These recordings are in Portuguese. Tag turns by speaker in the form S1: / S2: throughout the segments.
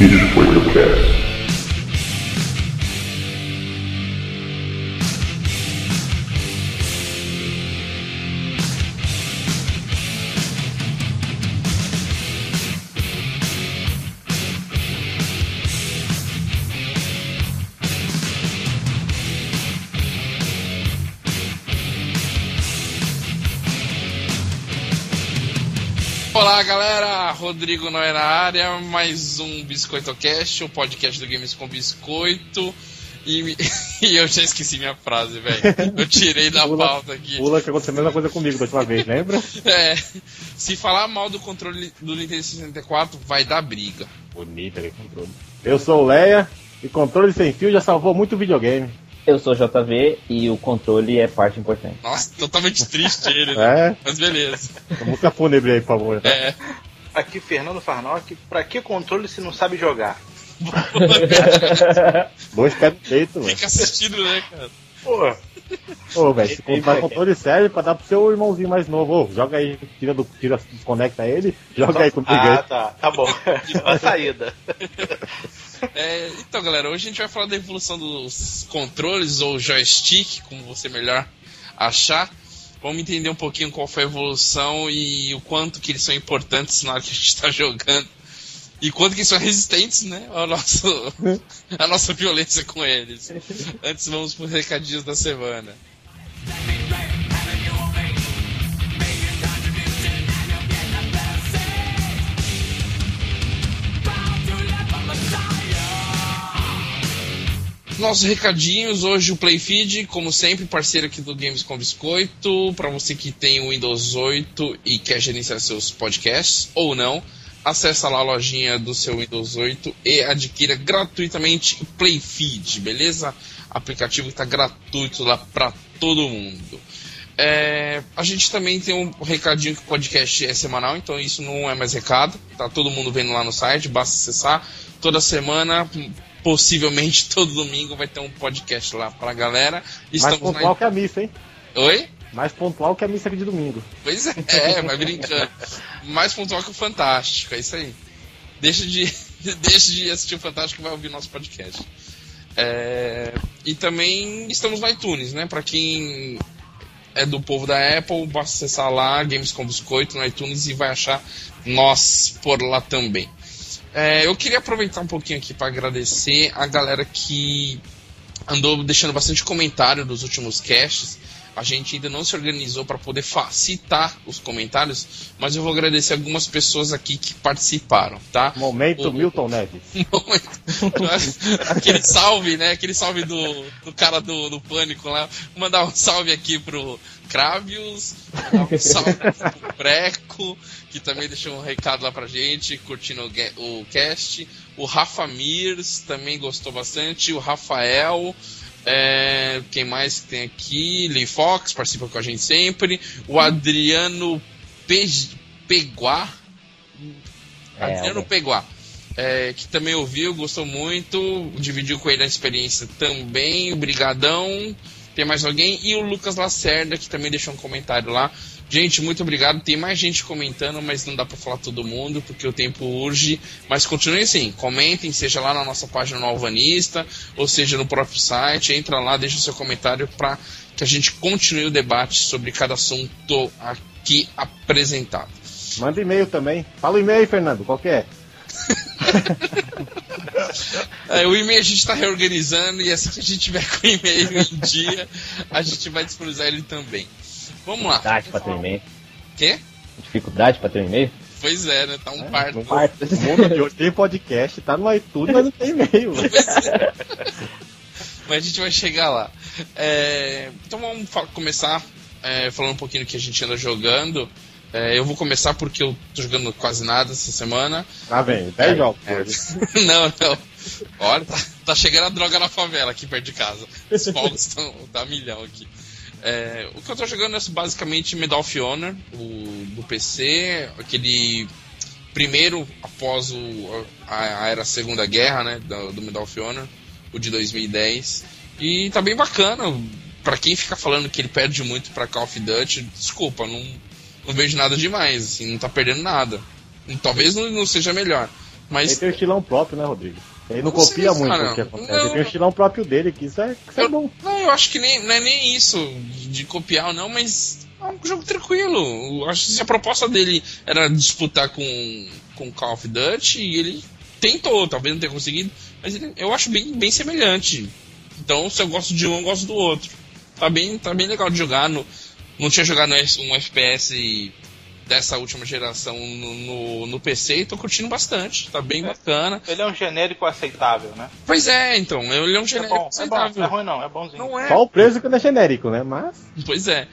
S1: Isso foi o cast.
S2: Olá galera, Rodrigo Noé na área, mais um Biscoito Cast, o podcast do Games com Biscoito. E, e eu já esqueci minha frase, velho. Eu tirei da
S3: Pula-
S2: pauta aqui.
S3: Pula que aconteceu a mesma coisa comigo da última vez, lembra?
S2: É, se falar mal do controle do Nintendo 64, vai dar briga.
S3: Bonita aquele controle. Eu sou o Leia e controle sem fio já salvou muito videogame.
S4: Eu sou o JV e o controle é parte importante.
S2: Nossa, totalmente triste ele, né?
S3: É,
S2: Mas beleza.
S3: música fúnebre aí, por favor.
S2: É.
S5: Aqui, Fernando Farnock, pra que controle se não sabe jogar?
S3: Dois pés no peito, velho.
S2: Fica assistindo, né, cara?
S5: Pô,
S3: Ô, velho, se
S5: Ele- ele
S3: comprar
S5: vai-
S3: controle sério pra dar pro seu irmãozinho mais novo. Ô, joga aí, tira do, tira, desconecta ele, joga aí comigo
S5: ah,
S3: aí.
S5: tá, tá bom. A saída.
S2: É, então, galera, hoje a gente vai falar da evolução dos controles ou joystick, como você melhor achar. Vamos entender um pouquinho qual foi a evolução e o quanto que eles são importantes na hora que a gente está jogando. E quanto que são resistentes, né? Ao nosso, a nossa violência com eles. Antes vamos para os recadinhos da semana. Nossos recadinhos, hoje o Playfeed, como sempre, parceiro aqui do Games com Biscoito, para você que tem o Windows 8 e quer gerenciar seus podcasts ou não, acessa lá a lojinha do seu Windows 8 e adquira gratuitamente o Playfeed, beleza? Aplicativo que tá gratuito lá para todo mundo. É, a gente também tem um recadinho que o podcast é semanal, então isso não é mais recado. Tá todo mundo vendo lá no site, basta acessar. Toda semana, possivelmente todo domingo, vai ter um podcast lá pra galera.
S3: Mais
S2: Estamos
S3: pontual
S2: na...
S3: que a missa, hein?
S2: Oi?
S3: Mais pontual que a missa aqui de domingo.
S2: Pois é, é, vai brincando. Mais pontual que o Fantástico, é isso aí. Deixa de, deixa de assistir o Fantástico e vai ouvir nosso podcast. É, e também estamos no iTunes, né? Pra quem é do povo da Apple, basta acessar lá Games com Biscoito no iTunes e vai achar nós por lá também. É, eu queria aproveitar um pouquinho aqui pra agradecer a galera que andou deixando bastante comentário dos últimos casts. A gente ainda não se organizou para poder fa- citar os comentários, mas eu vou agradecer algumas pessoas aqui que participaram, tá?
S3: Momento
S2: O-
S3: Milton Neves.
S2: Aquele salve, né? Aquele salve do, do cara do, do pânico lá. Vou mandar um salve aqui pro Cravius, mandar um salve pro Preco, que também deixou um recado lá pra gente, curtindo o, ga- o cast. O Rafa Mirs também gostou bastante. O Rafael. é, quem mais que tem aqui? Lee Fox participa com a gente sempre. O Adriano Pe- Peguá.
S5: Tá
S4: É,
S2: Adriano Peguá. É, que também ouviu, gostou muito, dividiu com ele a experiência também, brigadão. Tem mais alguém? E o Lucas Lacerda, que também deixou um comentário lá. Gente, muito obrigado. Tem mais gente comentando, mas não dá pra falar todo mundo, porque o tempo urge. Mas continuem assim, comentem, seja lá na nossa página no Alvanista, ou seja no próprio site. Entra lá, deixa o seu comentário pra que a gente continue o debate sobre cada assunto aqui apresentado.
S3: Manda e-mail também. Fala o e-mail, Fernando, qual que é?
S2: É, o e-mail a gente está reorganizando e assim que a gente tiver com o e-mail em um dia, a gente vai disponibilizar ele também. Vamos lá.
S4: Dificuldade pra ter um e-mail.
S2: Quê?
S4: Dificuldade pra ter um e-mail?
S2: Pois é, né? Tá um parto.
S4: Parte.
S3: O mundo de hoje tem podcast, tá no iTunes, mas não tem e-mail, velho.
S2: Mas a gente vai chegar lá. É, então vamos fa- começar é, falando um pouquinho do que a gente anda jogando. É, eu vou começar porque eu tô jogando quase nada essa semana.
S3: Tá vendo? 10 jogos.
S2: não, não. Olha, tá, tá chegando a droga na favela aqui perto de casa. Os fogos estão tá milhão aqui. É, o que eu tô jogando é basicamente Medal of Honor, o, do PC, aquele primeiro após o, a, a era Segunda Guerra, né, do, do Medal of Honor, o de 2010. E tá bem bacana. Pra quem fica falando que ele perde muito pra Call of Duty, desculpa, não, não vejo nada demais, assim, não tá perdendo nada. E Talvez não, não seja melhor,
S3: Ele
S2: Mas
S3: tem um estilão próprio, né, Rodrigo? Ele não
S2: Não sei,
S3: copia muito
S2: cara.
S3: o que acontece.
S2: Não.
S3: Ele tem um estilão próprio dele, que isso é, que isso é
S2: Eu-
S3: bom.
S2: Não, eu acho que nem, não é nem isso de copiar ou não, mas é um jogo tranquilo. Eu acho que se a proposta dele era disputar com com Call of Duty, e ele tentou, talvez não tenha conseguido, mas ele- eu acho bem, bem semelhante. Então, se eu gosto de um, eu gosto do outro. Tá bem, tá bem legal de jogar. No, não tinha jogado um FPS dessa última geração no, no, no PC e tô curtindo bastante. Tá bem bacana.
S5: Ele é um genérico aceitável, né?
S2: Pois é, então, ele é um
S5: É
S2: genérico
S5: bom, é bom,
S2: aceitável.
S5: não é ruim não, é bonzinho.
S2: Não é
S3: Só o preço que não é genérico, né? Mas.
S2: Pois é.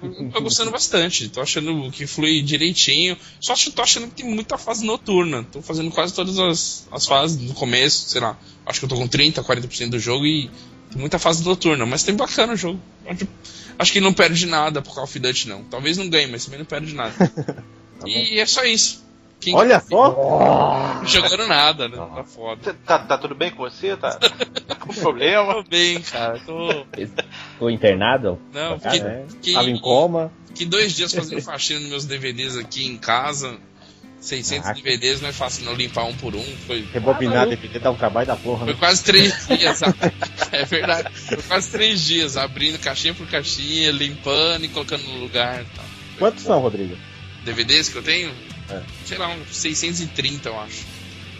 S2: Eu Tô gostando bastante. Tô achando que flui direitinho. Só acho, tô achando que tem muita fase noturna. Tô fazendo quase todas as, as fases do começo, sei lá. Acho que eu tô com 30, 40% do jogo e tem muita fase noturna. Mas tem bacana o jogo. Acho- Acho que não perde nada pro Call of Duty, não. Talvez não ganhe, mas também não perde nada. e é só isso. Quem
S3: Tá Olha só!
S2: não jogando nada, né? Tá foda.
S5: Cê- Tá, tá tudo bem com você? Tá tá com problema?
S2: Tô bem, cara. Tô.
S4: Ficou internado?
S2: Não,
S4: Cara,
S2: fiquei,
S3: É,
S2: fiquei-
S3: Tava em coma.
S2: Fiquei dois dias fazendo faxina nos meus DVDs aqui em casa. 600
S4: Caraca.
S2: DVDs não é fácil não limpar um por um. Foi,
S3: Rebobinar, DVD, dá um trabalho da porra.
S2: foi
S3: Né?
S2: quase três dias. a- é verdade. Foi quase três dias abrindo caixinha por caixinha, limpando e colocando no lugar. e tal.
S3: Quantos são, Rodrigo?
S2: DVDs que eu tenho? Sei lá, uns 630 eu acho.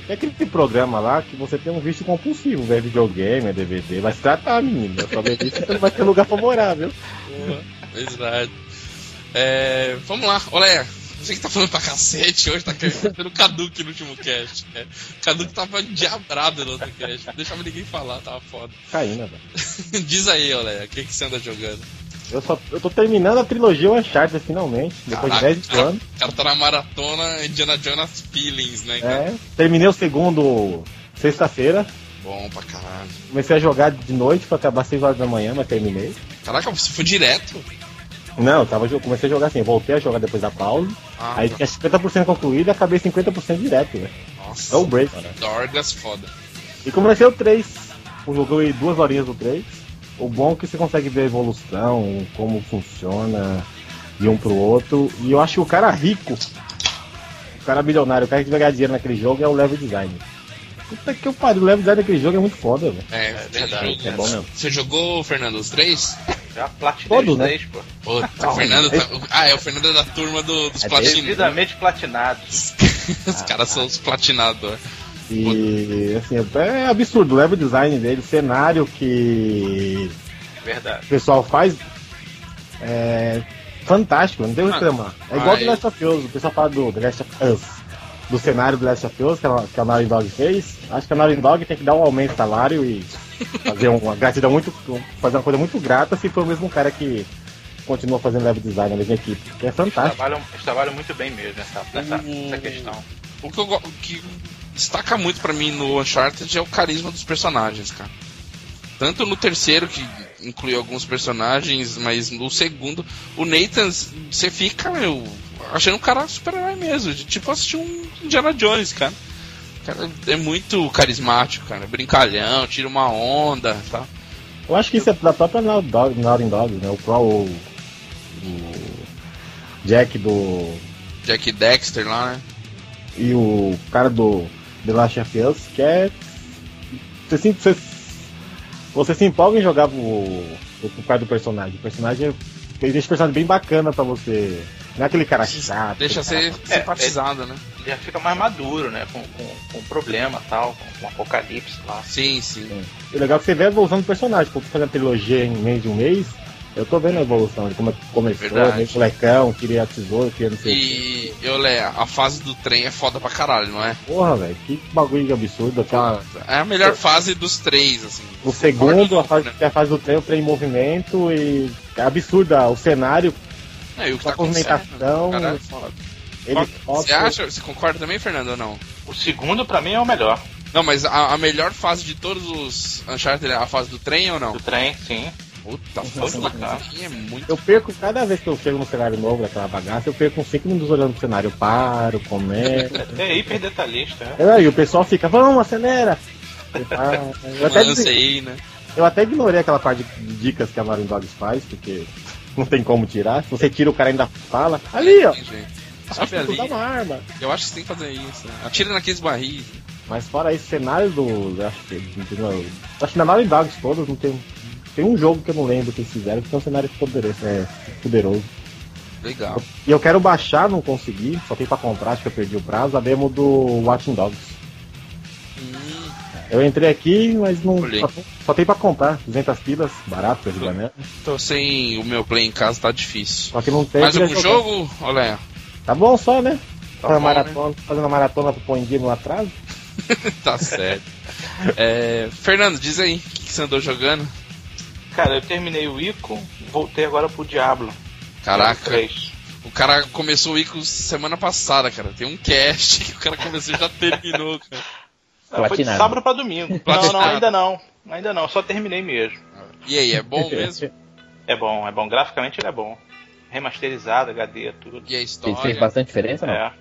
S3: É aquele programa lá que você tem um vício compulsivo, velho. Videogame, é DVD. Vai se tratar, menino. Eu só vejo isso, você não vai ter lugar pra morar, viu?
S2: Verdade. É, vamos lá, olha você que tá falando pra cacete hoje, tá querendo o Caduque no último cast. né? O Caduque tava diabrado no outro cast, não deixava ninguém falar, tava foda.
S3: Caindo, Tá né, velho.
S2: Diz aí, Olé, o que, que você anda jogando?
S3: Eu, só, eu tô terminando a trilogia Uncharted, finalmente. Depois de
S2: Caraca,
S3: 10
S2: cara,
S3: anos.
S2: O cara tá na maratona Indiana Jones Peelings, né? cara?
S3: É. Terminei o segundo sexta-feira.
S2: Bom pra caralho.
S3: Comecei a jogar de noite pra acabar 6 horas da manhã, mas terminei.
S2: Caraca, você foi direto?
S3: Não, eu tava, jo- comecei a jogar assim, voltei a jogar depois da pausa.
S2: Ah,
S3: Aí tinha 50% concluído e acabei 50% direto, velho.
S2: nossa.
S3: Então break, cara.
S2: Dorgas foda.
S3: E comecei o 3. Eu joguei duas horinhas do 3. O bom é que você consegue ver a evolução, como funciona de um pro outro. E eu acho que o cara rico, o cara bilionário, o cara que vai ganhar dinheiro naquele jogo é o level design. Puta que eu pariu, o level design daquele jogo é muito foda, velho.
S2: É,
S5: verdade,
S2: jogo-
S3: é bom mesmo.
S2: Você jogou, Fernando, os três?
S5: Já platinei
S3: Todo,
S5: os
S3: né?
S5: três, pô.
S2: Puta, o Fernando tá... Ah, é o Fernando é da turma do- dos
S4: É
S2: platinos. né?
S5: Devidamente platinados.
S2: Os caras são os platinados.
S3: E assim, é absurdo o level design dele, o cenário que
S5: Verdade.
S3: o pessoal faz é fantástico, não tem o que
S2: Ah,
S3: reclamar. É igual
S2: ah,
S3: do Last of Us, o pessoal fala do The Last of Us, do cenário do Last of Us que a, que a Naughty Dog fez. Acho que a Naughty Dog tem que dar um aumento de salário e fazer uma gratidão muito. fazer uma coisa muito grata se for o mesmo cara que continua fazendo level design na mesma equipe. que É
S5: Eles
S3: fantástico.
S5: trabalham, eles trabalham muito bem mesmo nessa, nessa,
S3: Hum.
S5: nessa questão.
S2: O que, eu go- o que destaca muito pra mim no Uncharted é o carisma dos personagens, cara. Tanto no terceiro, que incluiu alguns personagens, mas no segundo, o Nathan, você fica, meu, achando um cara super-herói mesmo. de Tipo assistir um Indiana Jones, cara. O cara é muito carismático, cara. Brincalhão, tira uma onda, tá?
S3: Eu acho que isso é da própria Naughty Dog, Naughty Dog né? O Pro. O, o Jack do.
S2: Jack Dexter lá, né?
S3: e o cara do The Last of Us, que é. Você se, você, você se empolga em jogar o, o cara do personagem. O personagem é- ele deixa o personagem bem bacana pra você. Não é aquele cara chato.
S2: Deixa
S3: cara-
S2: ser simpatizado, né?
S5: Ele Já fica mais maduro, né? Com, com, com problema e tal, com, com apocalipse lá.
S2: Sim, sim.
S3: O legal é que você vê a evolução do personagem. Quando você faz a trilogia em menos de um mês, eu tô vendo a evolução de como é que começou,
S2: Verdade.
S3: meio molecão, queria a tesoura, queria não sei o quê.
S2: E, eu, Léa, a fase do trem é foda pra caralho, não é?
S3: Porra, velho, que bagulho de absurdo. Aquela...
S2: É a melhor fase dos três, assim.
S3: O segundo, a
S2: né?
S3: fase, a fase do trem, o trem em movimento e é absurda o cenário,
S2: É, e o que tá
S3: a
S2: acontecendo?
S3: movimentação,
S2: Caralho, foda.
S3: Ele
S2: né? Você
S3: toca.
S2: acha? Você concorda também, Fernando, ou não?
S5: O segundo, pra mim, é o melhor.
S2: Não, mas a, a melhor fase de todos os Uncharted é a fase do trem ou não?
S5: Do trem, sim.
S2: Puta, a fase
S5: Todo
S2: do
S5: bacana.
S2: trem é muito.
S3: Eu perco, cada vez que eu chego no cenário novo daquela bagaça, eu perco uns 5 minutos olhando pro cenário. Eu paro, comento. É,
S5: É hiper detalhista, né?
S3: E aí o pessoal fica, vamos, acelera! Eu, paro. eu, até,
S2: Lance aí, né?
S3: eu até ignorei aquela parte de dicas que a Marin Dogs faz, porque não tem como tirar. Se você tira, o cara ainda fala. Ali, ó,
S2: Tem jeito. Sobe ali.
S3: Dá uma arma.
S2: Eu acho que você tem que fazer isso. né? Atira naqueles barris.
S3: Mas fora isso, cenário do. eu Acho que, não tem- não- acho que na Naughty Dogs todas não tem. Tem um jogo que eu não lembro que eles fizeram, que tem um cenário poderoso. É, poderoso.
S2: Legal.
S3: E eu quero baixar, não consegui, só tem pra comprar, acho que eu perdi o prazo, a demo do Watching Dogs.
S2: Hum,
S3: Eu entrei aqui, mas não.
S2: Olhei.
S3: Só, tem- só tem pra comprar, 200 pilas, barato, pra jogar, né?
S2: tô sem o meu play em casa, tá difícil.
S3: Só que não tem.
S2: Mais
S3: eu
S2: algum
S3: queria jogar.
S2: jogo? Olha aí.
S3: Tá bom só, né?
S2: Tá
S3: Fazendo
S2: bom,
S3: maratona, Fazendo a maratona pro Pondino lá atrás.
S2: Tá certo. É, Fernando, diz aí, o que, que você andou jogando?
S5: Cara, eu terminei o Ico, voltei agora pro Diablo.
S2: Caraca,
S5: Três.
S2: o cara começou o Ico semana passada, cara. Tem um cast que o cara começou e já terminou, cara.
S5: Ah, Foi de
S4: Platinado.
S5: sábado pra domingo. não, não,
S2: Platinado.
S5: ainda não. Ainda não, só terminei mesmo.
S2: E aí, é bom mesmo?
S5: É bom, é bom. Graficamente ele é bom. Remasterizado, HD, tudo.
S2: E a
S4: Fez, fez
S2: história?
S4: bastante diferença, não?
S5: É.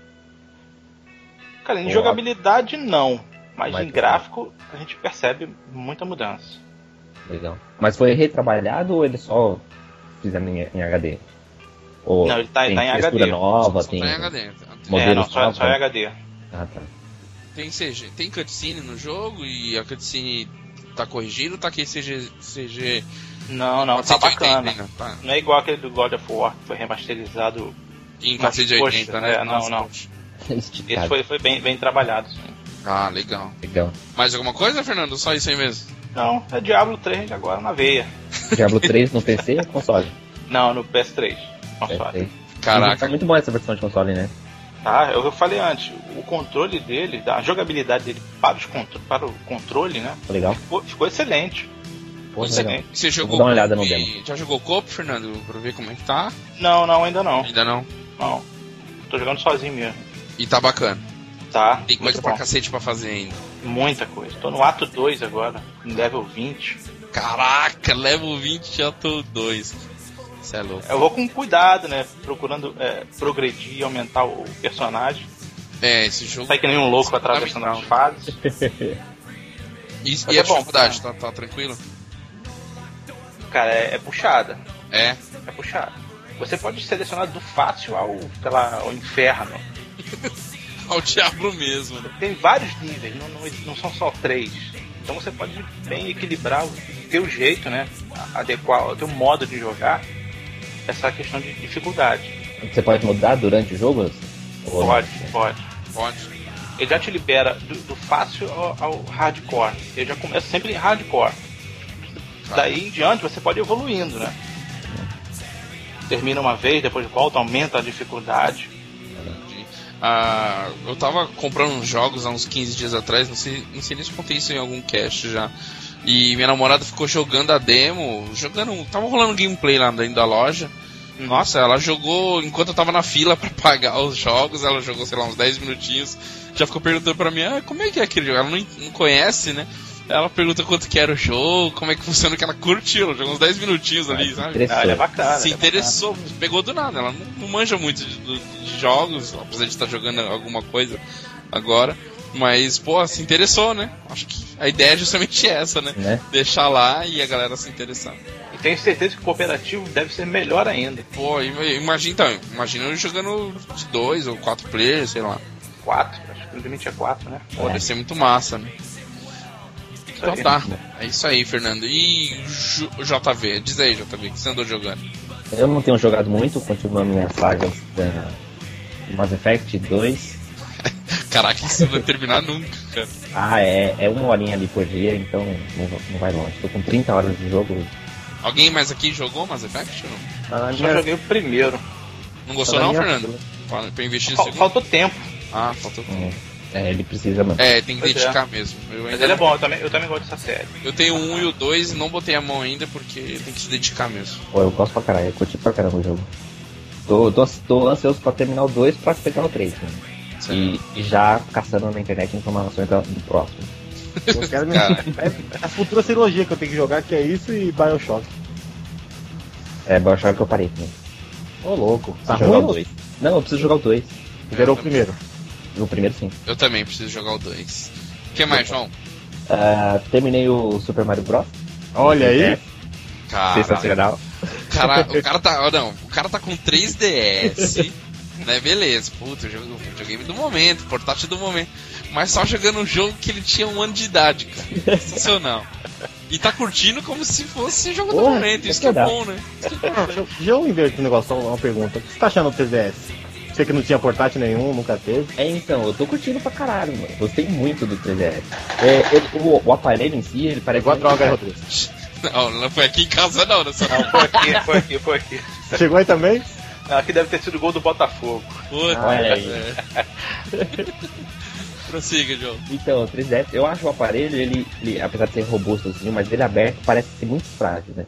S5: Cara, em
S4: Boa.
S5: jogabilidade não. Mas,
S4: Mas- é.
S5: em gráfico a gente percebe muita mudança.
S4: Legal. Mas foi retrabalhado ou eles só fizeram em, em HD? Ou
S5: Não, ele tá-
S4: tem
S5: tá em
S4: textura
S5: HD.
S4: nova,
S2: Só
S4: tem...
S2: tá em HD.
S4: Modelo
S5: é, não, só,
S4: nova.
S5: só é HD.
S4: Ah, tá.
S2: É. Tem CG, tem cutscene no jogo e a cutscene tá corrigida ou tá aquele CG. CG
S5: Não, não, tá
S2: 480,
S5: bacana.
S2: né? Tá.
S5: Não é igual aquele do God of War que foi remasterizado.
S2: Em
S5: Mas,
S2: 480,
S5: poxa,
S2: né?
S5: é, não, não.
S2: poxa.
S5: Esse
S4: Esticado.
S5: foi, foi bem, bem trabalhado. sim.
S2: Ah, legal.
S4: Legal.
S2: Mais alguma coisa, Fernando? Só isso aí mesmo?
S5: Não, é Diablo 3 agora na veia.
S4: Diablo 3 no PC ou console?
S5: Não, no PS3. Console.
S4: PS3. Tá
S2: Caraca.
S4: muito boa essa versão de console, né?
S5: Tá, eu eu falei antes, o controle dele, da- a jogabilidade dele para, os contro para o controle, né?
S4: Tá Legal.
S5: Ficou, ficou excelente.
S4: Pô,
S2: Você,
S4: legal.
S2: você jogou
S4: Vou dar uma olhada no
S2: co-op?
S4: demo.
S2: Já jogou copo, Fernando? Pra ver como é que tá?
S5: Não, não, ainda não.
S2: Ainda não.
S5: Não. Tô jogando sozinho mesmo.
S2: E tá bacana.
S5: Tá.
S2: Tem
S5: muito
S2: coisa pra
S5: bom.
S2: cacete pra fazer ainda.
S5: Muita coisa. Tô no ato 2 agora, em level 20.
S2: Caraca, level 20 já tô 2. Você é louco.
S5: Eu vou com cuidado, né? Procurando é, progredir e aumentar o personagem.
S2: É, esse jogo.
S5: Sai que nem um louco atravessando as fases.
S2: Isso,
S5: Mas
S2: e
S5: é
S2: a
S5: bom.
S2: dificuldade, tá, tá tranquilo?
S5: Cara, é, é puxada.
S2: É.
S5: É puxada. Você pode selecionar do fácil ao, sei lá, ao inferno.
S2: Ao diabo mesmo, né?
S5: Tem vários níveis, não, não- não são só três. Então você pode bem equilibrar o teu jeito, né? Adequar o teu modo de jogar. Essa questão de dificuldade.
S4: Você pode mudar durante o jogo? Ou-
S5: Pode, pode.
S2: Pode.
S5: Ele já te libera do, do fácil ao, ao hardcore. Eu já começo sempre em hardcore. Daí em diante você pode ir evoluindo, né? Termina uma vez, depois volta, aumenta a dificuldade.
S2: Ah, eu tava comprando uns jogos há uns 15 dias atrás, não sei, não sei nem se eu contei isso em algum cast já. E minha namorada ficou jogando a demo, jogando. Tava rolando gameplay lá dentro da loja. Nossa, ela jogou enquanto eu tava na fila pra pagar os jogos, ela jogou, sei lá, uns 10 minutinhos. Já ficou perguntando pra mim, ah, como é que é aquele jogo? Ela não, en- não conhece, né? Ela pergunta quanto que era o jogo, como é que funciona, que ela curtiu, jogou uns 10 minutinhos
S4: Ah,
S2: ali,
S4: que
S2: sabe?
S5: Ah, ele é
S4: interessante.
S5: bacana.
S2: se
S5: ele é bacana.
S2: interessou, pegou do nada. Ela não, não manja muito de, do- de jogos, apesar de estar jogando alguma coisa agora. Mas, pô, se interessou, né? Acho que a ideia é justamente essa, né?
S5: é
S4: Né?
S2: Deixar lá e a galera se interessar.
S5: E tenho certeza que o cooperativo deve ser melhor ainda.
S2: Pô, ima- imagina então, imagina eu jogando de dois ou quatro players, sei lá.
S5: Quatro, acho que o limite é quatro, né?
S2: Pô, deve ser muito massa, né?
S5: Isso
S2: Então
S5: aí.
S2: tá, é isso aí, Fernando. E Ju- JV, diz aí, JV, o que você andou jogando?
S4: Eu não tenho jogado muito, continuando minha saga da Mass Effect 2.
S2: Caraca, isso não vai terminar nunca, cara.
S4: Ah, é, é uma horinha ali por dia, então não, não vai longe. Tô com 30 horas de jogo.
S2: Alguém mais aqui jogou Mass Effect ou não?
S4: Ah,
S5: Eu
S4: minha-
S5: só joguei o primeiro.
S2: Não gostou
S4: Ela
S2: não,
S4: ia-
S2: Fernando?
S4: né?
S2: Fala, Pra investir no
S5: Fal-
S2: segundo?
S5: Faltou tempo,
S2: Ah, faltou.
S4: É, ele precisa, mano.
S2: É, tem que
S5: Pois é.
S2: dedicar mesmo. Eu,
S5: mas
S2: ainda,
S5: ele é bom, eu também, eu também gosto dessa série.
S2: eu tenho um e o dois e não botei a mão ainda porque tem que se dedicar mesmo.
S4: Pô, eu gosto pra caralho, eu curti pra caramba o jogo. Tô, tô, tô ansioso pra terminar o 2 pra pegar o 3, mano.
S2: Sério.
S4: E, e já caçando na internet informações da- do próximo.
S3: Eu quero me...
S2: Cara.
S3: é a futura trilogia que eu tenho que jogar, que é isso e Bioshock.
S4: É, Bioshock eu parei. Né?
S3: Ô louco. Tá
S4: Preciso jogar
S3: ruim?
S4: o dois. Não, eu preciso jogar o 2.
S3: Zerou o primeiro.
S4: O primeiro sim.
S2: Eu também preciso jogar o dois. O que mais, João?
S4: Ah, terminei o Super Mario Bros.
S3: Olha aí.
S4: É,
S2: Cara,
S3: Ah,
S4: sensacional.
S2: cara, o cara tá. ó, Não, o cara tá com 3DS. Né, beleza, puta, jogo, videogame do momento, portátil do momento. Mas só jogando um jogo que ele tinha um ano de idade, cara. Sensacional. E tá curtindo como se fosse jogo do
S4: Porra,
S2: momento,
S4: é
S2: isso que é
S4: verdade.
S2: bom, né? Isso que é bom.
S3: Ah, Deixa eu- deixa eu inverter um negócio, só uma pergunta. O que você tá achando do 3DS? Você que não tinha portátil nenhum, nunca teve.
S4: É, então, eu tô curtindo pra caralho, mano. Gostei muito do 3DS. É, ele- o, o aparelho em si, ele
S3: É
S4: parece.
S3: igual a droga, hein, Rodrigo?
S2: Não, não foi aqui em casa não, né? nessa
S5: Não, foi aqui, foi aqui, foi aqui.
S3: Chegou aí também?
S5: Não, aqui deve ter sido o gol do Botafogo.
S2: puta.
S4: Olha aí.
S2: é. Prossiga, João.
S4: Então, o 3DS, eu acho o aparelho, ele, ele, apesar de ser robusto assim, mas ele aberto parece ser muito frágil, né?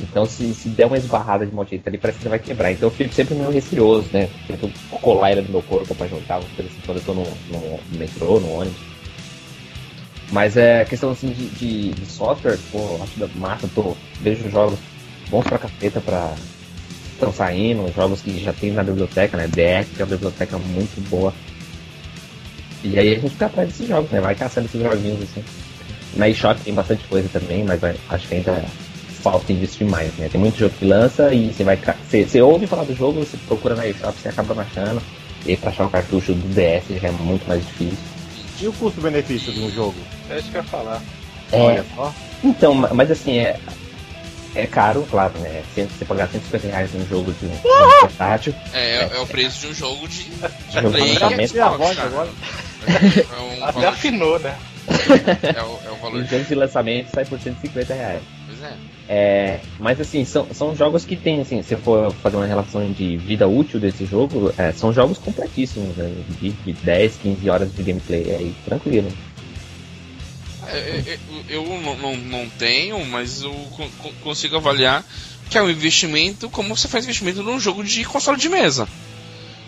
S4: Então, se, se der uma esbarrada de mau jeito ali, parece que ele vai quebrar. Então, eu fico sempre meio receoso, né? Tento colar ele no meu corpo pra juntar, uma coisa assim, quando eu tô no, no metrô, no ônibus. Mas é questão assim de, de, de software, pô, eu acho da massa, tô, vejo jogos bons pra caceta pra. Estão saindo, jogos que já tem na biblioteca, né? DX, que é uma biblioteca muito boa. E aí a gente fica atrás desses jogos, né? Vai caçando esses joguinhos assim. Na eShop tem bastante coisa também, mas vai- acho que ainda falta investir mais, né? Tem muito jogo que lança e você vai. ca- Você, você ouve falar do jogo, você procura na eShop, você acaba não achando. E aí pra achar o cartucho do DS já é muito mais difícil.
S3: E o custo-benefício de um jogo?
S5: É isso que eu ia falar.
S4: É,
S3: Olha só.
S4: Então, ma- mas assim, é, é caro, claro, né? Se você pagar 150 reais num jogo de um, de um portátil,
S2: É, é, é o preço de um jogo de, de
S4: de um
S2: Play.
S4: lançamento,
S3: E a voz agora?
S2: É um
S5: Até
S2: valor,
S5: afinou, né?
S2: é o, é o valor
S4: um
S2: de.
S4: jogo de lançamento sai por 150 reais.
S2: Pois é.
S4: É, mas assim, são, são jogos que tem, assim, se for fazer uma relação de vida útil desse jogo, é, são jogos completíssimos, né? De, de 10, 15 horas de gameplay aí, tranquilo.
S2: É, é, Eu, não, não- não tenho, mas eu con- con- consigo avaliar que é um investimento como você faz investimento num jogo de console de mesa.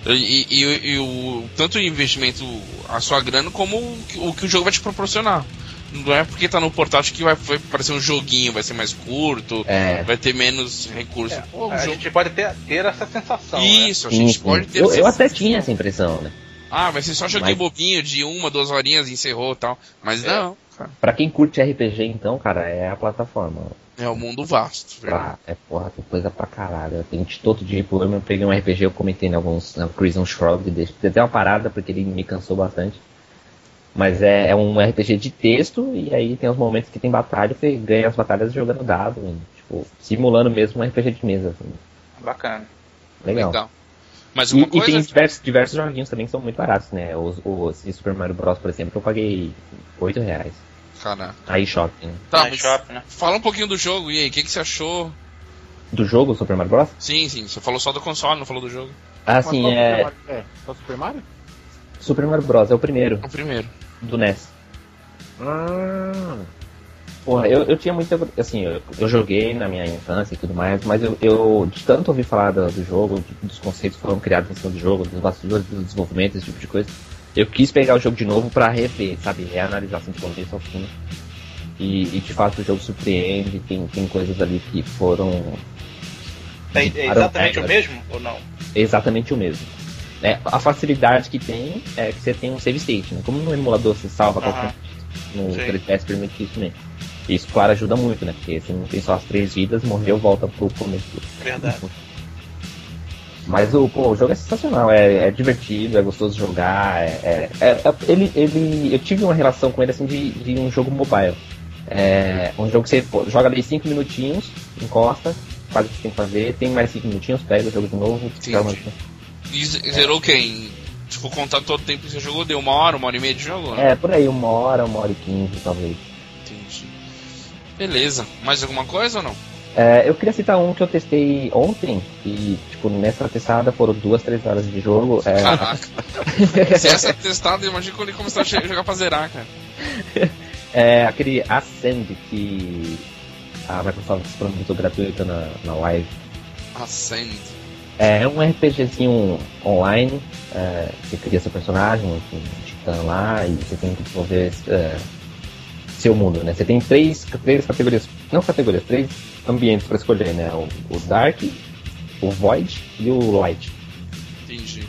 S2: E, e- e- e o, tanto o investimento, a sua grana, como o, que- o que o jogo vai te proporcionar. Não é porque tá no portátil que vai, vai parecer um joguinho, vai ser mais curto,
S4: É,
S2: vai ter menos recurso. É, Pô, o
S5: É, a
S2: jogo-
S5: gente pode ter, ter essa sensação. né?
S2: Isso, a gente
S4: enfim.
S2: pode ter.
S4: eu, eu
S2: essa-
S4: até tinha essa impressão, né?
S2: Ah, vai ser só joguinho
S4: Mas-
S2: bobinho de uma, duas horinhas, encerrou e tal. Mas
S5: É.
S2: não, cara.
S4: Pra quem curte RPG, então, cara, é a plataforma.
S2: É um mundo vasto. verdade.
S4: Pra, é porra, tem coisa pra caralho. Eu tenho de todo tipo. Eu mesmo peguei um RPG, eu comentei em alguns na Crimson Shroud, deixa- tem até uma parada porque ele me cansou bastante. Mas é, é um RPG de texto e aí tem os momentos que tem batalha, você ganha as batalhas jogando dado, e, tipo, simulando mesmo um RPG de mesa. assim.
S5: Bacana.
S4: Legal.
S2: Legal. Mas
S4: E,
S2: uma
S4: e
S2: coisa.
S4: tem diversos, diversos joguinhos também que são muito baratos, né? Os, os esse Super Mario Bros, por exemplo, eu paguei 8 reais.
S2: Cara,
S4: Aí shopping.
S2: tá,
S5: Na
S2: mas
S5: shopping, né?
S2: fala um pouquinho do jogo, e aí, o que, que você achou?
S4: Do jogo Super Mario Bros?
S2: Sim, sim, você falou só do console, não falou do jogo.
S4: Assim,
S3: Mas só
S4: é.
S3: Super Mario- é. Só Super Mario?
S4: Super Mario Bros. é o primeiro
S2: É o primeiro.
S4: do NES.
S3: Ah,
S4: Porra, eu, eu tinha muita. Assim, eu, eu joguei na minha infância e tudo mais, mas eu, eu de tanto ouvir falar do, do jogo, de- dos conceitos que foram criados em cima do jogo, dos bastidores, do desenvolvimento, esse tipo de coisa, eu quis pegar o jogo de novo pra rever, sabe? Reanalisar assim, de começo ao fim. E, e de fato o jogo surpreende, tem, tem coisas ali que foram
S5: É, é
S4: Para-
S5: exatamente
S4: é,
S5: o mesmo ou não?
S4: exatamente o mesmo. É, a facilidade que tem é que você tem um save state, né? Como no emulador você salva
S5: Aham.
S4: qualquer no
S5: Sim.
S4: 3DS permite isso mesmo. Isso, claro, ajuda muito, né? Porque você não tem só as três vidas, morreu, volta pro começo.
S5: Verdade.
S4: Mas o, pô, o jogo é sensacional, é, é divertido, é gostoso de jogar. É, é- é- ele, ele, eu tive uma relação com ele assim de, de um jogo mobile. É, um jogo que você pô, joga ali 5 minutinhos, encosta, faz o que tem que fazer, tem mais 5 minutinhos, pega o jogo de novo, fica
S2: Entendi. E z- zerou quem? Tipo, contar todo o tempo que você jogou, deu uma hora, uma hora e meia de jogo? né?
S4: É, por aí, uma hora, uma hora e quinze, talvez.
S2: Entendi. Beleza. Mais alguma coisa ou não?
S4: É, eu queria citar um que eu testei ontem, e, tipo, nessa testada foram duas, três horas de jogo. é,
S2: Caraca. Se essa é testada, imagina quando ele começar a che- jogar pra zerar, cara.
S4: é aquele Ascend que a Microsoft disponibilizou gratuito na, na live.
S2: Ascend.
S4: É um RPGzinho online, é, você cria seu personagem, um titã lá, e você tem que desenvolver é, seu mundo, né? Você tem três, três categorias, não categorias, três ambientes pra escolher, né? O, o Dark, o Void e o Light.
S2: Entendi.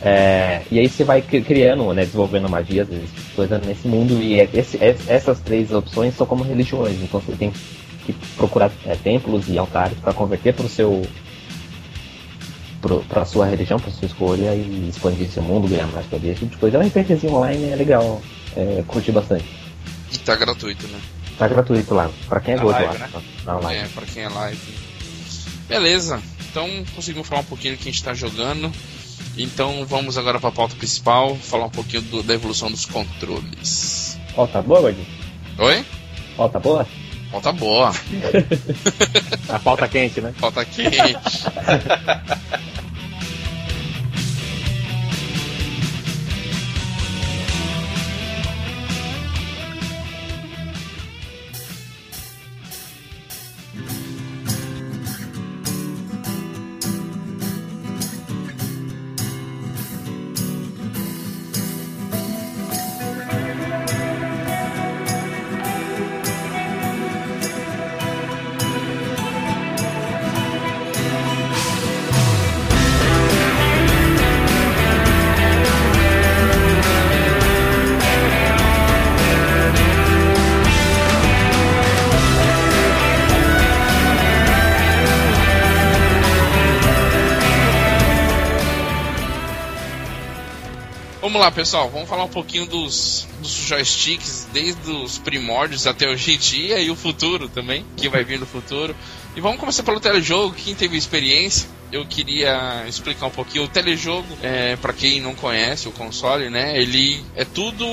S4: É, e aí você vai cri- criando, né, desenvolvendo magias, esse tipo de coisa nesse mundo, e é- esse- é- essas três opções são como religiões, então você tem que procurar é, templos e altares para converter pro seu pro, pra sua religião, pra sua escolha e expandir seu mundo, ganhar mais poder, esse tipo de coisa. É um RPGzinho online, é legal. É, curti bastante.
S2: E tá gratuito, né?
S4: Tá gratuito lá, pra quem é
S5: Na
S4: gordo,
S5: live,
S4: lá.
S5: né?
S4: Na live.
S2: É, pra quem é live. Beleza, então conseguimos falar um pouquinho do que a gente tá jogando. Então vamos agora pra pauta principal, falar um pouquinho do- da evolução dos controles.
S5: É.
S4: Ó, tá boa, gordinho?
S2: Oi?
S4: Ó, tá boa?
S2: Pauta boa,
S3: A pauta quente, né?
S2: pauta quente. Vamos lá, pessoal, vamos falar um pouquinho dos, dos joysticks, desde os primórdios até hoje em dia e o futuro também, que vai vir no futuro. E vamos começar pelo telejogo, quem teve experiência. Eu queria explicar um pouquinho. O telejogo, é, para quem não conhece o console, né? Ele é tudo.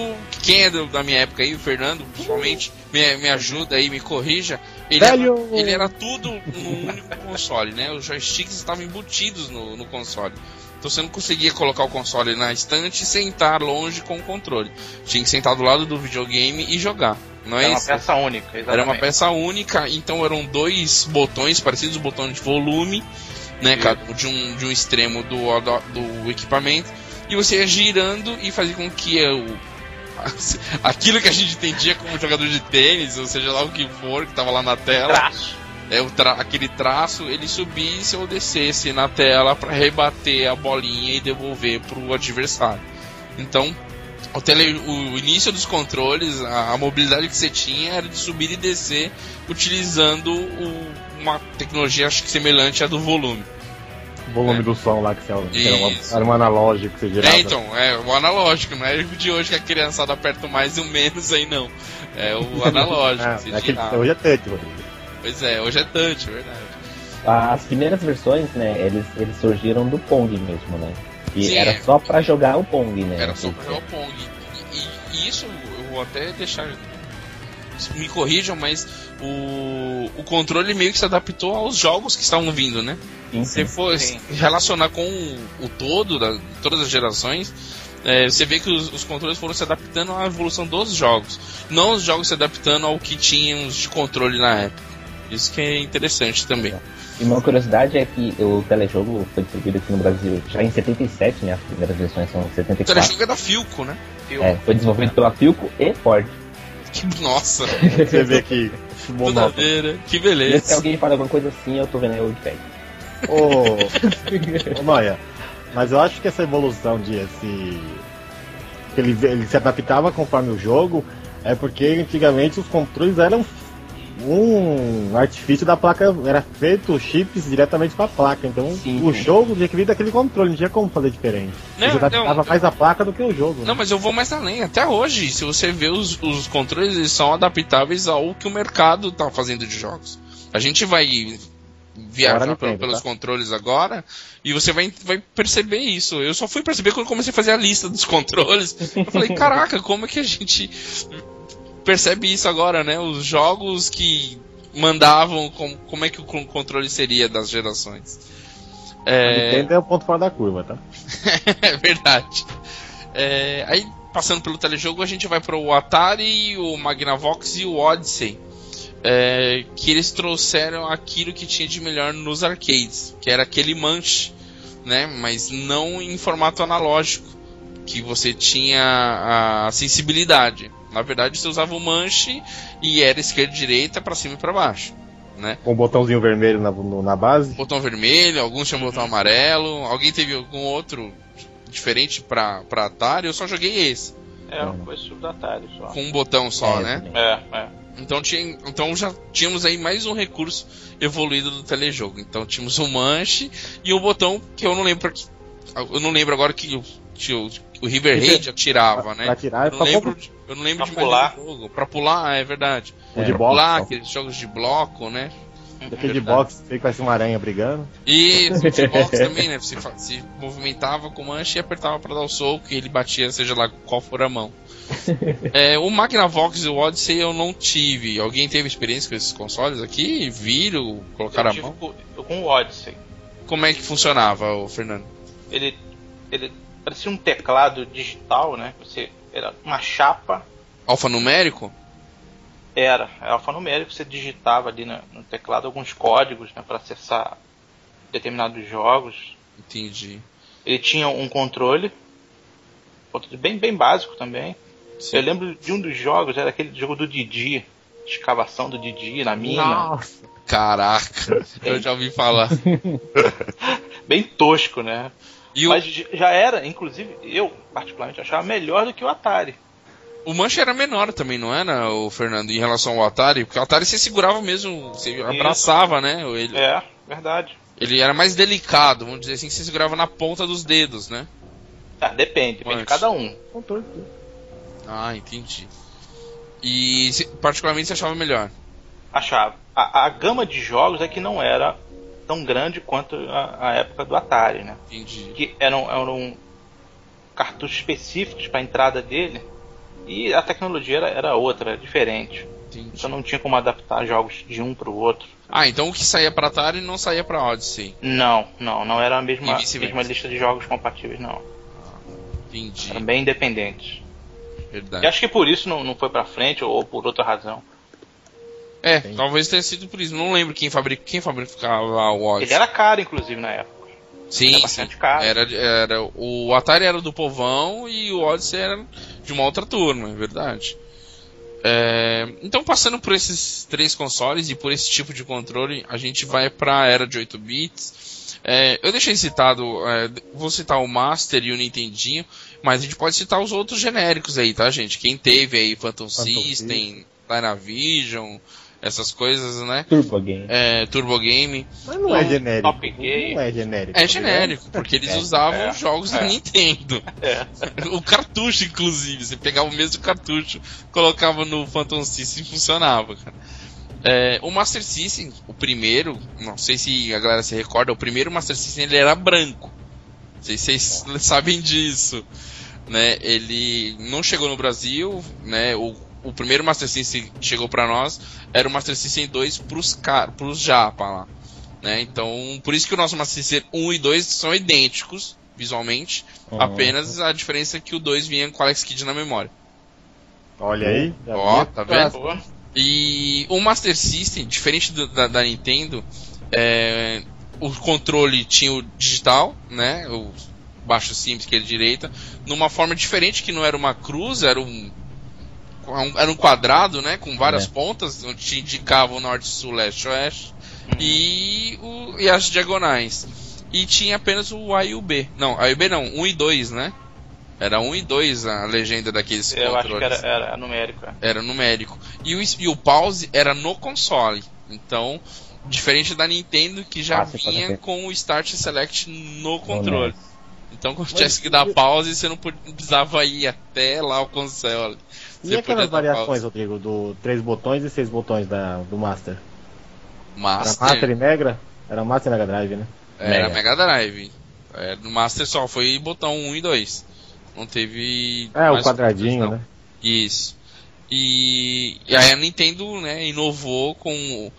S2: Quem é do- da minha época aí, o Fernando, principalmente, me, me ajuda aí, me corrija. Ele é
S3: Velho!
S2: ele era tudo no único console, né? Os joysticks estavam embutidos no, no console. Então você não conseguia colocar o console na estante e sentar longe com o controle. Tinha que sentar do lado do videogame e jogar. Não é
S5: Era uma
S2: isso?
S5: peça única,
S2: Era uma
S5: exatamente.
S2: peça única, então eram dois botões parecidos, o botão de volume, né,
S5: Isso.
S2: cada um de um, de um extremo do, do, do equipamento, e você ia girando e fazia com que o, aquilo que a gente entendia como jogador de tênis, ou seja lá o que for, que tava lá na tela,
S5: Traço.
S2: é, o tra- aquele traço ele subisse ou descesse na tela para rebater a bolinha e devolver para o adversário. Então, o, tele- o início dos controles, a, a mobilidade que você tinha era de subir e descer utilizando o- uma tecnologia acho que semelhante à do volume.
S3: O volume do som lá que você que era, uma,
S2: Isso.
S3: era um analógico que você girava.
S2: É, então, é o analógico, não é o de hoje que a criançada aperta o mais e o menos aí não. É o analógico.
S3: Ah,
S2: você
S3: é aquele,
S2: girava.
S3: hoje é touch, Rodrigo.
S2: Pois é, hoje é touch, é verdade.
S4: As primeiras versões, né, eles, eles surgiram do Pong mesmo, né? E
S2: Sim, é.
S4: era só pra jogar o Pong, né?
S2: Era só pra jogar o Pong. E, e- e isso eu vou até deixar. Me corrijam, mas o, o controle meio que se adaptou aos jogos que estavam vindo, né?
S4: Sim,
S2: Se você
S4: sim.
S2: for
S5: Sim.
S2: relacionar com o, o todo, da, todas as gerações, é, você vê que os, os controles foram se adaptando à evolução dos jogos. Não os jogos se adaptando ao que tinham de controle na época. Isso que é interessante também.
S4: E uma curiosidade é que o telejogo foi distribuído aqui no Brasil já em 77, né? As primeiras versões são em
S2: O
S4: 74.
S2: telejogo é da Filco, né?
S5: Viu?
S4: É, foi desenvolvido pela Philco e Ford.
S2: Que, nossa,
S3: Você vê que
S2: tudo a
S3: monótono.
S2: ver, né? Que
S4: E se
S2: beleza.
S4: alguém fala alguma coisa assim, eu tô vendo aí o Wikipedia.
S3: Ô, ô Noia, mas eu acho que essa evolução de esse. que Ele, ele se adaptava conforme o jogo, é porque antigamente os controles eram um artifício da placa, era feito chips diretamente com a placa, então
S4: Sim,
S3: o
S4: sim.
S3: jogo tinha que vir daquele controle, não tinha como fazer diferente.
S2: Não,
S3: Ele se adaptava
S2: não,
S3: mais a placa do que o jogo.
S2: Não,
S3: né?
S2: mas eu vou mais além. Até hoje, se você vê os, os controles, eles são adaptáveis ao que o mercado tá fazendo de jogos. A gente vai viajar
S3: Agora
S2: pelo-
S3: Nintendo,
S2: pelos
S3: tá?
S2: controles agora e você vai, vai perceber isso. Eu só fui perceber quando comecei a fazer a lista dos controles. Eu falei, caraca, como é que a gente percebe isso agora, né? Os jogos que mandavam, com- como é que o con- controle seria das gerações.
S3: A
S2: É...
S3: Nintendo é o ponto fora da curva, tá?
S2: É verdade. É, aí, passando pelo telejogo, a gente vai para o Atari, o Magnavox e o Odyssey. é, que eles trouxeram aquilo que tinha de melhor nos arcades, que era aquele manche, né? Mas não em formato analógico, que você tinha a sensibilidade. Na verdade, você usava o manche e era esquerda e direita, para cima e para baixo.
S3: Com o botãozinho vermelho na, no- na base.
S2: Botão vermelho, alguns tinham botão amarelo, alguém teve algum outro diferente pra, pra Atari, eu só joguei esse,
S5: É, foi subdatário só.
S2: com um botão só, Tá. né?
S5: É, é.
S2: Então, tinha, então já tínhamos aí mais um recurso evoluído do telejogo. Então tínhamos o manche e o botão que eu não lembro que eu não lembro agora que o, que o, o River Raid atirava, né?
S3: Pra tirar,
S2: Eu não
S3: pra
S2: lembro, de- eu não lembro
S5: Pra
S2: de mais
S5: pular.
S2: nenhum jogo. Pra pular, é verdade.
S3: O de
S2: Pra
S3: boxe,
S2: pular, então.
S3: ó.
S2: aqueles jogos de bloco, né?
S3: Daquele de boxe, feio que parece uma aranha brigando.
S2: E no de boxe também, né? Você fa- se movimentava com o manche e apertava pra dar o soco e ele batia, seja lá qual for a mão. É, o Magnavox e o Odyssey eu não tive. Alguém teve experiência com esses consoles aqui? Viram? Colocaram
S5: Eu
S2: a
S5: tive
S2: mão?
S5: com, eu com o Odyssey.
S2: Como é que funcionava, o Fernando?
S5: ele, ele parecia um teclado digital, né? Você era uma chapa,
S2: Alfanumérico?
S5: era, era alfanumérico, você digitava ali na- no, teclado alguns códigos né, para acessar determinados jogos.
S2: Entendi.
S5: Ele tinha um controle, controle bem, bem básico também.
S2: Sim.
S5: Eu lembro de um dos jogos, era aquele jogo do Didi, escavação do Didi na
S2: né?
S5: mina.
S3: Nossa,
S2: Caraca, eu já ouvi falar.
S5: Bem tosco, né?
S2: E o,
S5: Mas j- já era, inclusive, eu particularmente achava melhor do que o Atari.
S2: o manche era menor também, não era, o Fernando, em relação ao Atari? Porque o Atari você segurava mesmo, você abraçava, né? Ele,
S5: É, verdade.
S2: ele era mais delicado, vamos dizer assim, você segurava na ponta dos dedos, né?
S5: Ah, depende, depende de
S2: Mas-
S5: cada um.
S3: controle. tudo.
S2: Ah, entendi. E se- particularmente você achava melhor.
S5: achava. A, a gama de jogos é que não era tão grande quanto a, a época do Atari, né?
S2: Entendi.
S5: Que um, eram, eram cartuchos específicos para a entrada dele e a tecnologia era, era outra, era diferente.
S2: entendi.
S5: Então não tinha como adaptar jogos de um para o outro.
S2: Ah, então o que saía pra Atari não saía pra Odyssey.
S5: Não, não, não era a mesma,
S2: E vice-versa.
S5: mesma lista de jogos compatíveis, não.
S2: Entendi,
S5: Eram bem independentes. E
S2: verdade.
S5: acho que por isso não, não foi para frente ou por outra razão.
S2: É, talvez tenha sido por isso. Não lembro quem, fabric... quem fabricava o Odyssey.
S5: Ele era caro, inclusive, na época.
S2: Sim,
S5: Era
S2: sim.
S5: bastante caro.
S2: Era, era, o Atari era do povão e o Odyssey era de uma outra turma, é verdade. É, então, passando por esses três consoles e por esse tipo de controle, a gente vai para a era de 8 bits. É, eu deixei citado, é, vou citar o Master e o Nintendinho, mas a gente pode citar os outros genéricos aí, tá, gente? Quem teve aí Phantom,
S3: Phantom
S2: System, Dynavision, essas coisas, né?
S4: Turbo Game.
S2: É, Turbo Game.
S3: Mas não é
S5: Não,
S3: genérico.
S5: top gay.
S3: Não é genérico.
S2: É
S3: tá
S2: genérico, porque eles usavam os jogos da
S5: é.
S2: Nintendo. O cartucho, inclusive. Você pegava o mesmo cartucho, colocava no Phantom System e funcionava, cara. É, o Master System, o primeiro, não sei se a galera se recorda, o primeiro Master System ele era branco. Não sei se vocês sabem disso. Né? Ele não chegou no Brasil, né? O, o primeiro Master System que chegou para nós era o Master System 2 pros, car pros japa lá. Né? Então, por isso que o nosso Master System 1 e 2 são idênticos visualmente,
S4: Uhum.
S2: apenas a diferença é que o 2 vinha com Alex Kidd na memória.
S3: Olha aí. já
S2: Ó,
S3: viu?
S2: tá vendo?
S5: Boa.
S2: E o Master System, diferente do- da, da Nintendo, é, o controle tinha o digital, né? O baixo simples, esquerda e direita, numa forma diferente que não era uma cruz, era um era um quadrado, né, com várias
S4: É.
S2: pontas onde te indicava o norte, sul, leste, oeste e, o- e as diagonais. E tinha apenas o A e o B. Não, A e o B não, 1 e 2, né? Era 1 e 2 a legenda daqueles
S5: Eu
S2: controles
S5: acho que era, era numérico. é.
S2: era numérico. E o, e o pause era no console. Então, diferente da Nintendo, que já
S4: Ah, você pode
S2: vinha
S4: ver.
S2: com o Start e Select no
S4: Não,
S2: controle.
S4: não.
S2: Então, quando tivesse que dar pause, você não pod- não precisava ir até lá o console.
S3: E
S2: Você podia
S3: aquelas
S2: dar
S3: variações,
S2: pause.
S3: Rodrigo, do três botões e seis botões da, do Master? Era
S2: Master,
S3: Master e Mega? Era Master e Mega Drive, né?
S2: era
S4: Mega.
S2: Mega Drive. É, no Master só foi botão 1 e 2. Não teve.
S3: É, o
S2: mais
S3: quadradinho,
S2: botões, não.
S3: né?
S2: Isso. E, e aí a Nintendo né, inovou com. o-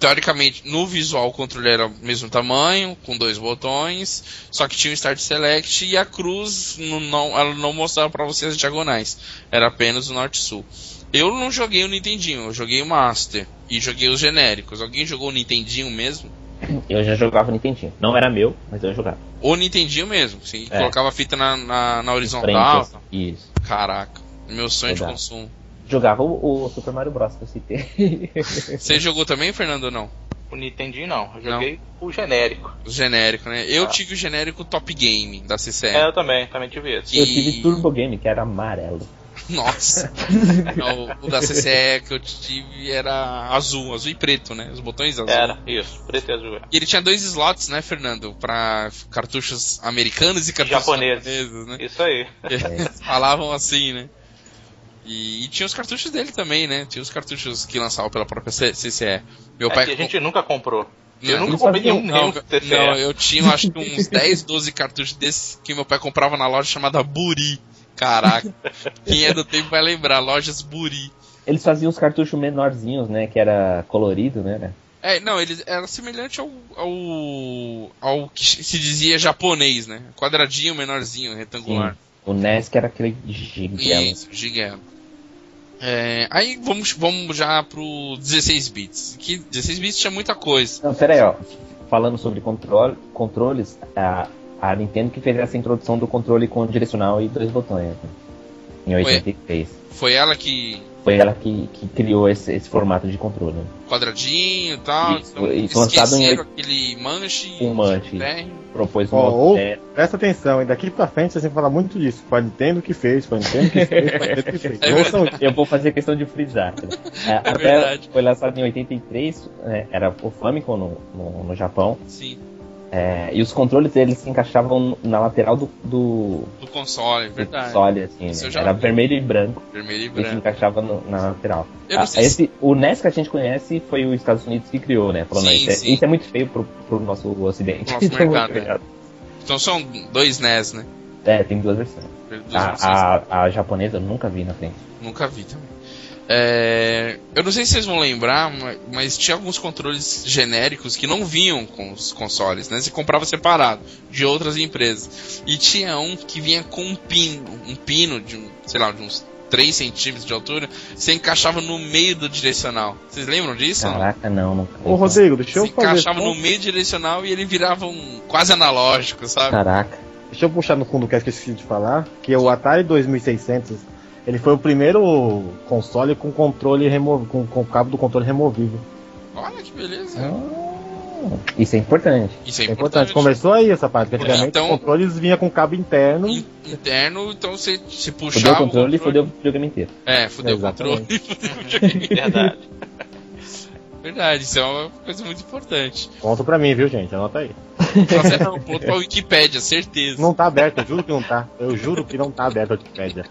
S2: Teoricamente, no visual o controle era o mesmo tamanho, com dois botões, só que tinha o Start Select e a cruz não, não- ela não mostrava pra você as diagonais, era apenas o Norte e Sul. Eu não joguei o Nintendinho, eu joguei o Master e joguei os genéricos. Alguém jogou o Nintendinho mesmo?
S4: Eu já jogava Nintendinho. Não era meu, mas eu jogava.
S2: O Nintendinho mesmo, sim,
S4: É.
S2: colocava a fita na, na, na
S4: Frente,
S2: horizontal.
S4: assim. Isso.
S2: Caraca, meu sonho de
S4: Verdade.
S2: consumo.
S4: Jogava o, o Super Mario Bros. que eu citei.
S2: Você jogou também, Fernando, ou não?
S5: O Nintendinho não, eu joguei o genérico.
S2: O genérico, né? Eu
S5: Ah.
S2: tive o genérico Top Game da CCM.
S5: É, eu É, também, também tive esse.
S2: Que-
S4: Eu tive Turbo Game, que era amarelo.
S2: Nossa. Não, o da CCE que eu tive era azul, azul e preto, né? Os botões azul.
S5: Era, isso, preto e azul. é.
S2: E ele tinha dois slots, né, Fernando? Pra cartuchos americanos e cartuchos
S5: Japoneses. É.
S2: japoneses, né?
S5: Isso aí.
S2: Eles falavam assim, né? E, e tinha os cartuchos dele também, né? Tinha os cartuchos que lançavam pela própria C- CCE. Meu
S5: É
S2: pai.
S5: que a gente nunca comprou. Eu
S2: Não,
S5: nunca comprei nenhum,
S2: Não,
S5: nenhum
S2: eu-
S5: CCE.
S2: não, eu tinha acho que uns 10, 12 cartuchos desses que meu pai comprava na loja chamada Buri. Caraca. Quem é do tempo vai lembrar, lojas Buri.
S4: Eles faziam os cartuchos menorzinhos, né? Que era colorido, né?
S2: É, não, ele era semelhante ao, ao, ao que se dizia japonês, né? Quadradinho, menorzinho, retangular.
S4: O NES que era aquele gigante.
S2: Isso, gigante. É, aí vamos, vamos já pro 16 bits. Que 16 bits tinha muita coisa.
S4: Não, pera aí, ó. Falando sobre controle, controles, a, a Nintendo que fez essa introdução do controle com direcional e dois botões. né? Em 86.
S2: Foi ela que
S4: Foi ela que, que criou esse, esse formato de controle. né?
S2: quadradinho e tal.
S4: Isso,
S2: então,
S4: e lançado em
S2: esqueceram aquele manche.
S4: Um manche.
S2: né?
S4: Propôs um
S3: Ó, ou-
S4: outro é,
S3: Presta atenção, hein? daqui pra frente vocês vão falar muito disso. Foi a Nintendo que fez, foi a Nintendo que fez, foi a Nintendo que fez.
S2: É
S3: Ouçam isso.
S4: Eu vou fazer questão de frisar. cara. É, até
S2: verdade.
S4: foi lançado em 83, né, era o Famicom no, no, no Japão,
S2: Sim,
S4: é, e os controles deles se encaixavam na lateral do, do,
S2: do console,
S4: do
S2: verdade.
S4: console, assim,
S2: Isso
S4: né?
S2: eu já
S4: era
S2: vi.
S4: vermelho e branco,
S2: Vermelho e
S4: e se
S2: branco.
S4: encaixava no- na lateral.
S2: Eu não
S4: Ah,
S2: sei se-
S4: esse- O NES que a gente conhece foi os Estados Unidos que criou, né? Falando,
S2: Sim,
S4: isso, é,
S2: sim.
S4: isso é muito feio pro, pro nosso ocidente.
S2: Nosso
S4: Isso é muito
S2: mercado,
S4: feio.
S2: Então são dois NES, né?
S4: É, tem duas versões.
S2: Dos
S4: Ah,
S2: vocês.
S4: A, a, a japonesa eu nunca vi na frente.
S2: Nunca vi também. É, eu não sei se vocês vão lembrar, ma- mas tinha alguns controles genéricos que não vinham com os consoles, né? Você comprava separado de outras empresas. E tinha um que vinha com um pino, um pino de, um, sei lá, de uns 3 centímetros de altura, você encaixava no meio do direcional. Vocês lembram disso? não?
S4: Caraca, não, nunca. vi.
S3: Ô, Rodrigo, deixa eu
S2: Você
S3: fazer.
S2: encaixava
S3: só- um-
S2: no meio direcional e ele virava um quase analógico, sabe?
S4: Caraca.
S3: Deixa eu puxar no fundo que eu esqueci de falar, que o Atari 2600, ele foi o primeiro console com controle removido, com, com cabo do controle removível.
S2: Olha que beleza.
S4: Ah, Isso é importante.
S2: Isso é
S3: É
S2: importante.
S3: importante, começou aí essa parte, que antigamente
S2: Então-
S3: os controles vinha com cabo interno,
S2: In- Interno, então você se
S4: Fudeu
S2: puxar
S4: o controle e fudeu o videogame inteiro.
S2: É, fudeu o controle,
S3: Exatamente.
S2: fudeu o videogame.
S5: Verdade.
S2: Verdade, isso é uma coisa muito importante.
S3: conta pra mim, viu gente, anota aí.
S2: Nossa, é um ponto pra Wikipédia, certeza.
S3: Não tá aberto, eu juro que não tá, eu juro que não tá aberto a Wikipédia.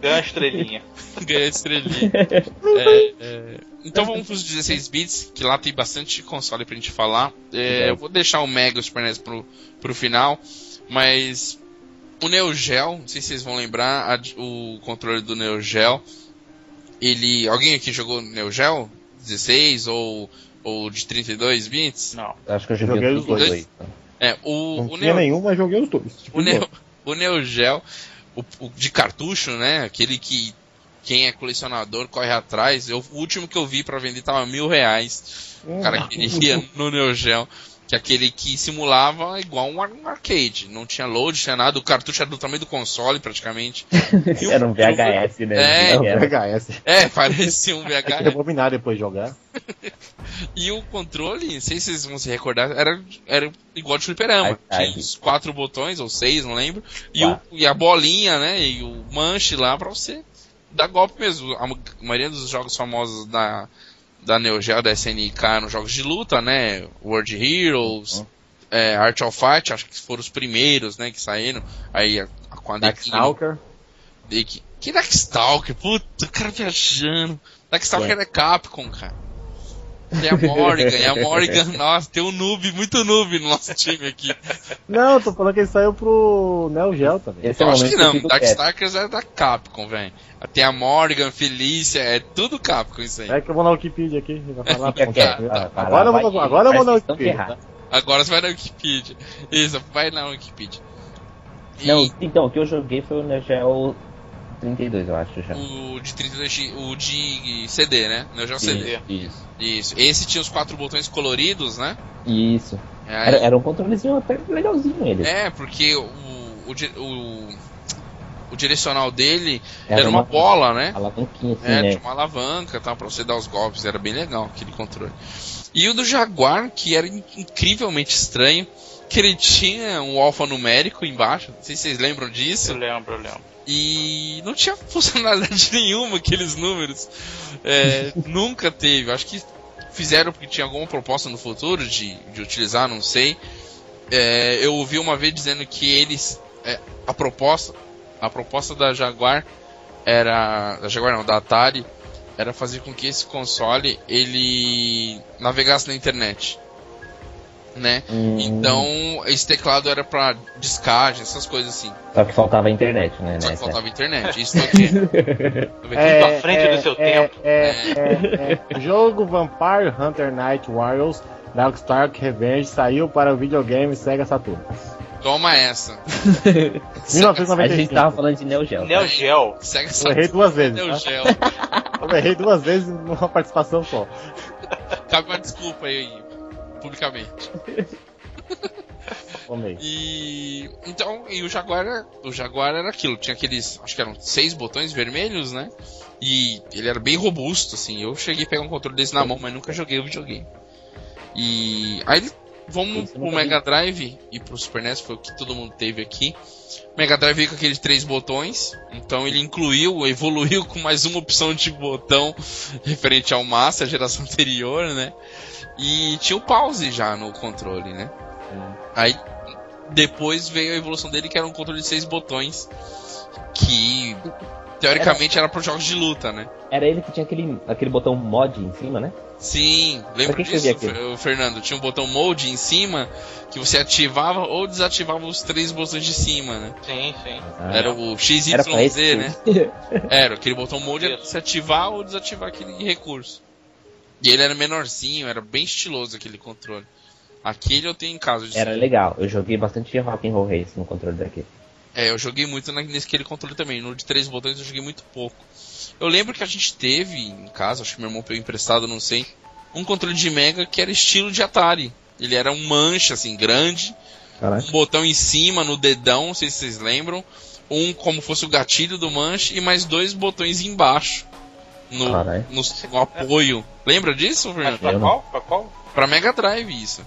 S5: Ganha a estrelinha.
S2: Ganhar estrelinha. É, é, Então vamos pros 16 bits, que lá tem bastante console pra gente falar. É, eu vou deixar o Mega e o Super NES pro, pro final, mas o Neo Geo, não sei se vocês vão lembrar, a d- o controle do Neo Geo, ele... Alguém aqui jogou Neo Geo? 16 ou, ou de 32 bits?
S5: Não.
S4: Acho que eu joguei,
S3: Joguei
S4: os
S3: os
S4: dois.
S2: dois. É, o,
S3: Não
S2: o Neo
S3: tinha nenhum, mas joguei os dois. Tipo,
S2: O Neo, o Neo Geo, o, o de cartucho, né? Aquele que quem é colecionador corre atrás. Eu, o último que eu vi pra vender tava mil reais. O cara queria no Neo Geo. Que é aquele que simulava igual um ar- um arcade. Não tinha load, tinha nada. O cartucho era do tamanho do console, praticamente.
S4: Era um VHS, né?
S2: É,
S4: Era.
S3: VHS.
S2: É, parecia um
S3: Tem que
S2: VHS.
S3: rebobinar depois de jogar.
S2: E o controle, não sei se vocês vão se recordar, era, era igual de fliperama.
S4: Ai,
S2: Tinha
S4: ai.
S2: os quatro botões, ou seis, não lembro. E, o,
S4: Quatro.
S2: e a bolinha, né? E o manche lá pra você dar golpe mesmo. A ma- maioria dos jogos famosos da, da Neo Geo, da SNK, eram jogos de luta, né? World Heroes,
S4: Uhum.
S2: é, Art of Fight, acho que foram os primeiros, né? Que saíram. Aí a, a, com a Dequinho-
S3: Darkstalker.
S2: Dick. Que Darkstalker? Puta, o cara viajando. Darkstalker é Capcom, cara. Tem a Morrigan, e a Morrigan, nossa, tem um noob, muito noob no nosso time aqui.
S3: Não, tô falando que ele saiu pro Neo Geo também.
S4: Esse é
S2: Eu
S4: o
S2: acho
S4: momento
S2: que
S4: que eu
S2: não,
S4: fico quieto.
S2: Darkstalkers é da Capcom, velho. Tem a Morrigan, Felícia, é tudo Capcom isso aí.
S3: É que eu vou na Wikipedia aqui, vai falar.
S4: Fica quieto.
S3: Agora
S4: Ah, para,
S3: eu
S4: vai,
S3: vou- agora eu vou
S4: faz
S3: na
S4: questão de
S3: Wikipedia.
S4: errar.
S2: Agora você vai na Wikipedia. Isso, vai na Wikipedia. E
S4: Não, então, o que eu joguei foi o Neo Geo 32, eu acho já.
S2: o de 32, o de CD, né? Neo Geo CD.
S4: Isso. Isso.
S2: Isso. Esse tinha os quatro botões coloridos, né?
S4: Isso.
S2: Aí-
S4: Era, era um controlezinho até legalzinho ele.
S2: É, porque o, o, di- o, o direcional dele
S4: Era
S2: era, uma,
S4: uma-
S2: bola, né?
S4: Alavanquinha assim,
S2: É,
S4: né?
S2: tinha uma alavanca tal, pra você dar os golpes, era bem legal aquele controle. E o do Jaguar, que era in- incrivelmente estranho, que ele tinha um alfanumérico embaixo, não sei se vocês lembram disso.
S5: Eu lembro, eu lembro.
S2: E não tinha funcionalidade nenhuma aqueles números. É, nunca teve. Acho que fizeram porque tinha alguma proposta no futuro de, de utilizar, não sei. É, eu ouvi uma vez dizendo que eles. é, a proposta. A proposta da Jaguar era. Da Jaguar não, da Atari era fazer com que esse console ele navegasse na internet. Né?
S4: Hum,
S2: Então, esse teclado era pra descagem, essas coisas assim.
S4: Hum, Só que faltava a internet, né?
S2: Só
S4: né?
S2: que faltava internet. Isso aqui.
S5: É, à frente do seu tempo.
S3: É, é, é. O jogo Vampire Hunter Night Warriors Dark Stark Revenge saiu para o videogame Sega Saturn.
S2: Toma essa.
S4: A gente
S3: 1995.
S4: tava falando de Neo Geo.
S5: Neo Geo.
S2: Sega
S3: Eu errei
S2: Saturn.
S3: duas vezes.
S2: Meu
S3: tá?
S2: gel.
S3: Eu errei duas vezes numa participação só.
S2: Cabe uma desculpa aí, publicamente.
S3: Tomei.
S2: E. Então, e o Jaguar, era- o Jaguar era aquilo. Tinha aqueles. Acho que eram seis botões vermelhos, né? E ele era bem robusto, assim. Eu cheguei a pegar um controle desse na mão, mas nunca joguei o videogame. E. Aí vamos
S4: Isso eu
S2: pro
S4: nunca vi.
S2: Mega Drive e pro Super NES, foi o que todo mundo teve aqui. O Mega Drive veio com aqueles três botões, então ele incluiu, evoluiu com mais uma opção de botão referente ao Massa, a geração anterior, né? E tinha o pause já no controle, né?
S4: É.
S2: Aí depois veio a evolução dele, que era um controle de seis botões, que teoricamente era para jogos de luta, né?
S4: Era ele que tinha aquele, aquele botão mod em cima, né?
S2: Sim,
S4: Pra
S2: lembra
S4: que que eu vi
S2: disso,
S4: aquilo?
S2: Fer- Fernando? Tinha um botão mode em cima que você ativava ou desativava os três botões de cima, né?
S5: Sim, sim.
S4: Ah,
S2: era o XYZ,
S4: era pra esse
S2: né? Era, aquele botão mode era se ativar ou desativar aquele recurso. E ele era menorzinho, era bem estiloso aquele controle. Aquele eu tenho em casa. de-
S4: Era legal. Eu joguei bastante Rock'n'Roll Race no controle daqui.
S2: É, eu joguei muito na- nesse aquele controle também. No de três botões eu joguei muito pouco. Eu lembro que a gente teve em casa, acho que meu irmão pegou emprestado, não sei, um controle de Mega que era estilo de Atari. Ele era um mancha, assim, grande,
S3: Caraca.
S2: um botão em cima, no dedão, não sei se vocês lembram. Um como fosse o gatilho do manche e mais dois botões embaixo. No,
S4: Caralho.
S2: no, no apoio. Lembra disso, Fernando?
S5: Mas pra
S4: Eu
S5: qual? Pra qual?
S2: Pra Mega Drive isso.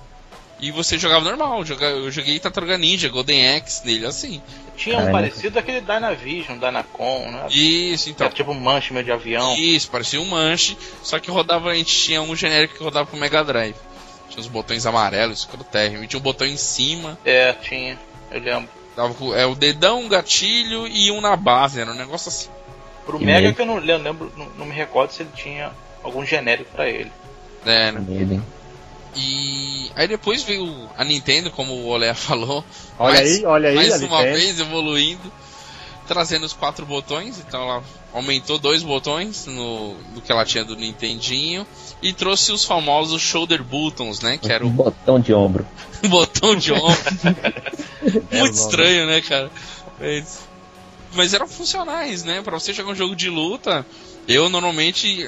S2: E você jogava normal, joga- eu joguei Tartaruga Ninja, Golden Axe nele, assim.
S5: Tinha um
S4: Caralho.
S5: parecido daquele Dynavision, Dynacon, né?
S2: Isso, então.
S5: Era tipo um manche meio de
S3: Então,
S5: avião.
S2: Isso, parecia um manche, só que rodava, a gente tinha um genérico que rodava pro Mega Drive. Tinha os botões amarelos, escrotérrimo, e tinha um botão em cima,
S5: É, tinha. Eu lembro.
S2: dava com- é, o dedão, um gatilho e um na base, era um negócio assim.
S5: Pro
S4: E
S5: Mega
S4: meio-
S5: que eu não lem- lembro, não, não me recordo se ele tinha algum genérico pra ele.
S2: né, né?
S4: Medo, hein?
S2: E aí depois veio a Nintendo, como o Olé falou,
S3: Olha
S2: mais-
S3: aí, olha aí.
S2: mais
S3: ali
S2: uma
S3: tem.
S2: vez evoluindo, trazendo os quatro botões, então ela aumentou dois botões no, do que ela tinha do Nintendinho, e trouxe os famosos shoulder buttons, né? Que era o
S4: Um botão de ombro.
S2: botão de ombro.
S3: É, o nome.
S2: Muito estranho, né, cara? Mas, mas eram funcionais, né? Pra você jogar um jogo de luta, eu normalmente,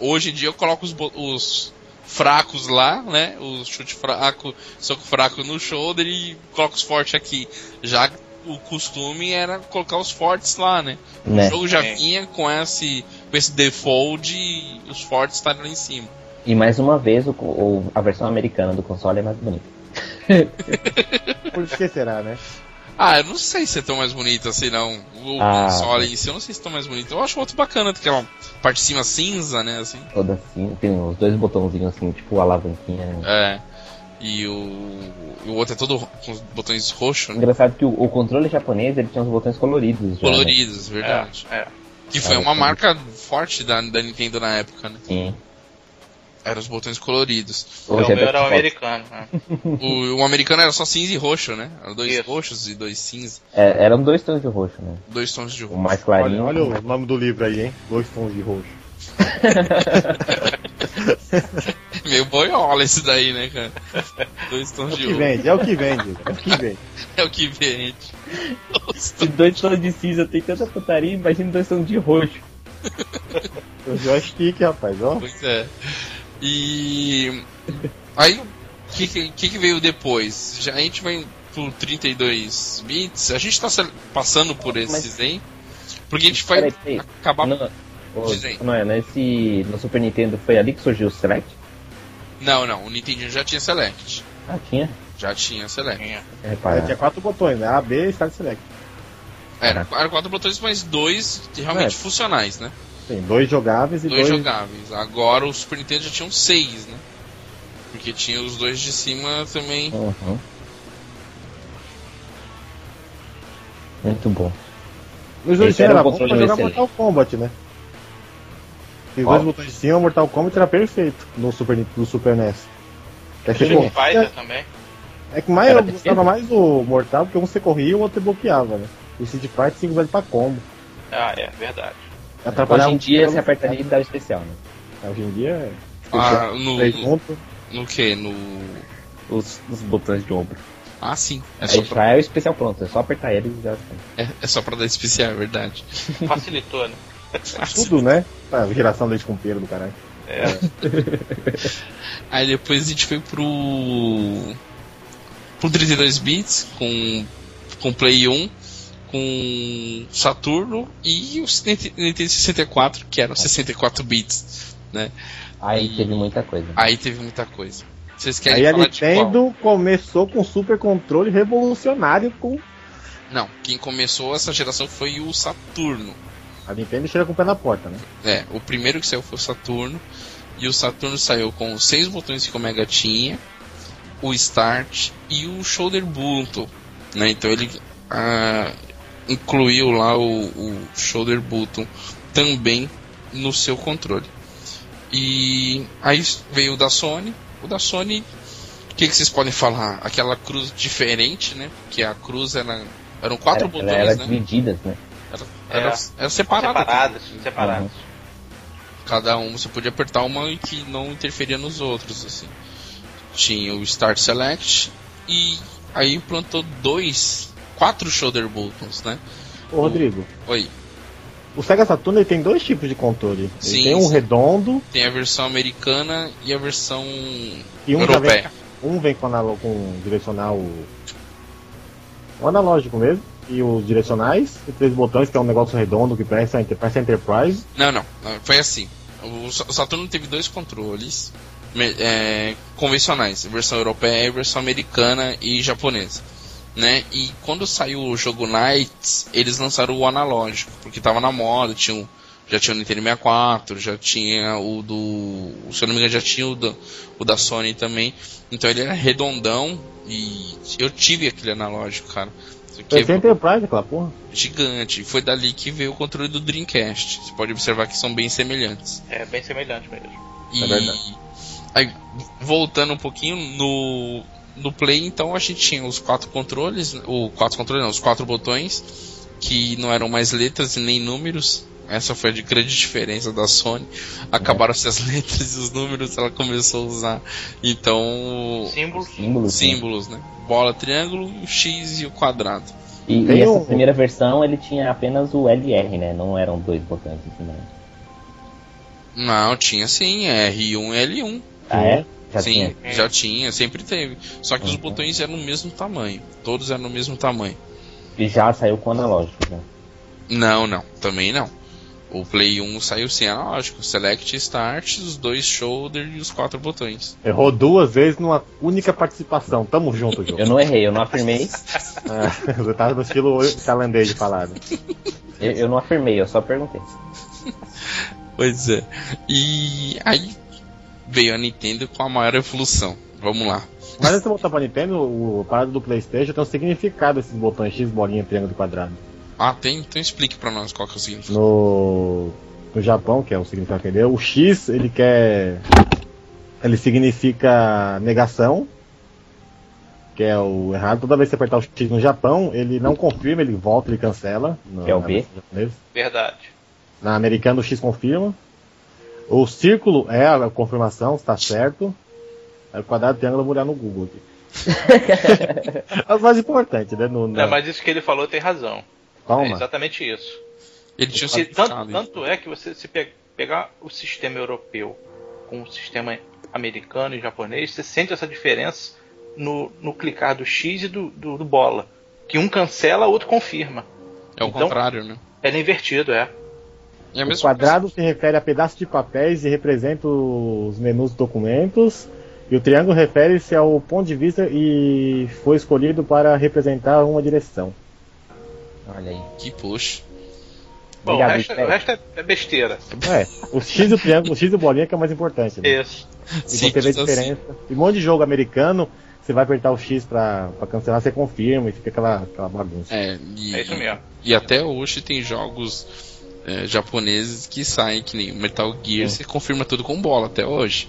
S2: hoje em dia, eu coloco os, bo- os fracos lá, né? O chute fraco, soco fraco no shoulder e coloco os fortes aqui. Já o costume era colocar os fortes lá, né? O
S4: Né?
S2: jogo já
S5: É.
S2: vinha com esse, com esse default de os fortes estarem lá em cima.
S4: E mais uma vez, o, o- a versão americana do console é mais bonita.
S3: Por que será, né?
S2: Ah, eu não sei se é tão mais bonito assim, não. O
S4: Ah.
S2: console em si, eu não sei se é tão mais bonito. Eu acho o outro bacana, porque é uma parte de cima cinza, né, assim.
S4: Toda assim, tem os dois botãozinhos assim, tipo alavanquinha. né?
S2: É. E o, e o outro é todo ro- com os botões roxo, né?
S4: Engraçado que o, o controle japonês ele tinha os botões coloridos. Já, né?
S2: Coloridos, verdade.
S5: É, é.
S2: Que foi
S4: Ah,
S2: uma
S4: eu
S2: marca forte da, da Nintendo na época, né?
S4: Sim.
S2: Eram os botões coloridos.
S5: Então, É, o
S4: Hoje é
S5: meu era um
S4: Xbox.
S5: americano, né?
S2: O, o americano era só cinza e roxo, né? Eram dois
S5: Isso.
S2: roxos e dois cinza.
S4: É, eram dois tons de roxo, né?
S2: Dois tons de
S4: O
S2: roxo.
S4: mais
S3: Olha,
S4: clarinho.
S3: olha o nome do livro aí, hein? Dois tons de roxo.
S2: Meio boiola esse daí, né, cara? Dois
S3: É
S2: tons
S3: o
S2: de
S3: que
S2: roxo.
S3: vende, é o que vende. É o que vende.
S2: É o que vende. Os
S4: De dois tons de cinza tem tanta putaria, imagina dois tons de roxo.
S3: O joystick, rapaz, ó.
S2: Pois é. E. Aí, o que, que, que que veio depois? Já, a gente vai pro 32 bits. A gente tá se- passando por esses aí. Porque a gente vai
S4: Peraí, peraí.
S2: acabar. Não,
S4: Não,
S2: Diz aí.
S4: o, não é, nesse, no Super Nintendo foi ali que surgiu o Select?
S2: não, o Nintendinho já tinha Select.
S4: Ah, tinha?
S2: Já tinha Select.
S5: Tinha.
S4: É,
S3: Ele
S4: para...
S3: tinha quatro botões, né? A, B e Start Select.
S2: Era, eram quatro botões, mas dois realmente
S3: É.
S2: funcionais, né?
S3: Tem dois jogáveis e
S2: dois
S3: dois.
S2: jogáveis. Agora o Super Nintendo já tinham seis, né? Porque tinha os dois de cima também.
S4: Uhum. Muito bom.
S3: Os dois
S4: Esse
S3: tinham era
S4: era um
S3: bom pra
S4: controle
S3: jogar
S4: excelente.
S3: Mortal Kombat, né? E os
S4: Ó.
S3: dois botões de cima, Mortal Kombat era perfeito no Super, Nin- do Super NES. É que,
S5: Street
S3: bom,
S5: Fighter também.
S3: é que mais
S4: Era
S3: eu gostava
S4: perfeito?
S3: mais do Mortal, porque um você corria e o outro você bloqueava, né? O Street Fighter tinha que usar ele pra combo.
S5: Ah, é verdade.
S3: Atrapalhar
S4: Hoje em
S3: um-
S4: dia você aperta ali e dá especial, né?
S3: É, Hoje em dia é.
S2: Ah, no,
S3: Três um. pontos.
S2: no que? No.
S4: Os, os botões de ombro.
S2: Ah, sim. É só
S4: Aí
S2: pra,
S4: já é o especial pronto, é só apertar ele e já. tá.
S2: é, é só pra dar especial, é verdade.
S5: Facilitou, né?
S3: Tudo, né? A geração leite com pera do caralho.
S2: Aí depois a gente foi pro. pro 32 bits com. com Play 1, com Saturno e o Nint- Nintendo 64, que eram 64 bits. né?
S4: Aí teve muita coisa.
S2: Aí teve muita coisa. Vocês querem
S3: Aí a
S2: falar de qual?
S3: Nintendo começou com super controle revolucionário com.
S2: Não, quem começou essa geração foi o Saturno.
S3: A Nintendo chega com o pé na porta, né?
S2: É, o primeiro que saiu foi o Saturno. E o Saturno saiu com os seis botões que o Mega tinha, o Start e o Shoulder Button. Né? Então ele ah, incluiu lá o, o Shoulder Button também no seu controle. E aí veio o da Sony. O da Sony, o que, que vocês podem falar? Aquela cruz diferente, né? Porque a cruz era, eram quatro
S4: Era- ela
S2: botões,
S4: era
S2: né?
S4: divididas, né?
S2: Era,
S5: É.
S2: era separada.
S5: separadas,
S4: Uhum.
S5: separadas.
S2: cada um você podia apertar uma e que não interferia nos outros assim tinha o start select e aí plantou dois quatro shoulder buttons né
S3: Ô, Rodrigo.
S2: oi
S3: O Sega Saturn ele tem dois tipos de controle. Ele
S2: Sim,
S3: tem um
S2: sim.
S3: redondo
S2: tem a versão americana e a versão
S3: e um, já vem,
S2: europeia
S3: um vem com, analo- com direcional. O analógico mesmo. E os direcionais. E três botões, que é um negócio redondo que parece a, Enter- parece a Enterprise.
S2: não não não, foi assim o Sa- o Saturno teve dois controles me- é, convencionais versão europeia e versão americana e japonesa né? E quando saiu o jogo Knights, eles lançaram o analógico, porque tava na moda, tinha um- já tinha o Nintendo 64, já tinha o do. Se eu não me engano, já tinha o, do- o da Sony também. Então ele era redondão e eu tive aquele analógico, cara. Isso aqui é
S3: Parece a Enterprise, aquela porra.
S2: gigante. Foi dali que veio o controle do Dreamcast. Você pode observar que são bem semelhantes.
S5: É bem semelhante mesmo.
S2: E
S4: É verdade.
S2: aí, voltando um pouquinho no no play, então a gente tinha os quatro controles, ou quatro controles, não, os quatro botões que não eram mais letras e nem números. Essa foi a de grande diferença da Sony.
S4: É.
S2: Acabaram-se as letras e os números, ela começou a usar. Então,
S5: Símbolos.
S4: Símbolos. né?
S2: símbolos, né? Bola, triângulo, X e o quadrado.
S4: E,
S3: Tem
S4: e essa
S3: um-
S4: primeira versão ele tinha apenas o LR, né? Não eram dois botões em cima. né?
S2: Não, tinha sim, R1 e L1.
S4: Ah, é? Já
S3: Tá
S2: Sim,
S4: tinha.
S2: já tinha, sempre teve. Só que os
S4: Uhum.
S2: botões eram do mesmo tamanho. Todos eram do mesmo tamanho.
S4: E já saiu com o analógico, né?
S2: Não, não, também não. O Play 1 saiu sem analógico. Select Start, os dois shoulder e os quatro botões.
S3: Errou duas vezes numa única participação. Tamo junto, jogo.
S4: Eu não errei, eu não afirmei.
S3: Ah, Você tava no estilo tailandês de né? palavra.
S4: eu, eu não afirmei, eu só perguntei.
S2: Pois é. E aí veio a Nintendo com a maior evolução. Vamos lá.
S3: Mas antes de botar pra Nintendo, o parado do Playstation tem um significado esses botões X, bolinha, triângulo e quadrado.
S2: Ah, tem? Então explique pra nós qual que é o significado.
S3: No, no Japão, que é o significado que ele deu, o X ele quer. Ele significa negação, que é o errado. Toda vez que você apertar o X no Japão, ele não confirma, ele volta, ele cancela. No,
S4: Que é o
S3: na
S4: B.
S3: versão japonesa.
S5: Verdade.
S3: Na americana, o X confirma. O círculo é a confirmação, está certo. Aí o quadrado triângulo eu vou olhar no Google aqui. é o mais importante, né? No, na-
S5: Não, É, mas isso que ele falou tem razão. É
S3: Calma.
S5: exatamente isso.
S2: Ele tinha um
S5: Se- tanto,
S2: significado.
S5: tanto é que você se pe- pegar o sistema europeu com o sistema americano e japonês, você sente essa diferença no, no clicar do X e do, do, do bola. Que um cancela, o outro confirma.
S2: É o
S5: então-
S2: contrário, né?
S5: Ela é invertido, é.
S2: É a
S3: o
S2: mesma
S3: quadrado se refere a pedaços de papéis e representa os menus dos documentos. E o triângulo refere-se ao ponto de vista e foi escolhido para representar uma direção.
S4: Olha aí.
S2: Que puxa.
S5: Bom, o
S4: Obrigado,
S5: resto,
S4: Fred.
S5: o resto é, é besteira.
S3: É, o X e o triângulo, o X e o bolinha que é o mais importante. Né?
S5: Isso.
S3: E você
S2: assim.
S3: vê a diferença. E um monte de jogo americano, você vai apertar o X pra, pra cancelar, você confirma e fica aquela, aquela bagunça.
S2: É, e,
S5: É isso mesmo.
S2: e até hoje tem jogos é, japoneses que saem, que nem o Metal Gear, você confirma tudo com bola até hoje.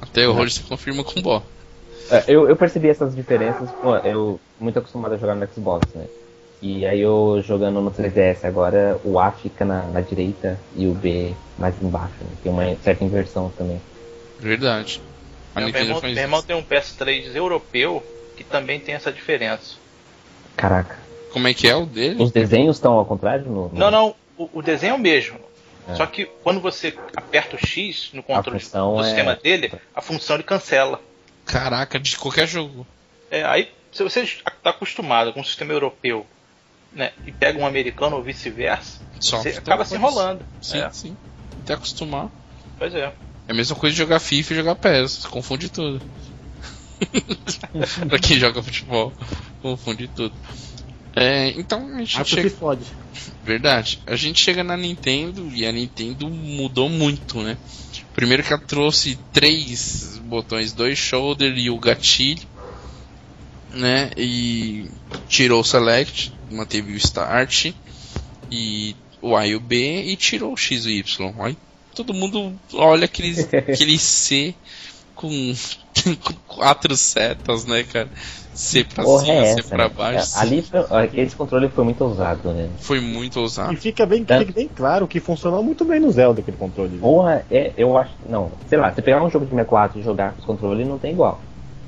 S2: Até hoje você confirma com bola.
S4: É, Eu, eu percebi essas diferenças, pô, eu muito acostumado a jogar no Xbox, né? E aí eu jogando no 3DS agora, o A fica na, na direita e o B mais embaixo, né? Tem uma certa inversão também.
S2: Verdade. A
S5: Meu
S2: Nintendo
S5: irmão,
S2: faz
S5: meu irmão tem um PS3 europeu que também tem essa diferença.
S4: Caraca.
S2: isso. Como é que é o dele?
S4: Os desenhos estão ao contrário no. no-
S5: Não, não, o, o desenho é o mesmo.
S4: Hum. É.
S5: Só que quando você aperta o X no controle do-
S4: função
S5: do
S4: é-
S5: sistema dele, a função ele cancela.
S2: Caraca, de qualquer jogo.
S5: É, aí, se você está acostumado com o sistema europeu né, e pega um americano ou vice-versa,
S2: Só
S5: você
S2: que tem
S5: acaba
S2: uma
S5: se
S2: coisa-
S5: enrolando.
S2: Sim,
S5: É,
S2: sim. Até acostumar.
S5: pois é.
S2: É a mesma coisa de jogar FIFA e jogar PES. Confunde tudo. pra quem joga futebol, confunde tudo. É, então a gente
S3: Acho
S2: chega.
S3: que se fode.
S2: Verdade. A gente chega na Nintendo e a Nintendo mudou muito, né? Primeiro que ela trouxe três botões, dois shoulder e o gatilho, né? E tirou o select, manteve o start e o A e o B e tirou o X e o Y. Aí todo mundo olha aquele, aquele C com, com quatro setas, né, cara? C pra
S4: Porra,
S2: cima,
S4: é
S2: C
S4: essa,
S2: assim, pra
S4: né?
S2: baixo.
S4: É, Ali, foi- esse controle foi muito ousado, né?
S2: Foi muito ousado.
S3: E fica bem,
S4: É.
S3: fica bem claro que funcionou muito bem no Zelda aquele controle.
S4: Porra, é, eu acho. Não, sei lá, você pegar um jogo de 64 e jogar com os controles não tem igual.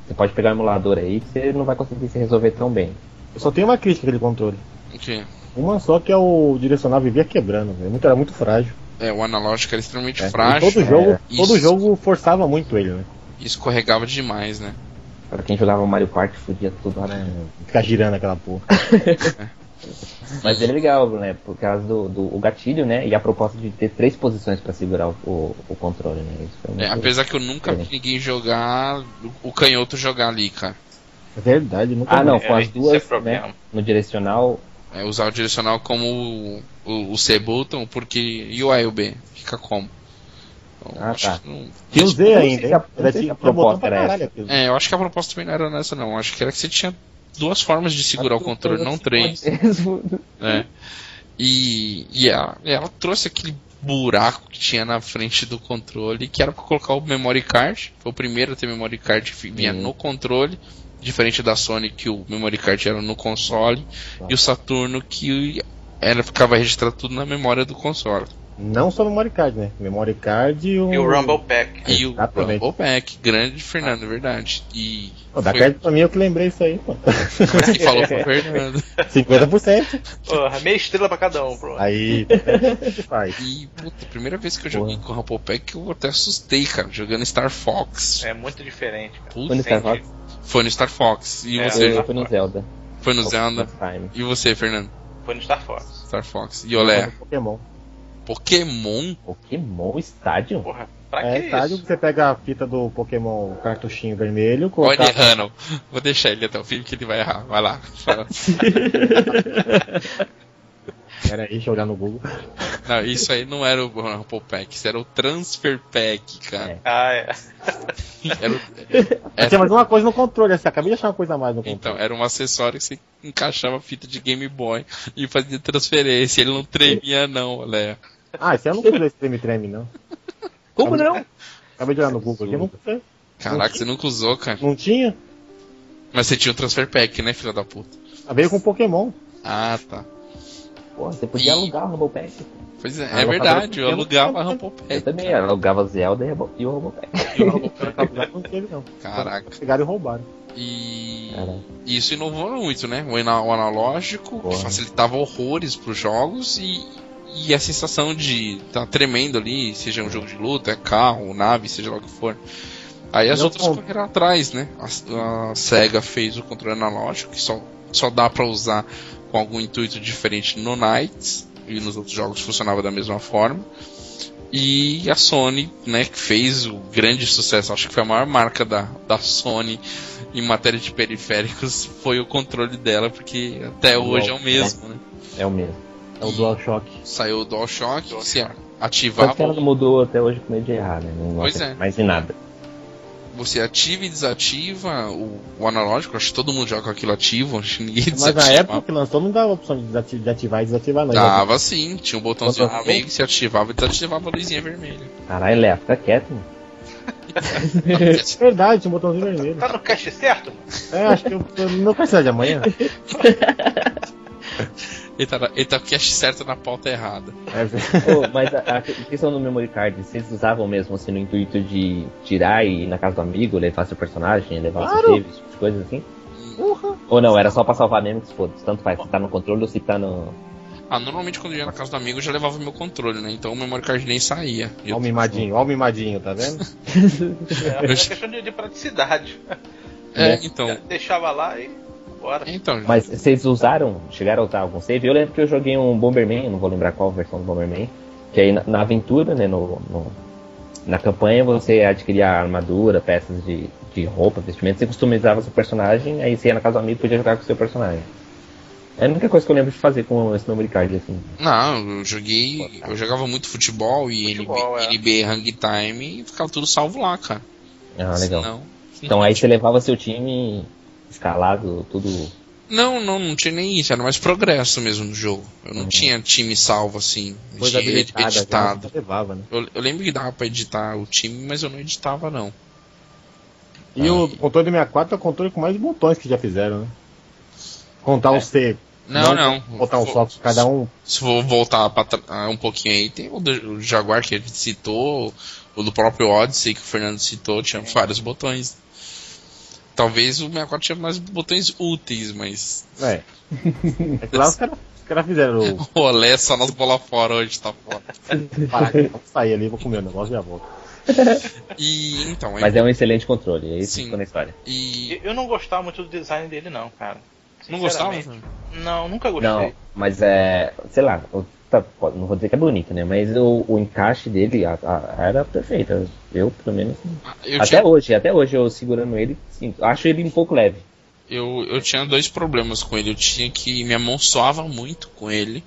S4: Você pode pegar um emulador aí que você não vai conseguir se resolver tão bem.
S3: Eu só tenho uma crítica aquele controle.
S2: O quê?
S3: Uma só que é o direcionável vivia quebrando, velho. Muito- Era muito frágil.
S2: É, o analógico era extremamente
S3: né? E
S2: frágil
S3: todo jogo,
S2: é.
S3: todo
S2: Isso.
S3: jogo forçava muito ele, né?
S2: e escorregava demais, né?
S4: Pra quem jogava Mario Kart, fudia tudo né? lá na.
S3: Ficar girando aquela porra.
S4: Mas ele é legal, né? Por causa do, do o gatilho, né? E a proposta de ter três posições pra segurar o, o, o controle, né? Isso foi
S2: É,
S4: muito-
S2: apesar que eu nunca vi ninguém jogar o- o canhoto jogar ali, cara.
S3: É verdade, nunca
S4: Ah, não,
S5: É,
S4: com as
S5: esse é
S4: duas,
S5: o problema.
S4: né? No direcional,
S2: É usar o direcional como o, o, o C button, porque e o A e o B? Fica como? Então,
S4: Ah,
S2: acho
S4: tá.
S2: que não-
S3: E o
S4: Eu
S3: um Z
S4: não sei
S3: ainda,
S4: se a-
S3: hein?
S4: não
S3: Era
S4: sei se
S3: tipo, tinha
S4: a
S3: botão
S4: proposta
S3: pra
S4: era essa.
S3: caralho aquilo.
S2: É, eu acho que a proposta também não era nessa, não. Acho que era que você tinha duas formas de segurar o controle, não três. né? E, e ela, ela trouxe aquele buraco que tinha na frente do controle, que era para colocar o memory card. Foi o primeiro a ter memory card que vinha
S4: Uhum.
S2: no controle, diferente da Sony que o memory card era no console
S4: Tá.
S2: e o Saturno que era ficava registrado tudo na memória do console.
S3: Não só memory card, né? Memory card e o.
S5: E o Rumble Pack.
S2: E o
S3: Exatamente.
S2: Rumble Pack, grande Fernando, é verdade. E
S3: Pô, dá É.
S2: foi-
S3: crédito pra mim, eu que lembrei isso aí, pô.
S2: quem falou foi o Fernando.
S3: 50%.
S5: Porra, meia estrela pra cada um, pronto.
S3: Aí, o que faz?
S2: E puta, a primeira vez que eu joguei com o Rumble Pack, eu até assustei, cara, jogando Star Fox.
S5: É muito diferente, cara.
S2: Puta,
S4: Foi no Star
S5: Entendi.
S4: Fox,
S2: Foi no Star Fox. E
S5: É,
S2: você
S4: eu fui no Zelda.
S2: foi no Zelda.
S4: Time.
S2: E você, Fernando?
S5: Foi no Star Fox.
S2: Star Fox. E olé,
S3: Pokémon.
S2: Pokémon?
S4: Pokémon Stadium?
S5: Porra, pra
S4: Tá
S3: É,
S5: que
S3: estádio
S5: isso?
S3: que você pega a fita do Pokémon, o cartuchinho vermelho,
S2: Olha
S3: colocar
S2: ele errando. Vou deixar ele até o fim que ele vai errar. Vai lá. Fala.
S3: Pera aí, deixa eu olhar no Google.
S2: Não, isso aí não era o Rumble Pack, isso era o Transfer Pack, cara.
S5: Ah, é.
S2: Era o- É.
S3: Mas Tinha mais uma coisa no controle, assim, acabei de achar uma coisa a mais no controle.
S2: então, era um acessório que você encaixava a fita de Game Boy e fazia transferência. Ele não tremia, não, olé.
S3: Ah, esse eu não fiz esse treme-treme, não.
S4: Como não?
S3: Acabei de olhar no Google aqui, não,
S2: Caraca, você nunca usou, cara.
S3: não tinha.
S2: Mas você tinha o Transfer Pack, né, filha da puta?
S3: Ah, Veio com Pokémon.
S2: Ah, tá.
S4: Pô, você
S2: E-
S4: podia alugar o Rumble Pack.
S2: Pois é,
S3: Ah,
S2: é
S3: locadora
S2: verdade, eu
S3: pequena.
S2: alugava Rumble Pack.
S4: Eu também alugava Zelda e Rumble- e o Rumble Pack.
S2: E o Rumble Pack.
S3: Não teve, não.
S2: Caraca.
S3: Pegaram e roubaram.
S2: E
S4: Cara.
S2: e isso inovou muito, né? O ana- o analógico, que
S4: Porra.
S2: facilitava horrores pros jogos e, e a sensação de tá tremendo ali, seja um jogo de luta, é carro, nave, seja lá o que for. Aí as
S3: Não
S2: outras
S3: conta.
S2: correram atrás, né? A, a SEGA fez o controle analógico, que só, só dá pra usar com algum intuito diferente no Knights, e nos outros jogos funcionava da mesma forma. E a Sony, né, que fez o grande sucesso, acho que foi a maior marca da, da Sony em matéria de periféricos, foi o controle dela, porque até
S4: Dual,
S2: hoje é o mesmo, né?
S4: É o mesmo.
S3: É o DualShock.
S2: Saiu o DualShock,
S5: DualShock.
S2: se
S4: Só que
S2: ativava,
S4: ela não mudou até hoje com medo de errar, né? Não
S2: Pois
S4: gosta
S2: é.
S4: mais de nada.
S2: você ativa e desativa o, o analógico, acho que todo mundo joga com aquilo ativo, acho que ninguém
S3: Mas na
S2: desativa.
S3: época Ah. que lançou não dava a opção de desati- de ativar e desativar, não.
S2: Dava sim, tinha um botãozinho
S4: Botão-
S2: vermelho que se ativava e desativava a luzinha vermelha.
S4: Caralho, Léo, fica quieto, mano.
S2: tá,
S3: Verdade, tinha um botãozinho vermelho.
S5: Tá no cast certo?
S3: É, acho que eu tô no castelo de amanhã.
S2: Ele tá, na- ele tá com o cache certo na pauta errada.
S3: É,
S4: Ô, mas a, a questão do memory card, vocês usavam mesmo assim no intuito de tirar e ir na casa do amigo, levar seu personagem, levar
S3: Claro.
S4: seus livros, essas coisas assim?
S3: porra.
S4: Ou não, era só pra salvar mesmo que se foda tanto faz se tá no controle ou se tá no.
S2: Ah, normalmente quando eu ia na casa do amigo eu já levava meu controle, né? Então o memory card nem saía.
S3: Ó
S2: Eu,
S3: o mimadinho, ó o mimadinho, tá vendo?
S5: É, é questão de, de praticidade.
S2: é, então.
S5: Deixava lá e bora.
S2: Então,
S4: Mas vocês usaram, chegaram a usar algum save? Eu lembro que eu joguei um Bomberman, eu não vou lembrar qual versão do Bomberman, que aí na, na aventura, né, no, no- na campanha você adquiria armadura, peças de, de roupa, vestimento, você customizava seu personagem, aí você ia na casa do amigo e podia jogar com seu personagem. É a única coisa que eu lembro de fazer com esse memory card, assim.
S2: não, eu joguei. Eu jogava muito futebol e
S5: Futebol, é.
S2: NB, Hang Time e ficava tudo salvo lá, cara.
S4: Ah, legal.
S2: Senão-
S4: Então aí você levava seu time escalado, tudo.
S2: Não, não, não tinha nem isso, era mais progresso mesmo no jogo. Eu não
S4: Uhum.
S2: tinha time salvo assim,
S3: Coisa
S2: de-
S3: habilitada. já,
S2: editado.
S3: Levava, né?
S2: Eu, eu lembro que dava pra editar o time, mas eu não editava, não.
S3: E o controle do 64 é o controle com mais botões que já fizeram, né? Contar os C,
S2: Não, não.
S3: Não, botar um
S2: Fo-
S3: só, cada um.
S2: Se for voltar pra tra- ah, um pouquinho aí, tem o do o Jaguar que a gente citou, o do próprio Odyssey que o Fernando citou, tinha vários botões. Talvez o 64 tinha mais botões úteis, mas
S3: É. É que lá os caras os caras fizeram o
S2: o Olé é só nas bola fora hoje, tá fora.
S3: paraquedas. Vou sair ali, vou comer o negócio e já volto.
S2: E então,
S4: Mas é um excelente controle, é isso
S2: Sim.
S4: que ficou na história.
S2: e.
S5: Eu- Eu não gostava muito do design dele, não, cara.
S2: Não gostava?
S5: Sinceramente, Não, nunca gostei.
S4: Não, mas é. Sei lá, eu- tá, pô, não vou dizer que é bonito, né? Mas o, o encaixe dele a- a- era perfeito. Eu, pelo menos.
S2: Eu
S4: até
S2: tinha,
S4: hoje, até hoje eu segurando ele, sim, acho ele um pouco leve.
S2: eu, eu tinha dois problemas com ele. Eu tinha que minha mão soava muito com ele.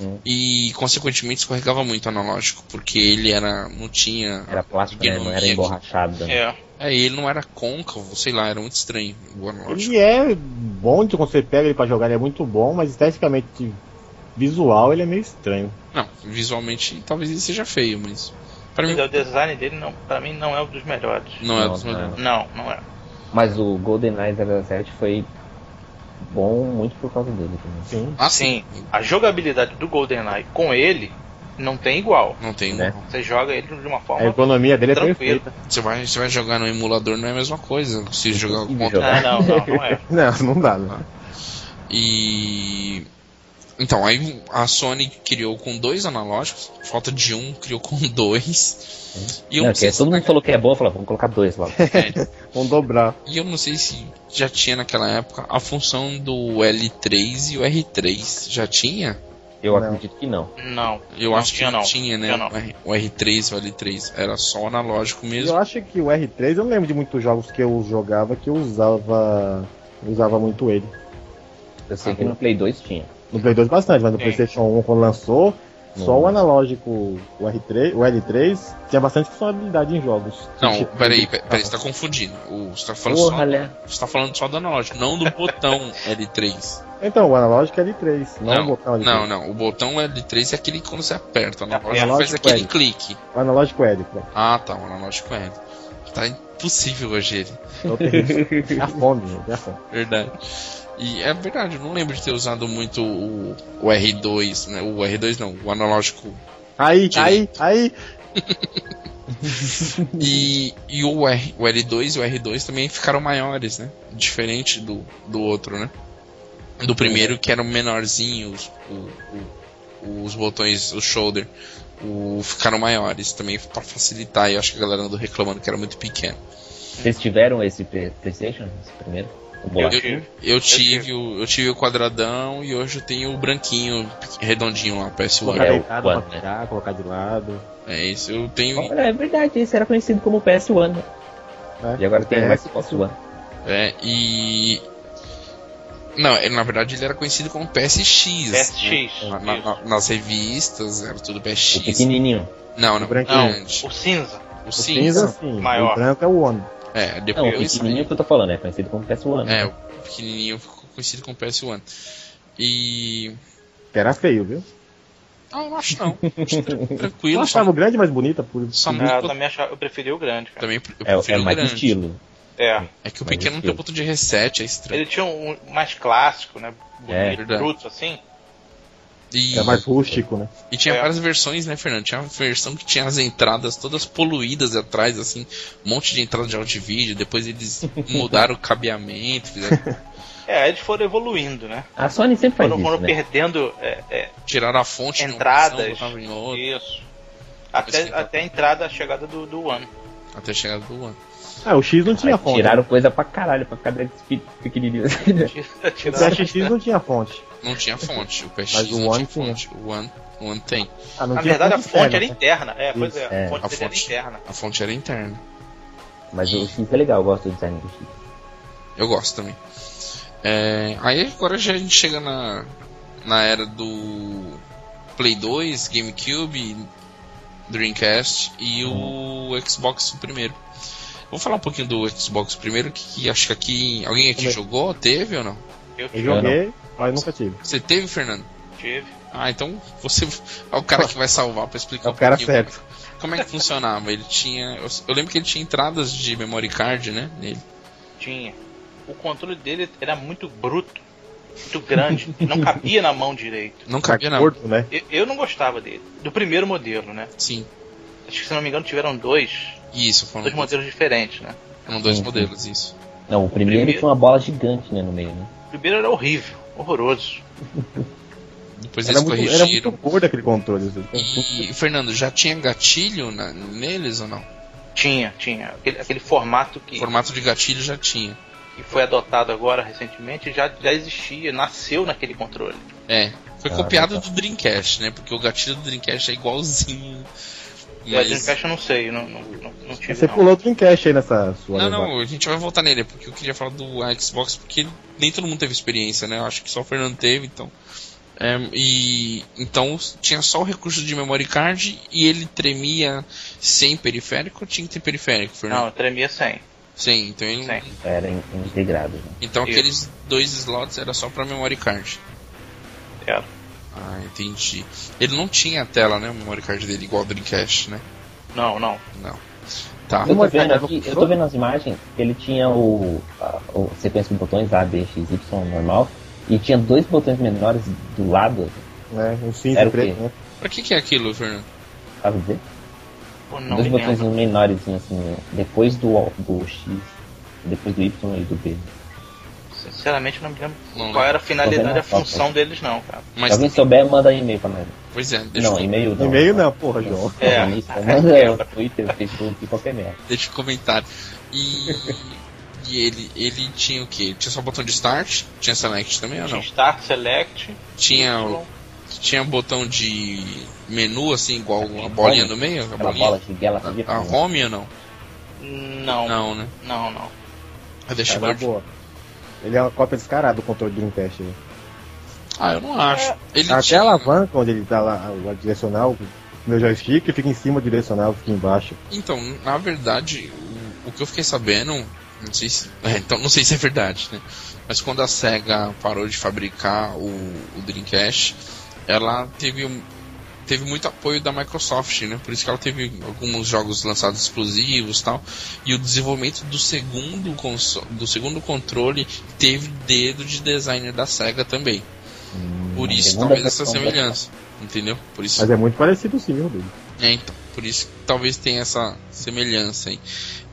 S4: Hum.
S2: E consequentemente escorregava muito o analógico, porque ele era. não tinha
S4: Era plástico, né? Não era
S2: Ergonomia.
S4: emborrachado. né?
S5: É.
S2: Ah, É, ele não era côncavo, sei lá, era muito estranho o analógico.
S3: Ele é bom, de quando você pega ele pra jogar, ele é muito bom, mas esteticamente visual ele é meio estranho.
S2: Não, visualmente talvez ele seja feio, mas. Pra mim,
S5: Mas é, o design dele, não, pra mim, não é um dos melhores.
S2: não é
S4: Não,
S2: dos
S4: não
S2: melhores.
S5: Não, não é.
S4: Mas o GoldenEye 007 foi bom muito por causa dele também.
S3: Sim.
S2: Ah, sim.
S5: Assim, a jogabilidade do GoldenEye com ele não tem igual.
S2: Não tem.
S4: Né?
S5: Você joga ele de uma
S3: A
S5: forma.
S3: economia dele é
S5: Tranquilo.
S3: perfeita.
S2: Você, vai, você vai jogar no emulador, não é a mesma coisa. Se jogar com
S4: consigo
S2: contra.
S4: jogar.
S5: Ah, não, não, não é.
S3: Não, não dá, né?
S2: E. Então, aí a Sony criou com dois analógicos, falta de um, criou com dois. E eu
S4: Não,
S2: não sei
S4: que
S2: se-
S4: todo mundo falou que é bom, eu falei, vamos colocar dois logo.
S3: Vamos dobrar.
S2: E eu não sei se já tinha naquela época a função do L3 e o R3. Já tinha?
S4: Eu
S3: Não.
S4: acredito que não.
S5: Não.
S2: Eu
S5: Não
S2: acho que
S5: tinha,
S2: não
S5: não.
S2: tinha, né?
S5: Tinha, não.
S2: O R- O R3 ou L3. Era só o analógico mesmo.
S3: Eu acho que o R3, eu não lembro de muitos jogos que eu jogava que eu usava usava muito ele.
S4: Eu
S3: Ah,
S4: sei que no Play 2 tinha.
S3: No Play 2 bastante, mas no
S5: Sim.
S3: PlayStation 1 quando lançou, só
S4: Hum.
S3: o analógico, o R3, o L3 tinha bastante funcionalidade em jogos.
S2: Não,
S3: Tipo,
S2: peraí, pe- peraí, você tá confundindo. O, você, tá falando
S4: Porra,
S2: só,
S4: Léo.
S2: você tá falando só do analógico, não do botão L3.
S3: Então, o analógico é L3, não,
S2: Não,
S3: o botão L3.
S2: Não, não. O botão L3 é aquele que quando você aperta. O analógico
S3: É Analógico
S2: faz aquele
S3: L.
S2: clique.
S3: O analógico é L, pronto.
S2: Ah, tá. O analógico L. Tá impossível hoje ele.
S3: É o terrível. É a fome, gente, é a fome.
S2: Verdade. E é verdade, eu não lembro de ter usado muito o, o R2, né? O R2 não, o analógico
S3: Aí,
S2: Direito.
S3: aí, aí.
S2: E, e o, R, o L2 e o R2 também ficaram maiores, né? Diferente do, do outro, né? Do primeiro que eram menorzinhos, o- o- os botões, o shoulder, o, ficaram maiores também pra facilitar. E eu acho que a galera andou reclamando que era muito pequeno.
S4: Vocês tiveram esse Play- PlayStation? Esse primeiro?
S2: Eu, tive, eu, tive o, eu tive o quadradão e hoje eu tenho o branquinho, redondinho lá, PS1.
S3: Colocar
S2: É,
S4: É, o
S3: deitado,
S4: One,
S3: pra tirar, colocar de lado.
S2: é isso, eu tenho.
S4: Olha, é verdade, esse era conhecido como PS1, né?
S3: né?
S4: E agora tem
S3: É,
S4: mais PS1.
S2: É, e. Não, ele, na verdade ele era conhecido como PSX.
S5: PSX.
S2: Na-
S3: Ah,
S2: Um na- na- nas revistas, era tudo
S4: O
S2: PSX.
S4: pequenininho.
S2: Não, não,
S3: O branquinho.
S2: grande.
S5: O cinza.
S2: O
S3: O cinza,
S2: cinza.
S3: sim.
S5: Maior.
S3: O branco é o One.
S2: É,
S4: Não, o
S2: depois.
S4: pequenininho que eu tô falando, é conhecido como PS1.
S2: É, o pequenininho ficou conhecido como PS1. E.
S3: Que era feio, viu?
S2: Não, eu acho não. Acho tran-
S3: Eu
S2: tranquilo,
S3: achava
S2: só,
S3: o grande mais bonita, por
S2: só
S5: Ah, eu
S2: muito.
S5: também achava, eu preferi o grande, cara.
S2: Também eu
S4: É, é
S2: prefiro o
S4: mais
S2: grande.
S4: estilo.
S5: É.
S2: É que o
S4: Mais
S2: pequeno não tem
S4: estilo.
S2: ponto de reset, é
S5: Ele
S2: estranho.
S5: tinha um um mais clássico, né? Bonito,
S4: É.
S2: Verdade.
S5: bruto, assim.
S2: E,
S3: É mais rústico, né?
S2: e tinha
S5: é.
S2: várias versões, né, Fernando? Tinha uma versão que tinha as entradas todas poluídas atrás, assim, um monte de entrada de áudio e vídeo. Depois eles mudaram o cabeamento, fizeram,
S5: É, aí eles foram evoluindo, né?
S4: A Sony sempre faz
S5: Foram,
S4: isso,
S5: foram
S4: né?
S5: perdendo é, é,
S2: tiraram a fonte de uma
S5: entradas.
S2: versão, botavam em outra,
S5: isso. Até,
S2: Esse-
S5: até a entrada, a chegada do, do One.
S2: até chegar do One.
S3: Ah, o X não tinha
S4: Aí
S3: fonte.
S4: tiraram coisa pra caralho pra cada desse pe- pequenininho.
S3: O PSX não tinha fonte.
S2: Não tinha fonte, o PSX
S3: Mas o
S2: não
S3: One
S2: tinha
S3: tinha.
S2: fonte. O One, o One tem.
S3: Ah, não
S5: Na
S3: tinha
S5: verdade, a fonte
S3: externa,
S5: era
S3: né?
S5: interna. É, pois
S3: Isso,
S5: é,
S4: é.
S5: a fonte
S2: A
S5: dele era
S2: fonte.
S5: interna.
S2: A fonte era interna.
S4: Mas o X é legal, eu gosto do design do X.
S2: Eu gosto também. É, aí agora já a gente chega na, na era do Play 2, GameCube, Dreamcast e o Xbox primeiro. Vou falar um pouquinho do Xbox primeiro, que, que acho que aqui. Alguém aqui
S3: Também.
S2: jogou? Teve ou não?
S5: Eu
S3: Eu
S5: tive.
S3: joguei, mas nunca tive.
S2: Você teve, Fernando?
S5: tive.
S2: Ah, então você é o cara que vai salvar pra explicar
S3: É o cara
S2: pouquinho como é
S3: certo.
S2: que- como é que funcionava. Ele tinha. Eu, eu lembro que ele tinha entradas de memory card, né? Nele.
S5: Tinha. O controle dele era muito bruto, muito grande, não cabia na mão direito.
S2: Não cabia na.
S3: Gordo, né?
S5: Eu, eu não gostava dele. Do primeiro modelo, né?
S2: Sim.
S5: Acho que se não me engano tiveram dois,
S2: Isso, foram
S5: dois modelos diferentes, né?
S2: foram dois
S4: Uhum.
S2: modelos, isso.
S4: Não, o primeiro,
S5: Primeiro.
S4: tinha uma bola gigante, né, no meio, né?
S5: O primeiro era horrível, horroroso.
S2: Depois
S3: Era
S2: eles
S3: muito, era muito
S2: corrigiram.
S3: gordo aquele controle. assim.
S2: E, Fernando, já tinha gatilho na- neles ou não?
S5: Tinha, tinha. Aquele, aquele formato que,
S2: Formato de gatilho já tinha.
S5: que foi adotado agora recentemente já, já existia, nasceu naquele controle.
S2: É. Foi
S4: Ah,
S2: copiado
S4: tá.
S2: do Dreamcast, né? Porque o gatilho do Dreamcast é igualzinho.
S5: Mas... A
S2: Mas.
S5: Dreamcast eu não sei, eu não, não, não, não tive.
S3: Você
S5: não.
S3: pulou outro encaixe aí nessa sua.
S2: Não,
S3: levada.
S2: não, a gente vai voltar nele, porque eu queria falar do Xbox, porque nem todo mundo teve experiência, né? Eu acho que só o Fernando teve, então. É, e então tinha só o recurso de memory card e ele tremia sem periférico ou tinha que ter periférico,
S3: né?
S2: Fernando?
S5: Não, eu tremia sem.
S2: Sim, então ele
S5: Sem.
S4: Era in- integrado. Né?
S2: Então
S5: Isso.
S2: aqueles dois slots era só pra memory card.
S5: Era.
S2: Ah, entendi. Ele não tinha tela, né? O memory card dele, igual ao Dreamcast, né?
S5: Não, não.
S2: Não. Tá.
S4: Eu tô,
S3: Memory card
S4: vendo
S3: era
S4: aqui, eu
S3: funcionou?
S4: tô vendo as imagens, ele tinha o, a, o sequência de botões A, B, X, Y normal, e tinha dois botões menores do lado,
S3: Né? Um cinza
S4: Era
S3: e
S4: o quê?
S3: preto, né?
S2: Pra que, que é aquilo, Fernando?
S4: sabe dizer?
S5: Pô, não
S4: dois
S5: me
S4: botões
S5: lembro.
S4: menores assim, né? depois do, O- do X, depois do Y e do B.
S5: Sinceramente, não me lembro
S2: Não
S5: qual
S2: lembro.
S5: era a finalidade
S4: Tô
S5: e a
S4: vendo a
S5: função
S4: foto.
S5: deles, não, cara.
S4: Se
S2: Mas,
S4: alguém souber, manda e-mail pra nós.
S2: pois é, deixa,
S4: Não,
S2: eu,
S4: e-mail não.
S3: E-mail não, porra, João.
S5: É. Tá
S4: É, manda Twitter, Facebook, qualquer merda.
S2: deixa eu comentar. E, e ele, ele tinha o quê? Tinha só botão de start? Tinha select também ou
S5: Tinha
S2: Ah, não?
S5: Start, Select,
S2: Tinha, o- tinha um botão de menu, assim, igual a bolinha no meio? A
S4: Aquela
S2: bolinha?
S4: bola gigante,
S5: Tá
S4: ela
S2: A home ou não?
S5: não, não,
S2: Não, né?
S5: não.
S2: Ah, Deixa eu
S3: Era
S2: ver.
S3: boa. Ele é uma cópia descarada do controle do Dreamcast. né?
S2: Ah, eu não acho. Ele
S3: Até
S2: tinha-
S3: a alavanca onde ele tá lá, o direcional, o meu joystick, fica em cima, o direcional fica embaixo.
S2: Então, na verdade, o, o que eu fiquei sabendo, não sei se, é, então, não sei se é verdade, né? Mas quando a Sega parou de fabricar o, o Dreamcast, ela teve um- teve muito apoio da Microsoft, né? Por isso que ela teve alguns jogos lançados exclusivos, tal. E o desenvolvimento do segundo console, do segundo controle teve dedo de designer da Sega também. Por isso
S4: segunda
S2: talvez essa
S4: versão da-
S2: semelhança, entendeu? Por isso
S3: Mas é muito parecido sim, viu, Rodrigo?
S2: é, então, por isso que talvez tenha essa semelhança aí.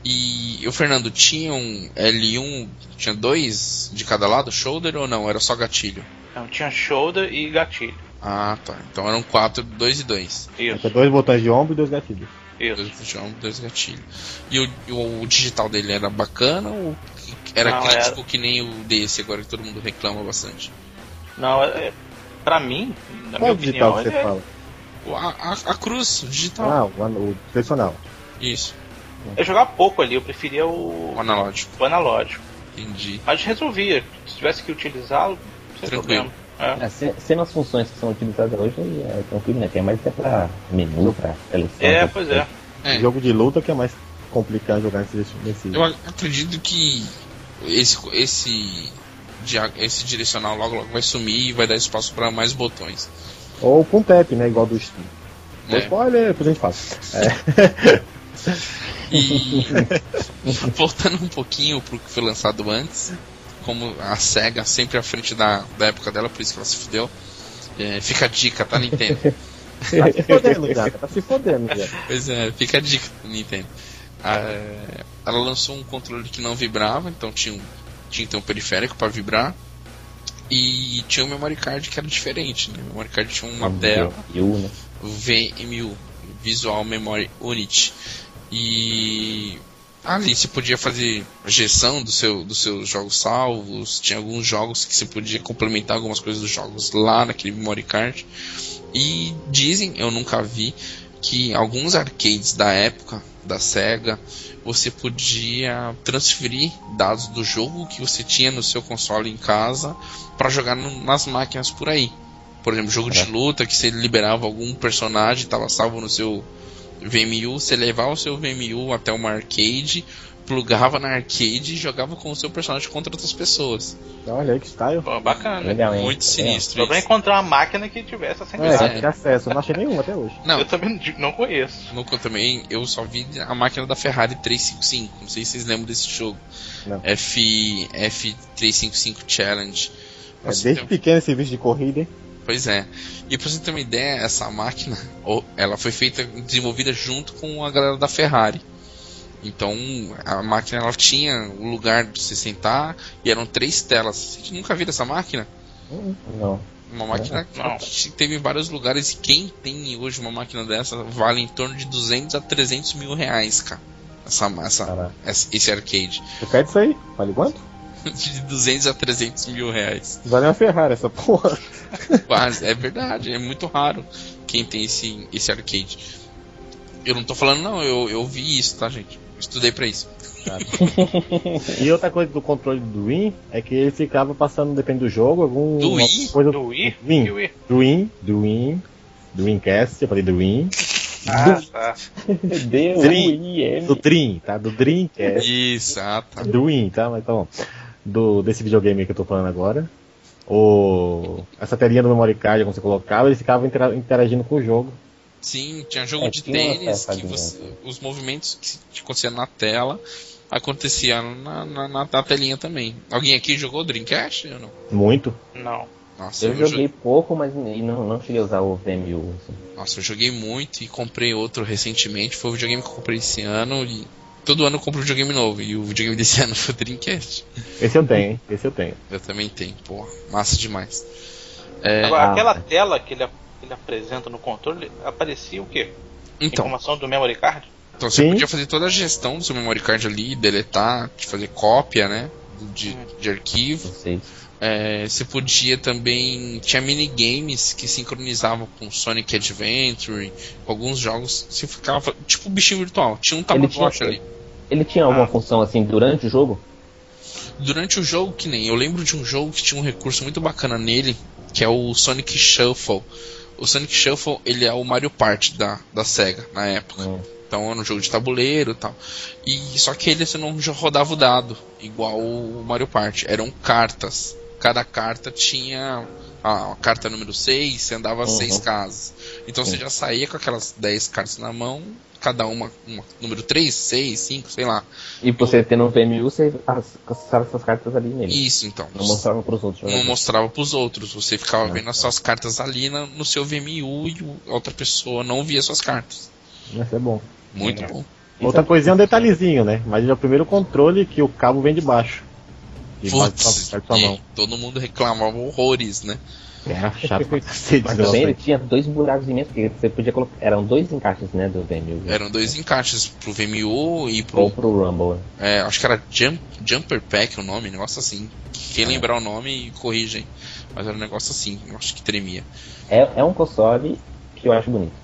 S2: E o Fernando, tinha um L1, tinha dois de cada lado, shoulder ou não? Era só gatilho?
S5: Não, tinha shoulder e gatilho.
S2: Ah, tá. Então eram quatro, dois e dois.
S5: Isso,
S3: Tem dois botões de ombro e dois gatilhos.
S5: Isso.
S2: Dois puxão, dois gatilhos. E o, e o digital dele era bacana ou era
S5: Não,
S2: crítico que nem o desse agora que todo mundo reclama bastante?
S5: Não, é, é- pra mim, na minha
S3: Qual digital
S5: opinião,
S3: que você
S5: ele é-
S3: fala?
S2: O- A, a- a cruz, o digital.
S3: Ah, o, an- o direcional.
S2: Isso,
S5: eu jogava é pouco ali, eu preferia o,
S2: o analógico.
S5: o analógico.
S2: Entendi.
S5: Mas resolvia, se tivesse que utilizá-lo, sem
S2: Tranquilo.
S5: problema. É.
S4: Ah, se- Sendo as funções que são utilizadas hoje, é tranquilo, né? Tem mais até pra menu, pra seleção.
S5: É,
S4: pra-
S5: pois é.
S2: É.
S3: Jogo de luta que é mais complicado jogar nesse. nesse...
S2: Eu ac- acredito que esse, esse, dia- esse direcional logo logo vai sumir e vai dar espaço para mais botões.
S3: Ou com tap, né? Igual do Steam.
S2: né?
S3: Spoiler, depois a gente fala.
S2: E voltando um pouquinho pro que foi lançado antes, como a SEGA sempre à frente da, da época dela, por isso que ela se fudeu. é, fica a dica, tá, Nintendo?
S3: Tá se fodendo, já. Tá se fodendo, já.
S2: Pois é, fica a dica, Nintendo. Ah, ela lançou um controle que não vibrava, então tinha, um, tinha que ter um periférico para vibrar. E tinha um memory card que era diferente, né? O memory card tinha
S4: Ah,
S2: uma tela
S4: Eu, né?
S2: VMU, Visual Memory Unit. E ali você podia fazer gestão do seu, dos seus jogos salvos, tinha alguns jogos que você podia complementar algumas coisas dos jogos lá naquele memory card. E dizem, eu nunca vi, que alguns arcades da época da Sega você podia transferir dados do jogo que você tinha no seu console em casa para jogar no- nas máquinas por aí. Por exemplo, jogo de
S3: É.
S2: luta que você liberava algum personagem, estava salvo no seu VMU, você levava o seu VMU até uma arcade, plugava na arcade e jogava com o seu personagem contra outras pessoas.
S3: Olha aí que style.
S5: Pô, bacana.
S4: Legal, hein?
S2: Muito sinistro
S5: Só pra
S2: isso.
S5: encontrar uma máquina que tivesse essa
S3: É,
S5: engrenagem.
S3: já tinha acesso. Eu não achei nenhum até hoje.
S2: Não,
S5: Eu também não digo- não conheço.
S2: No que eu também, eu só vi a máquina da Ferrari 355. Não sei se vocês lembram desse jogo.
S3: Não.
S2: F, F355 Challenge. um
S3: É, desde pequeno esse vídeo de corrida, hein?
S2: Pois é. E pra você ter uma ideia, essa máquina, ou- ela foi feita, desenvolvida junto com a galera da Ferrari. Então, a máquina ela tinha o lugar de você sentar e eram três telas. Vocês nunca viram essa máquina?
S4: Não.
S2: Uma máquina
S5: Não.
S2: que teve em vários lugares e quem tem hoje uma máquina dessa vale em torno de 200 a 300 mil reais, cara. Essa, essa,
S4: Caraca.
S2: essa- esse arcade.
S3: Eu quero isso aí. Vale quanto?
S2: De 200 a 300 mil reais.
S3: Vale uma Ferrari essa porra.
S2: Quase, é verdade, é muito raro quem tem esse, esse arcade. Eu não tô falando, não, eu, eu vi isso, tá, gente? Estudei pra isso.
S3: E outra coisa do controle do Win é que ele ficava passando, depende do jogo, algum.
S2: Do Wii?
S3: alguma Coisa...
S5: Do Wii?
S3: Win.
S5: E o Wii?
S3: Do Win, do Win, do Wincast, eu falei do Win.
S5: Ah, tá.
S4: D, U,
S3: Tri-
S4: um I, M.
S3: Do Dream, tá? Do
S4: É.
S3: Dreamcast.
S2: Isso, ah, tá.
S3: Do Win, tá? Mas tá bom. Do, desse videogame que eu tô falando agora. O, essa telinha do memory card, quando você colocava, ele ficava intera- interagindo com o jogo.
S2: Sim, tinha jogo
S4: É,
S2: de
S4: tinha uma
S2: tênis
S4: peça um.
S2: que
S4: ali,
S2: você- os movimentos que aconteciam na tela aconteciam na, na, na- na telinha também. Alguém aqui jogou Dreamcast ou não?
S3: Muito.
S5: Não.
S2: Nossa,
S4: Eu
S2: eu, jo-
S4: joguei pouco, mas e não, não cheguei a usar o VMU. assim.
S2: nossa, eu joguei muito e comprei outro recentemente. Foi o videogame que eu comprei esse ano e todo ano eu compro um videogame novo. E o videogame desse ano foi o Dreamcast.
S3: Esse eu tenho, hein? Esse eu tenho.
S2: Eu também tenho, pô, massa demais. É.
S5: Agora,
S4: ah.
S5: aquela tela que ele, que ele apresenta no controle, aparecia o quê?
S2: Então,
S5: Informação do memory card?
S2: Então você
S3: Sim.
S2: podia fazer toda a gestão do seu memory card ali, deletar, de fazer cópia, né? De, de arquivo.
S4: Não sei.
S2: É, você podia também. Tinha minigames que sincronizavam com Sonic Adventure, com alguns jogos. Você ficava. Tipo bichinho virtual. Tinha um Tamagotchi
S4: tinha-
S2: ali.
S4: Ele tinha alguma
S5: Ah.
S4: função assim durante o jogo?
S2: Durante o jogo, que nem. Eu lembro de um jogo que tinha um recurso muito bacana nele, que é o Sonic Shuffle. O Sonic Shuffle, ele é o Mario Party da, da SEGA na época.
S4: Hum.
S2: Então era um jogo de tabuleiro e tal. E só que ele você não jo- rodava o dado, igual o Mario Party. Eram cartas. Cada carta tinha ah, a, a carta número 6, você andava
S4: Uhum.
S2: seis casas. Então você já saía com aquelas 10 cartas na mão, cada uma, uma número 3, 6, 5, sei lá.
S4: E você tendo um VMU, você as- caçava essas cartas ali nele.
S2: Isso então.
S4: Não mostrava pros outros
S2: não
S4: jogadores.
S2: um mostrava pros outros. Você ficava
S4: Ah,
S2: vendo as
S4: tá.
S2: suas cartas ali na- no seu VMU e o- a outra pessoa não via suas cartas.
S3: Isso é bom.
S2: Muito
S4: Legal.
S2: bom.
S4: Isso
S3: Outra
S4: é-
S3: coisinha é um detalhezinho, né? Mas ele é o primeiro controle que o cabo vem de baixo. De baixo
S2: Putz,
S3: pra- perto da sua
S2: e
S3: mão.
S2: todo mundo reclamava horrores, né?
S4: Era chato pra cacete. Mas também ele tinha dois buracos imensos, que você podia colocar. Eram dois encaixes, né, do VMU.
S2: Eram dois encaixes pro VMU e pro.
S4: Ou pro Rumble.
S2: É, acho que era Jump, Jumper Pack o nome, um negócio assim. Quem lembrar o nome, corrigem. Mas era um negócio assim, eu acho que tremia.
S4: É, é um console que eu acho bonito.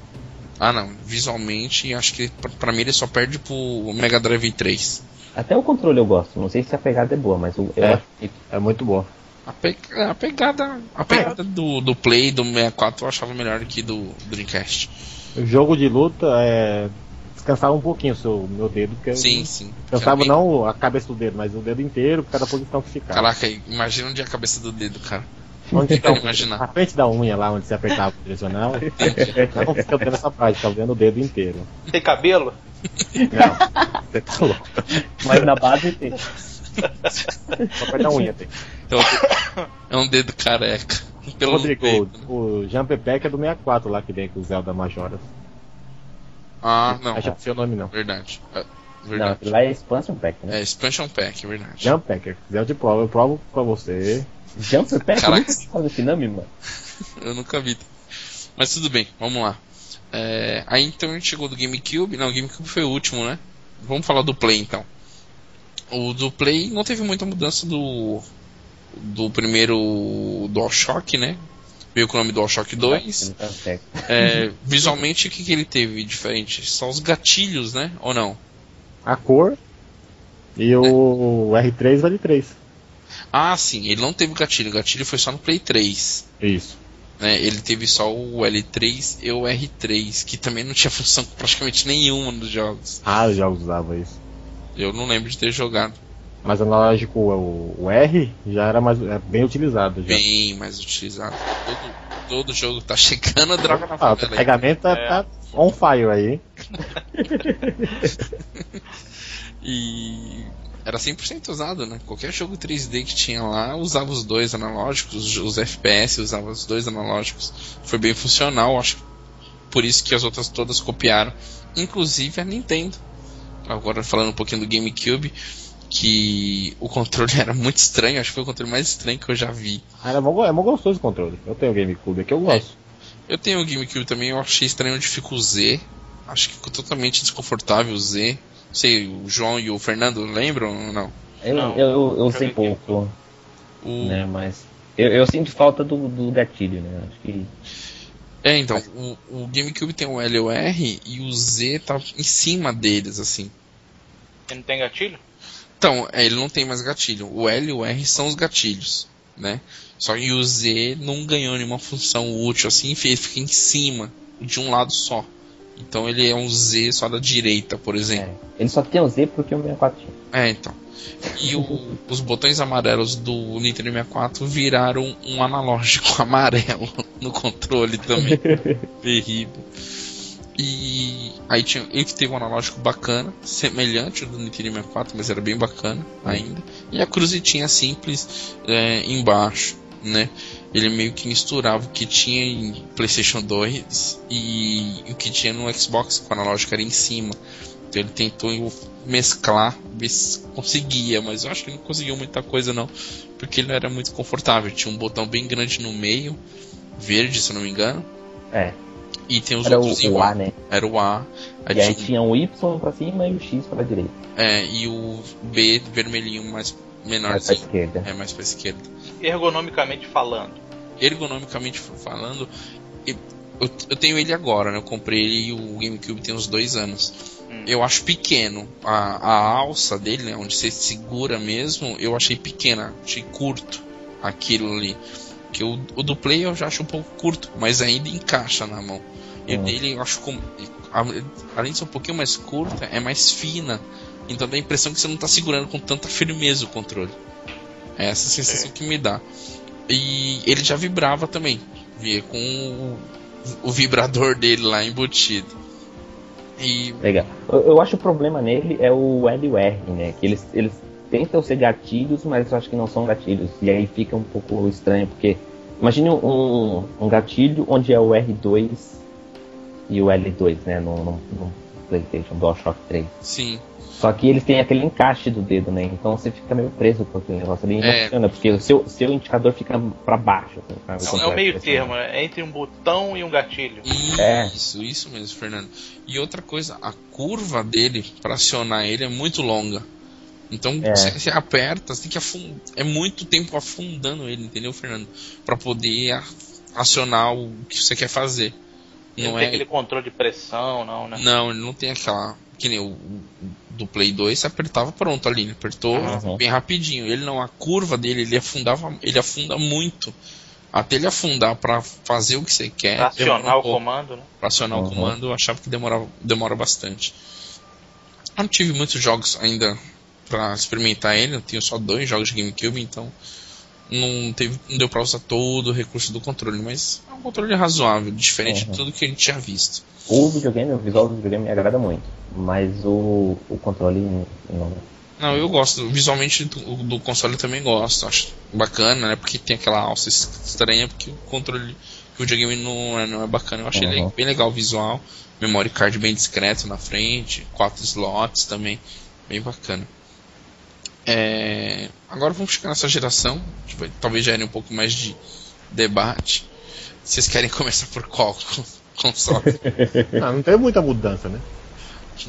S2: Ah, não. Visualmente, acho que pra, pra mim ele só perde pro Mega Drive 3.
S4: Até o controle eu gosto. Não sei se a pegada é boa, mas eu, eu
S3: É.
S4: acho que
S3: É muito bom.
S2: A, pe- é, a pegada, a pegada do, do Play do 64 eu achava melhor que do Dreamcast.
S3: O jogo de luta é. Descansava um pouquinho o seu, meu dedo, porque
S2: Sim, sim.
S3: eu descansava
S2: Era bem-
S3: não a cabeça do dedo, mas o dedo inteiro por cada posição que ficava.
S2: Caraca, imagina onde é a cabeça do dedo, cara.
S3: Onde
S2: Não,
S3: fica
S2: imaginar.
S3: a frente da unha lá onde você apertava o direcional, não fica vendo essa parte, tá vendo o dedo inteiro.
S5: Tem cabelo?
S3: Você tá louco.
S4: Mas na base
S2: É
S4: tem.
S3: Só perto da unha tem.
S2: Então, é um dedo careca. Pelo
S3: Rodrigo,
S2: peito.
S3: o, o Jean Pepeca é do 64 lá que vem com o Zelda Majora.
S2: Ah, não.
S3: Acho que não sei o nome não.
S2: Verdade. É,
S4: Não,
S2: Verdade.
S4: aquilo lá é expansion pack, né?
S2: É, Expansion Pack, verdade.
S3: Jean Pecker, se quiser eu te provo, eu provo pra você.
S4: Jumper pack?
S2: Caraca.
S4: Caraca. Nunca fala esse nome, mano.
S2: Eu nunca vi. Mas tudo bem, vamos lá. É, aí então a gente chegou do GameCube. Não, o GameCube foi o último, né? Vamos falar do Play então. O do Play não teve muita mudança do do primeiro DualShock, né? Veio com o nome DualShock 2.
S4: Não consegue.
S2: É, visualmente, o que, que ele teve diferente? Só os gatilhos, né? Ou não?
S3: A cor e o R3 vale 3.
S2: Ah, sim, ele não teve gatilho. O gatilho foi só no Play 3.
S3: Isso.
S2: né? Ele teve só o L3 e o R3, que também não tinha função praticamente nenhuma nos jogos.
S3: Ah, eu já usava isso.
S2: Eu não lembro de ter jogado
S3: Mas analógico, o, o R já era mais é bem utilizado. Já.
S2: bem mais utilizado. Todo, todo jogo tá chegando a droga na
S3: Ah, o
S2: favela. aí.
S3: carregamento tá,
S5: É.
S3: tá on fire aí. hein?
S2: E era 100% usado, né? Qualquer jogo 3D que tinha lá usava os dois analógicos, os, os FPS usava os dois analógicos. Foi bem funcional, acho que por isso que as outras todas copiaram, inclusive a Nintendo. Agora falando um pouquinho do GameCube, que o controle era muito estranho, acho que foi o controle mais estranho que eu já vi.
S3: Ah, Era mó, é mó gostoso o controle. Eu tenho o GameCube aqui, eu gosto.
S2: Eu tenho o GameCube também, eu achei estranho onde fica o Z. Acho que ficou totalmente desconfortável o Z. Não sei, o João e o Fernando lembram ou não?
S4: Eu,
S5: Não.
S4: eu, eu, eu sei
S5: Joguei pouco.
S4: pouco.
S2: O-
S4: né? Mas eu, eu sinto falta do, do gatilho, né? Acho que
S2: É, então, o, o GameCube tem o L e o R e o Z tá em cima deles, assim.
S5: Que não tem gatilho?
S2: Então, é, ele não tem mais gatilho. O L e o R são os gatilhos, né? Só que o Z não ganhou nenhuma função útil, assim, enfim, ele fica em cima, de um lado só. Então ele é um Z só da direita, por exemplo.
S4: é. ele só tem o Z porque o 64 tinha.
S2: É, então. E o- os botões amarelos do Nintendo 64 viraram um analógico amarelo no controle também. Terrível. E aí tinha, ele teve um analógico bacana, semelhante ao do Nintendo 64, mas era bem bacana ainda. E a cruzetinha simples é, embaixo, né? Ele meio que misturava o que tinha em PlayStation 2 e o que tinha no Xbox, que o analógico era em cima. Então ele tentou em- mesclar, ver se conseguia, mas eu acho que não conseguiu muita coisa não, porque ele não era muito confortável. Tinha um botão bem grande no meio, verde, se eu não me engano.
S4: É.
S2: E tem os
S4: Era o,
S2: outros em
S4: o
S2: Y.
S4: A, né?
S2: Era o A. Aí
S4: E aí
S2: tinha- um
S4: tinha o Y pra cima e o X pra direita,
S2: é, e o B vermelhinho mais
S5: Ah,
S4: mais pra
S2: menorzinho.
S4: esquerda.
S2: É mais pra esquerda.
S5: Ergonomicamente falando.
S2: Ergonomicamente falando, e- eu, eu tenho ele agora, né? Eu comprei ele e o GameCube tem uns dois anos.
S5: Hum.
S2: Eu acho pequeno. A, a alça dele, né, onde você segura mesmo, eu achei pequena, achei curto aquilo ali. Que o, o do Play eu já acho um pouco curto, mas ainda encaixa na mão. E o
S4: Hum.
S2: dele eu acho como. a- Além de ser um pouquinho mais curta, é mais fina. Então dá a impressão que você não tá segurando com tanta firmeza o controle. É essa a sensação que me dá. E ele já vibrava também. Via com o, o vibrador dele lá embutido. E
S4: Legal. Eu, eu acho o problema nele é o L e o R, né? Que eles, eles tentam ser gatilhos, mas eu acho que não são gatilhos. E aí fica um pouco estranho, porque imagine um, um gatilho onde é o R2 e o L2, né? Num, num, num PlayStation, DualShock 3.
S2: Sim.
S4: Só que eles têm aquele encaixe do dedo, né? Então você fica meio preso com aquele negócio
S2: É.
S4: ali. Não funciona, porque o seu, seu indicador fica pra baixo. assim, sabe?
S5: É, um- é o meio termo, é entre um botão e um gatilho.
S4: É.
S2: Isso, isso mesmo, Fernando. E outra coisa, a curva dele pra acionar ele é muito longa. Então
S4: É.
S2: você você aperta, você tem que afundar. É muito tempo afundando ele, entendeu, Fernando? Pra poder a- acionar o que você quer fazer.
S5: não
S2: Não
S5: tem
S2: é.
S5: aquele controle de pressão, não, né?
S2: Não, ele não tem aquela. Que nem o, o- do Play 2, você apertava pronto ali, né? apertou
S4: Uhum.
S2: bem rapidinho. Ele não, a curva dele, ele afundava, ele afunda muito. Até ele afundar pra fazer o que você quer.
S5: Pra
S2: demora
S5: acionar
S2: um
S5: o
S2: pouco
S5: comando, né?
S2: para acionar o
S4: Uhum.
S2: comando, eu achava que demorava, demora bastante. Eu não tive muitos jogos ainda para experimentar ele, eu tenho só dois jogos de GameCube, então não, teve, não deu para usar todo o recurso do controle, mas é um controle razoável, diferente
S4: Uhum.
S2: de tudo que a gente tinha visto.
S4: O videogame, o visual do videogame me agrada muito. Mas o, o controle não.
S2: Não, eu gosto, visualmente do, do console eu também gosto, acho bacana, né? Porque tem aquela alça es- estranha, porque o controle que o videogame não é, não é bacana, eu achei
S4: Uhum.
S2: ele bem legal o visual, memory card bem discreto na frente, quatro slots também, bem bacana. É, agora vamos chegar nessa geração, tipo, talvez gere um pouco mais de debate. Vocês querem começar por qual con- console?
S3: Ah, não teve muita mudança, né?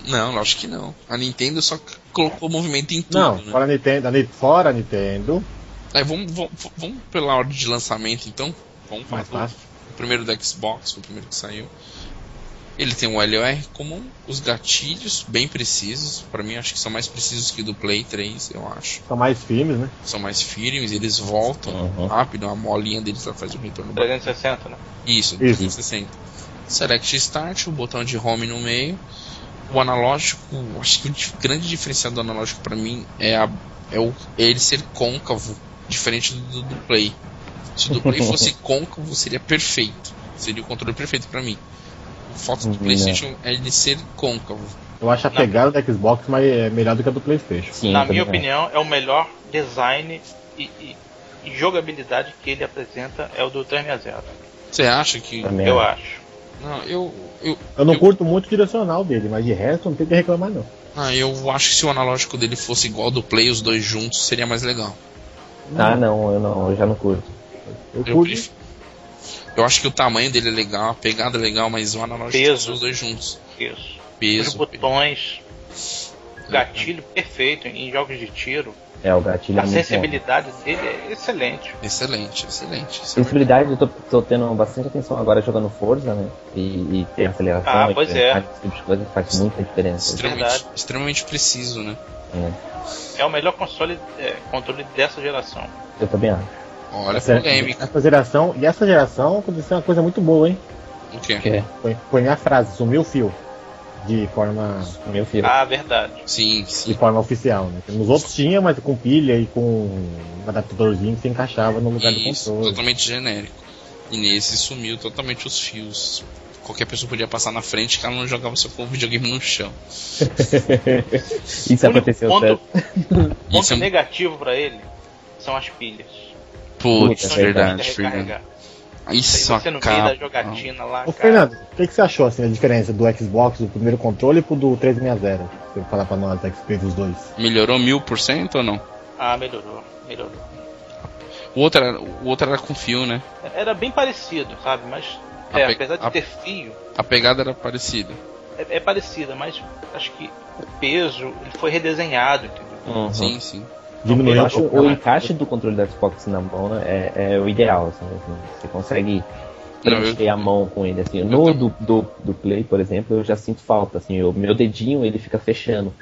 S2: não, lógico que não. A Nintendo só c- colocou movimento em tudo.
S3: não,
S2: né?
S3: fora a Nintendo, a Ni- fora a Nintendo,
S2: Aí É, vamos, vamos, vamos pela ordem de lançamento então. Vamos
S3: mais
S2: falar do
S3: fácil.
S2: o primeiro do Xbox, foi o primeiro que saiu. Ele tem um LOR comum, os gatilhos bem precisos. Pra mim, acho que são mais precisos que o do Play 3, eu acho.
S3: São mais firmes, né?
S2: São mais firmes, eles voltam
S4: Uhum.
S2: rápido, a molinha deles lá faz um retorno. bacana.
S5: 360, né?
S2: Isso,
S3: Isso.
S2: 360. Select Start, o botão de home no meio. O analógico, acho que o dif- grande diferencial do analógico pra mim é, a, é, o, é ele ser côncavo, diferente do, do Play. Se o do Play fosse côncavo, seria perfeito. Seria o controle perfeito pra mim. A foto do
S4: Não.
S2: PlayStation é ele ser côncavo.
S3: Eu acho a
S5: Não.
S3: pegada do Xbox mais, é melhor do que a do Playstation.
S4: Sim,
S5: Na
S4: também
S5: minha
S4: é.
S5: opinião, é o melhor design e, e- e jogabilidade que ele apresenta é o do 360.
S2: Você acha que.
S4: Também
S5: Eu
S4: é.
S5: acho.
S2: Não, eu, eu,
S3: Eu não
S2: Eu-
S3: curto muito o direcional dele, mas de resto não tem que reclamar, não.
S2: ah, eu acho que se o analógico dele fosse igual ao do Play, os dois juntos, seria mais legal.
S4: Ah, não, eu não, eu já não curto.
S3: Eu
S2: Eu,
S3: curto.
S2: prefiro- eu acho que o tamanho dele é legal, a pegada é legal, mas o analógico
S5: Peso.
S2: são os dois juntos.
S5: Isso. Os
S2: Peso.
S5: botões, gatilho perfeito em jogos de tiro.
S4: É, o gatilho é
S5: A
S4: muito bom.
S5: sensibilidade dele é excelente.
S2: Excelente, excelente. excelente.
S4: Sensibilidade, eu tô, tô tendo bastante atenção agora jogando Forza, né? E, e tem aceleração,
S5: Ah,
S4: e
S5: pois é.
S4: esse tipo de coisa faz muita diferença.
S2: Extremamente,
S5: verdade.
S2: extremamente preciso, né?
S4: É,
S5: É o melhor console, é, controle dessa geração.
S4: eu também acho.
S2: Olha a
S3: Essa,
S2: polêmica.
S3: essa geração, e essa geração aconteceu uma coisa muito boa, hein?
S2: O quê?
S4: Porque
S3: Foi, foi minha frase, sumiu o fio. De forma,
S4: o meu filho.
S5: Ah, verdade.
S2: Sim,
S3: de
S2: sim.
S3: forma oficial, né? Nos outros tinha, mas com pilha e com um adaptadorzinho que se encaixava no lugar do
S2: Isso,
S3: controle.
S2: totalmente genérico. E nesse sumiu totalmente os fios. Qualquer pessoa podia passar na frente que ela não jogava seu videogame no chão.
S4: Isso
S5: O único
S4: aconteceu
S5: ponto,
S4: certo.
S5: ponto
S2: Isso é um-
S5: negativo pra ele são as pilhas.
S2: Putz,
S4: Puta,
S5: São
S2: verdade,
S5: difíceis de
S2: verdade.
S5: recarregar.
S2: Isso
S5: Aí você no meio
S2: acaba.
S5: da jogatina lá,
S3: Ô
S5: cara.
S3: Fernando, o que, que você achou assim, da diferença do Xbox, do primeiro controle, pro do 360? Você falar pra nós a respeito dos dois.
S2: Melhorou mil por cento ou não?
S5: Ah, melhorou, melhorou.
S2: O outro, era, o outro era com fio, né?
S5: Era bem parecido, sabe? Mas
S2: A
S5: é,
S2: pe-
S5: apesar de
S2: a-
S5: ter fio,
S2: A pegada era parecida.
S5: é, é parecida, mas acho que o peso ele foi redesenhado, entendeu?
S4: Uhum.
S2: Sim, sim.
S4: Eu
S3: Diminuiu
S4: acho
S3: pouco,
S4: o
S3: né?
S4: encaixe do controle da Xbox na mão né, é, é o ideal, assim, assim, você consegue
S2: Não,
S4: preencher a mão com ele, assim,
S2: eu
S4: no do, do, do Play, por exemplo, eu já sinto falta, assim, o meu dedinho, ele fica fechando,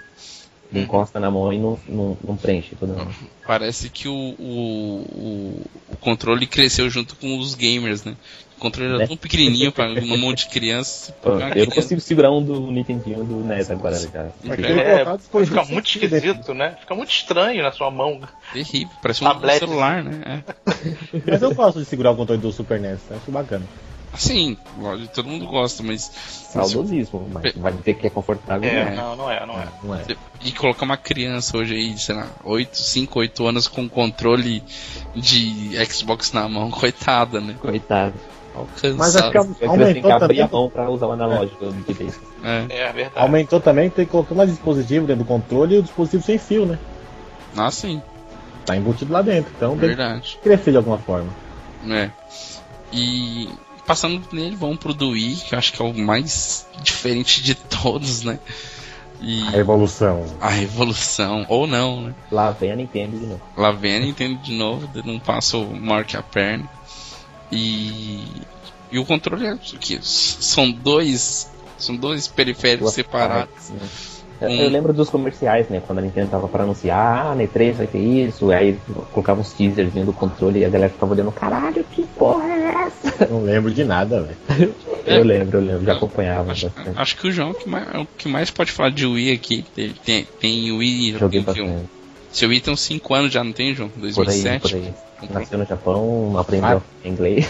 S4: Ele encosta na mão e não, não, não preenche tudo não.
S2: Parece que o, o, o- o controle cresceu junto com os gamers, né? O controle era
S4: Né?
S2: tão pequenininho pra um monte de criança.
S4: Pô,
S2: pra uma
S4: Eu não
S2: criança.
S4: consigo segurar um do Nintendinho do NES agora, já.
S3: Aquele
S5: É,
S3: colocado foi
S5: fica
S3: justo
S5: muito
S3: aqui dentro.
S5: esquisito, né? Fica muito estranho na sua mão.
S2: Terrível, parece um
S5: Tablete.
S2: celular, né? É.
S3: Mas eu gosto de segurar o controle do Super NES, eu acho bacana.
S2: Assim, lógico, todo mundo gosta, mas.
S4: Tá Saudosismo, mas vai dizer que é confortável.
S5: É,
S4: né?
S5: não, não é, não é.
S3: Não é?
S2: E colocar uma criança hoje aí, de, sei lá, 8, 5, 8 anos com um controle de Xbox na mão, coitada, né?
S4: Coitado.
S2: Alcançado.
S3: Mas acho que é
S4: Eu tive assim, que
S3: aumentou
S4: abrir a
S3: também.
S4: mão pra usar o analógico do Nintendo.
S3: um
S2: É.
S5: É verdade.
S3: Aumentou também, tem que colocar mais dispositivo dentro do controle e o dispositivo sem fio, né?
S2: Ah, sim.
S3: Tá embutido lá dentro, então tem
S2: Verdade.
S3: que crescer de alguma forma.
S2: É. E passando nele, vamos pro do Wii, que eu acho que é o mais diferente de todos, né? E
S3: A evolução.
S2: a revolução, ou não, né?
S4: Lá vem a Nintendo de novo.
S2: Lá vem a Nintendo de novo, não passa maior que a perna. E, e o controle é o quê? São dois. São dois periféricos
S4: Duas
S2: separados.
S4: partes, né? Eu-
S2: Um-
S4: Eu lembro dos comerciais, né? Quando a Nintendo tava pra anunciar, ah, Ney 3 vai ter isso, aí colocava uns teasers do controle e a galera ficava olhando, caralho, que porra é essa?
S3: Não lembro de nada, velho.
S2: É.
S4: Eu lembro, eu lembro, já acompanhava
S2: Acho,
S4: bastante.
S2: acho que o João é o que mais, é o que mais pode falar de Wii aqui. Tem, tem, tem Wii.
S4: Joguei
S2: tem um.
S4: bastante.
S2: Seu Wii tem uns 5 anos já, não tem, João?
S4: Por aí,
S2: 2007?
S4: por aí. Nasceu no Japão, aprendeu inglês.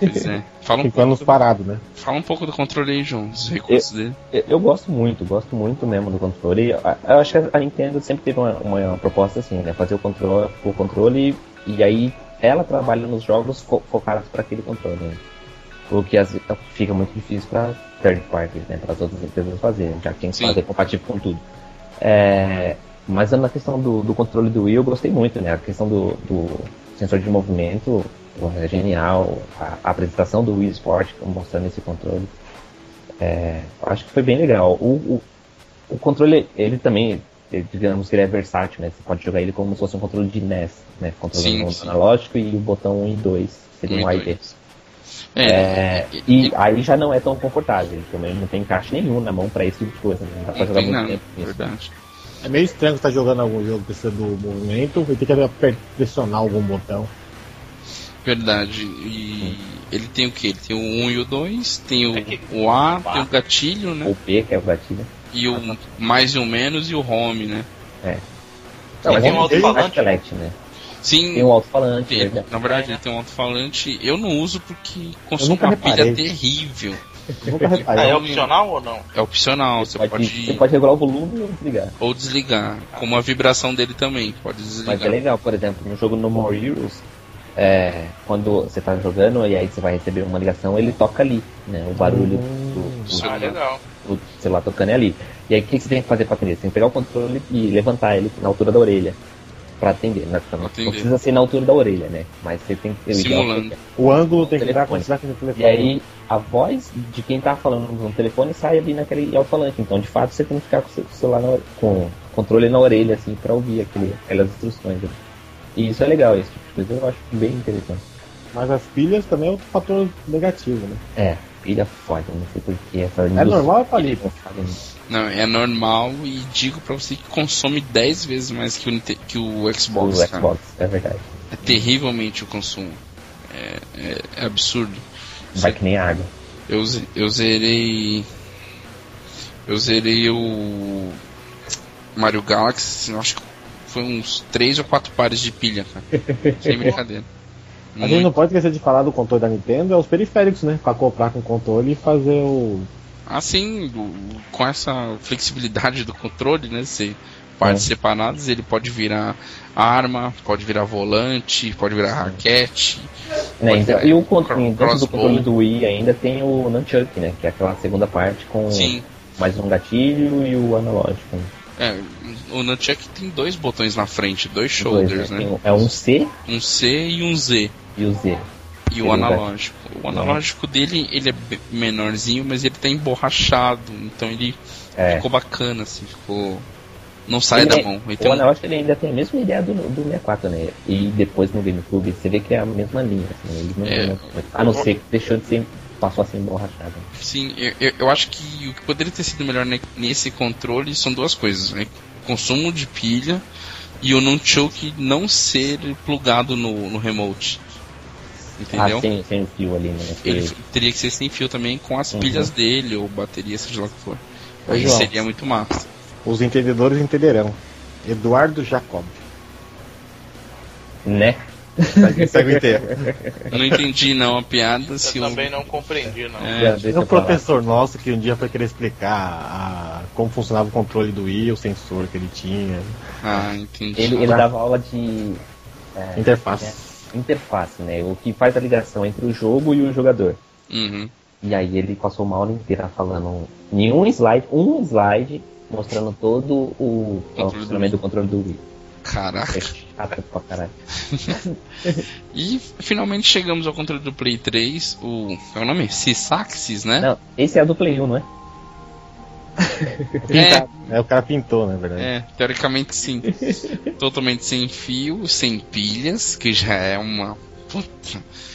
S2: Pois é. Fala, um,
S3: Cinco anos parado, né?
S2: fala um pouco do controle aí, João, dos recursos dele.
S4: Eu, eu gosto muito, gosto muito mesmo do controle. Eu, eu acho que a Nintendo sempre teve uma, uma proposta assim, né? Fazer o controle, o controle e aí ela trabalha nos jogos fo focados para aquele controle. Né? O que às vezes fica muito difícil para third parties, né? Para todas as empresas fazerem, já que tem que
S2: Sim.
S4: fazer compatível com tudo. É, mas na questão do, do controle do Wii eu gostei muito, né? A questão do, do sensor de movimento pô, é genial. A, a apresentação do Wii Sport mostrando esse controle. É, acho que foi bem legal. O, o, o controle, ele também, ele- digamos que ele é versátil, né? Você pode jogar ele como se fosse um controle de NES, né?
S2: Sim,
S4: Controlando o
S2: sim.
S4: analógico e o botão 1 e 2, seria um
S2: Muito
S4: A e B.
S2: isso. É,
S4: E aí já não é tão confortável, ele também não tem encaixe nenhum na mão pra esse tipo de coisa, né? Não dá pra
S2: não
S4: jogar
S2: tem
S4: muito
S2: nada,
S4: tempo nisso.
S2: verdade.
S3: É meio estranho estar jogando algum jogo precisando do movimento e ter que aper- pressionar algum botão.
S2: Verdade. E ele tem o que? Ele tem o 1 e o 2, tem o,
S5: É que-
S2: o A, tem o gatilho, né?
S4: O P, que é o gatilho.
S2: E o mais e o menos e o home, né?
S4: Não, mas
S5: tem
S4: ele
S5: um
S4: não tem
S5: alto-falante.
S4: mais select, né?
S2: Sim,
S4: Tem um alto-falante,
S2: Ele-
S4: né?
S2: na verdade, ele tem um alto-falante. Eu não uso porque
S3: Eu
S2: consome
S3: nunca
S2: uma
S3: reparei.
S2: pilha terrível.
S3: Eu nunca
S5: Ah,
S4: um
S3: reparei.
S5: é opcional ou não?
S2: É opcional, você pode,
S4: Você pode regular o volume ou desligar.
S2: ou desligar. Como a vibração dele também, pode
S4: Mas é
S2: desligar.
S4: legal, por exemplo, no jogo No More Heroes, é, quando você tá jogando e aí você vai receber uma ligação, ele toca ali, né? O barulho do, do-
S5: Ah, legal.
S4: do celular tocando é ali. E aí o que que você tem que fazer pra atender? Você tem que pegar o controle e levantar ele na altura da orelha. Pra atender, né? Não,
S2: Atender.
S4: precisa ser na altura da orelha, né? Mas você tem que.
S2: Simulando.
S3: O ângulo tem que
S4: Telefone.
S3: estar com o telefone.
S4: E aí a voz de quem tá falando no telefone sai ali naquele alto-falante. Então, de fato, você tem que ficar com o seu celular na, ore- com o controle na orelha, assim, pra ouvir aquele, aquelas instruções. né? E isso é legal, esse tipo de coisa eu acho bem interessante.
S3: Mas as pilhas também é outro fator negativo, né?
S4: É, pilha foda, não sei porquê. Essa
S3: É normal, Palito?
S4: Palito?
S2: Não, é normal e digo pra você que consome 10 vezes mais que o, Nite- que o
S4: O
S2: Xbox. tá? cara.
S4: Xbox, é verdade.
S2: É terrivelmente o consumo. É, é- é absurdo.
S4: Vai que nem água.
S2: Eu, ze- eu zerei. Eu zerei o. Mario Galaxy, eu acho que foi uns 3 ou 4 pares de pilha, cara. Sem brincadeira.
S3: A gente
S2: Muito-
S3: não pode esquecer de falar do controle da Nintendo, é os periféricos, né? Pra comprar com o controle e fazer o.
S2: Assim, o- com essa flexibilidade do controle, né? Se
S3: É.
S2: partes separadas, ele pode virar arma, pode virar volante, pode
S3: É.
S2: virar raquete.
S4: Né,
S2: Pois
S4: então,
S2: é.
S4: e o controle-
S2: Cro-
S4: dentro do
S2: crossbow.
S4: controle do Wii ainda tem o Nunchuck, né? Que é aquela segunda parte com
S3: É.
S2: Sim.
S4: mais um gatilho e o analógico. né?
S2: É, o Nunchuck tem dois botões na frente, dois
S4: Dois,
S2: shoulders,
S4: né?
S2: né?
S4: Tem o- É um C
S2: Um C e um Z.
S4: e o Z.
S2: E o
S4: Ele é vai-
S2: analógico. O analógico dele, ele é be- menorzinho, mas ele tá emborrachado. Então ele
S4: É.
S2: ficou bacana, assim, ficou. Não sai
S4: Ele
S2: da
S4: é-
S2: mão.
S4: O
S2: Então,
S4: analógico ele ainda tem a mesma ideia do, do 64, né? E depois no GameCube você vê que é a mesma linha, assim, eles não
S2: É.
S4: mudam muito. A não ser que deixou de ser. passou a ser emborrachado.
S2: sim, assim, eu, eu- eu acho que o que poderia ter sido melhor ne- nesse controle são duas coisas: né? consumo de pilha e o nunchuck não ser plugado no, no remote. Entendeu?
S4: Ah, sem, sem o fio ali, né?
S2: Ele f- teria que ser sem fio também com as
S4: Uhum.
S2: pilhas dele ou bateria, seja lá o que for.
S4: Ô,
S2: Aí
S4: João.
S2: seria muito massa.
S3: Os entendedores entenderão. Eduardo Jacob.
S4: Né?
S3: Segue o inteiro.
S2: Eu não entendi não a piada se
S5: Eu
S2: o-
S5: também não compreendi, não.
S2: É.
S4: Já deixa
S3: Tem um
S4: eu falar.
S3: professor nosso que um dia foi querer explicar a- como funcionava o controle do Wii, o sensor que ele tinha,
S2: Ah, entendi.
S4: Ele, ele dava aula de.
S3: É, a interface.
S4: interface, né? O que faz a ligação entre o jogo e o jogador.
S2: Uhum.
S4: E aí ele passou uma aula inteira falando em um slide, um slide, mostrando todo o o
S2: Controle do Ah.
S4: funcionamento do controle do Wii. É
S2: Caraca.
S4: chato pra caralho.
S2: E finalmente chegamos ao controle do Play 3, o. É o nome? Cisaxis, né?
S4: Não, esse é do Play 1, não é?
S2: É,
S3: É, o cara pintou, na verdade.
S2: É, teoricamente sim. Totalmente sem fio, sem pilhas, que já é uma puta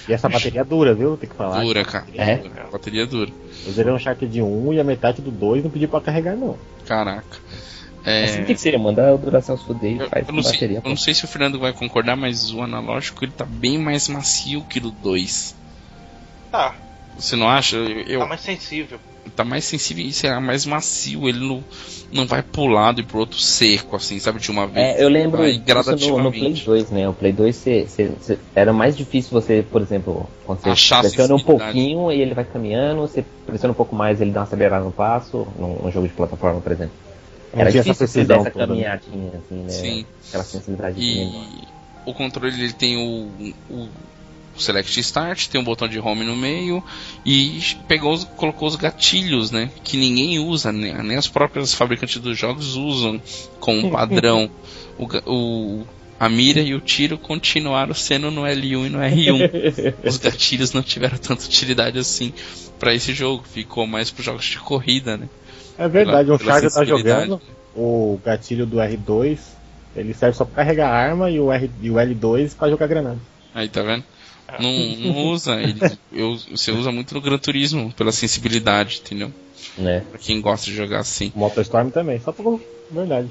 S3: E essa bateria é dura, viu? Tem que falar.
S2: dura, cara.
S4: É.
S2: Bateria dura.
S3: Eu zerei um Shark de 1 e a metade do 2 não pedi pra carregar, não.
S2: Caraca.
S4: Assim
S2: É,
S4: tem que ser, manda a duração se fuder
S2: eu,
S4: e faz
S2: eu
S4: com
S2: não sei,
S4: bateria.
S2: eu não sei se o Fernando vai concordar, mas o analógico ele tá bem mais macio que o 2.
S5: Tá,
S2: Você não acha? Eu, eu-
S5: tá mais sensível.
S2: tá mais sensível e será mais macio. Ele não, não vai pro lado e pro outro seco, assim, sabe? De uma vez.
S4: É, eu lembro
S2: Vai
S4: disso no, no Play
S2: gradativamente.
S4: 2, né? O Play 2 cê- cê- cê- era mais difícil você, por exemplo, quando você
S2: Achar a
S4: pressiona um
S2: sensibilidade.
S4: pouquinho e ele vai caminhando, você pressiona um pouco mais ele dá uma acelerada no passo, num, num jogo de plataforma, por exemplo.
S3: Não
S4: Era
S3: tinha
S4: difícil
S3: essa
S4: você dar
S3: precisão
S4: Um essa
S3: toda, né?
S4: caminhadinha, assim, né?
S2: Sim.
S4: Aquela sensibilidade mínima.
S2: E o controle ele tem o, o- o Select Start, tem um botão de home no meio e pegou, os- colocou os gatilhos, né? Que ninguém usa, né, nem, as próprias fabricantes dos jogos usam como padrão. o, ga- o- a mira e o tiro continuaram sendo no L1 e no R1.
S3: É
S2: Os gatilhos não tiveram tanta utilidade assim para esse jogo, ficou mais para jogos de corrida, né?
S3: É verdade,
S2: Pela-
S3: um
S2: pela
S3: Charger tá
S2: sensibilidade.
S3: jogando, o gatilho do R2, ele serve só pra carregar a arma e o, R, e o L2 pra jogar granada.
S2: Aí, tá vendo? Não, não usa, ele, eu, você usa muito no Gran Turismo, pela sensibilidade, entendeu?
S4: Né?
S2: Pra quem gosta de jogar assim.
S3: O Motorstorm também, só pra. Verdade.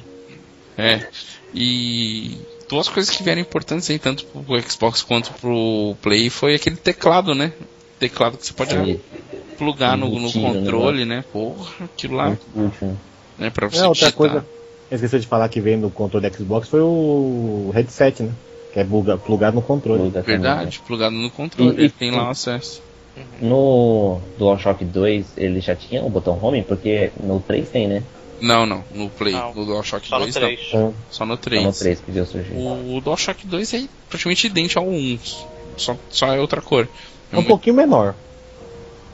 S2: É. E duas coisas que vieram importantes aí, tanto pro Xbox quanto pro Play, foi aquele teclado, né? Teclado que você pode
S4: E-
S2: plugar no, no
S4: Embutido, É, né? É.
S2: controle, né? Porra, aquilo lá,
S4: Muito útil.
S2: né? Pra você
S3: É, outra
S2: digitar.
S3: coisa. Esqueci de falar que veio no controle do Xbox foi o headset, né? Que é buga- plugado no controle.
S4: Muda também,
S2: Verdade, plugado no controle,
S4: E- e-
S2: ele tem lá o acesso.
S4: né? No DualShock 2 ele já tinha o botão home, porque no 3 tem, né?
S2: Não, não, no Play,
S5: Não,
S2: no DualShock
S5: Só no
S2: 2 não,
S5: 3.
S3: É um
S2: só no
S4: Só
S2: 3.
S4: É no 3 que deu surgir.
S2: O DualShock 2 é praticamente idêntico ao 1, só, só é outra cor.
S3: É um pouquinho menor.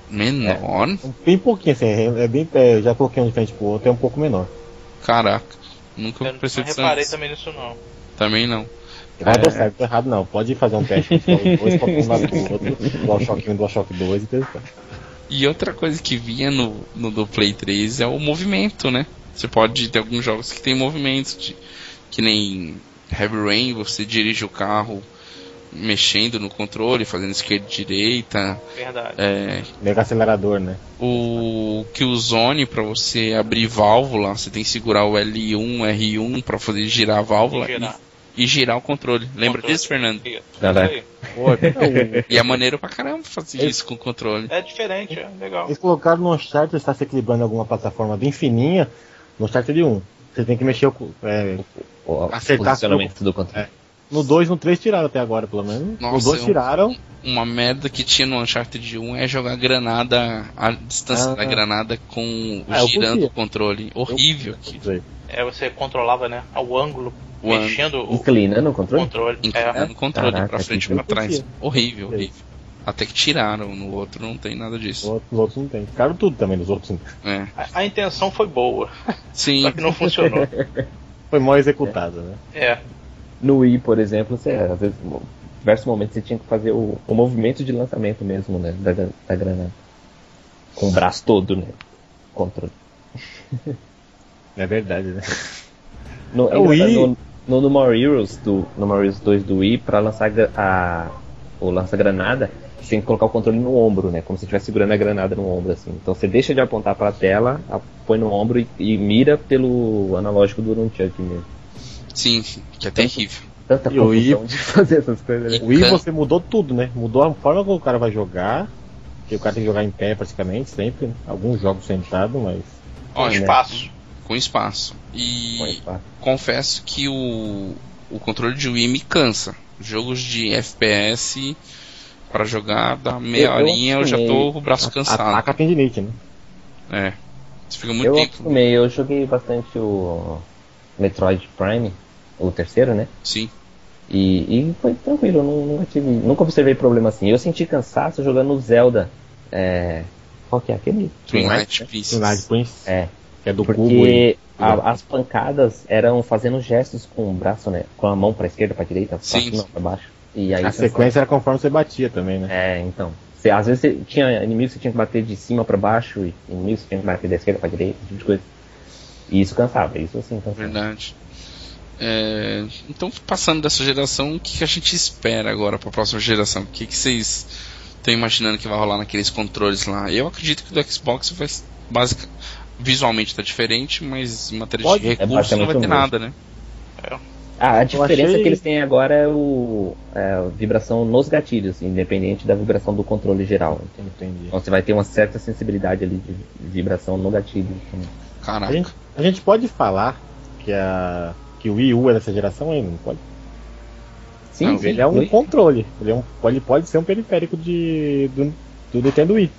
S2: menor,
S3: Um bem pouquinho, assim. É é bem, é, já coloquei um de frente pro outro, é um pouco menor.
S2: caraca. Nunca
S5: Eu não
S2: percebi isso
S5: reparei
S2: antes.
S5: também nisso não.
S2: Também não.
S3: Ah, tô certo, tô errado não. Pode fazer um teste com os dois, pra um lado pro outro, um, DualShock 1 e DualShock 2 e tá. testar.
S2: E outra coisa que vinha no, no do Play 3 é o movimento, né? Você pode ter alguns jogos que tem movimentos, de- que nem Heavy Rain, você dirige o carro mexendo no controle, fazendo esquerda e direita.
S5: Verdade.
S2: É,
S3: Mega acelerador, né?
S2: o Killzone, pra você abrir válvula, você tem que segurar o L1, R1 pra poder girar a válvula
S5: E girar.
S2: e, e girar o controle. Lembra
S5: Controle.
S2: disso, Fernando?
S5: Isso
S4: Caraca.
S5: aí.
S3: Pô, é,
S2: E é maneiro pra caramba fazer isso com o controle.
S5: É diferente, é
S2: um.
S5: legal.
S3: Eles colocaram no Uncharted, está se equilibrando em alguma plataforma bem fininha, no Uncharted 1. Você tem que mexer o, cu- é,
S4: O
S3: Acertar
S4: posicionamento do controle.
S3: no 2, no 3 tiraram até agora, pelo menos.
S2: Nossa, é um
S3: no 2
S2: eu-
S3: tiraram.
S2: Uma merda que tinha no Uncharted 1 é jogar granada, a distância
S3: Ah.
S2: da granada com
S3: Ah, eu
S2: girando
S3: curtia.
S2: o controle. Horrível aquilo.
S5: É, você controlava, né? O ângulo,
S2: O
S5: mexendo o
S4: Inclinando o controle?
S5: controle. É.
S2: Inclinando o controle
S4: Caraca,
S2: pra frente e
S4: que
S2: pra trás.
S3: curtia.
S2: Horrível, horrível. Até que tiraram, no outro não tem nada disso.
S3: Os outros não tem. Tiraram tudo também dos outros.
S2: É.
S5: A, a intenção foi boa,
S2: Sim,
S5: só que não funcionou.
S3: Foi mal executado, né?
S5: É,
S4: No Wii, por exemplo, você, às vezes, em diversos momentos você tinha que fazer o, o movimento de lançamento mesmo, né? Da, da- da granada. Com o braço todo, né? Controle.
S3: É verdade, né?
S4: No,
S3: É o Wii.
S4: No, no, no More Heroes do no More Heroes 2 do Wii, pra lançar gra- a, o lança-granada, você tem que colocar o controle no ombro, né? Como se estivesse segurando a granada no ombro, assim. Então você deixa de apontar pra tela, a- põe no ombro e, e mira pelo analógico do Nunchuck mesmo.
S2: sim, que é
S3: um-
S2: terrível.
S4: Tanta
S3: E o Wii-
S4: confusão de fazer essas coisas, né?
S2: E
S3: O Wii
S2: can-
S3: você mudou tudo, né? Mudou a forma como o cara vai jogar. Que o cara tem que jogar em pé praticamente, sempre. né? Alguns jogos sentado, mas.
S5: um
S2: Olha,
S5: espaço.
S2: com espaço. E
S4: Põe, pá.
S2: confesso que o, o controle de Wii me cansa. Jogos de FPS para jogar da meia
S4: Eu- eu
S2: horinha eu já tô
S4: acostumei.
S2: com o braço cansado.
S3: Ataca a tendinite, né?
S2: É. Você fica muito
S4: Eu
S2: tempo.
S4: acostumei, eu joguei bastante o Metroid Prime, o terceiro, né?
S2: Sim.
S4: E, e foi tranquilo, não- nunca, tive, nunca observei problema assim. Eu senti cansaço jogando o Zelda. É, qual que é aquele?
S2: Twilight
S3: Night
S2: Princess.
S3: Prince,
S4: É,
S3: que tipo, é do cubo. e-
S4: porque a- as pancadas eram fazendo gestos com o braço, né? Com a mão pra esquerda, pra direita, pra
S2: Sim.
S4: cima, pra baixo. E aí
S3: A sequência era conforme você batia também, né?
S4: É, então. Você- às vezes você tinha inimigos que você tinha que bater de cima pra baixo, e inimigos que tinha que bater da esquerda pra direita, esse tipo de coisa. E isso cansava, isso assim cansava.
S2: Verdade. É, então, passando dessa geração, o que, que a gente espera agora para a próxima geração? O que, que vocês estão imaginando que vai rolar naqueles controles lá? Eu acredito que do Xbox vai s- basic, visualmente tá diferente, mas em matéria
S4: Pode,
S2: de
S4: é
S2: recursos não vai
S4: basicamente
S2: ter
S4: o mesmo.
S2: nada, né?
S4: Ah, a diferença
S3: achei-
S4: que eles têm agora é, o, é a vibração nos gatilhos, independente da vibração do controle geral. entende?
S3: Entendi.
S4: Então você vai ter uma certa sensibilidade ali de vibração no gatilho. entende?
S3: A
S2: Caraca.
S3: gente, a gente pode falar que, a, que o Wii U é dessa geração ainda, não pode?
S4: Sim,
S2: Não,
S4: sim,
S3: Ele é um
S4: foi.
S3: controle. Ele, é um, ele pode ser um periférico de, do, do Nintendo Wii.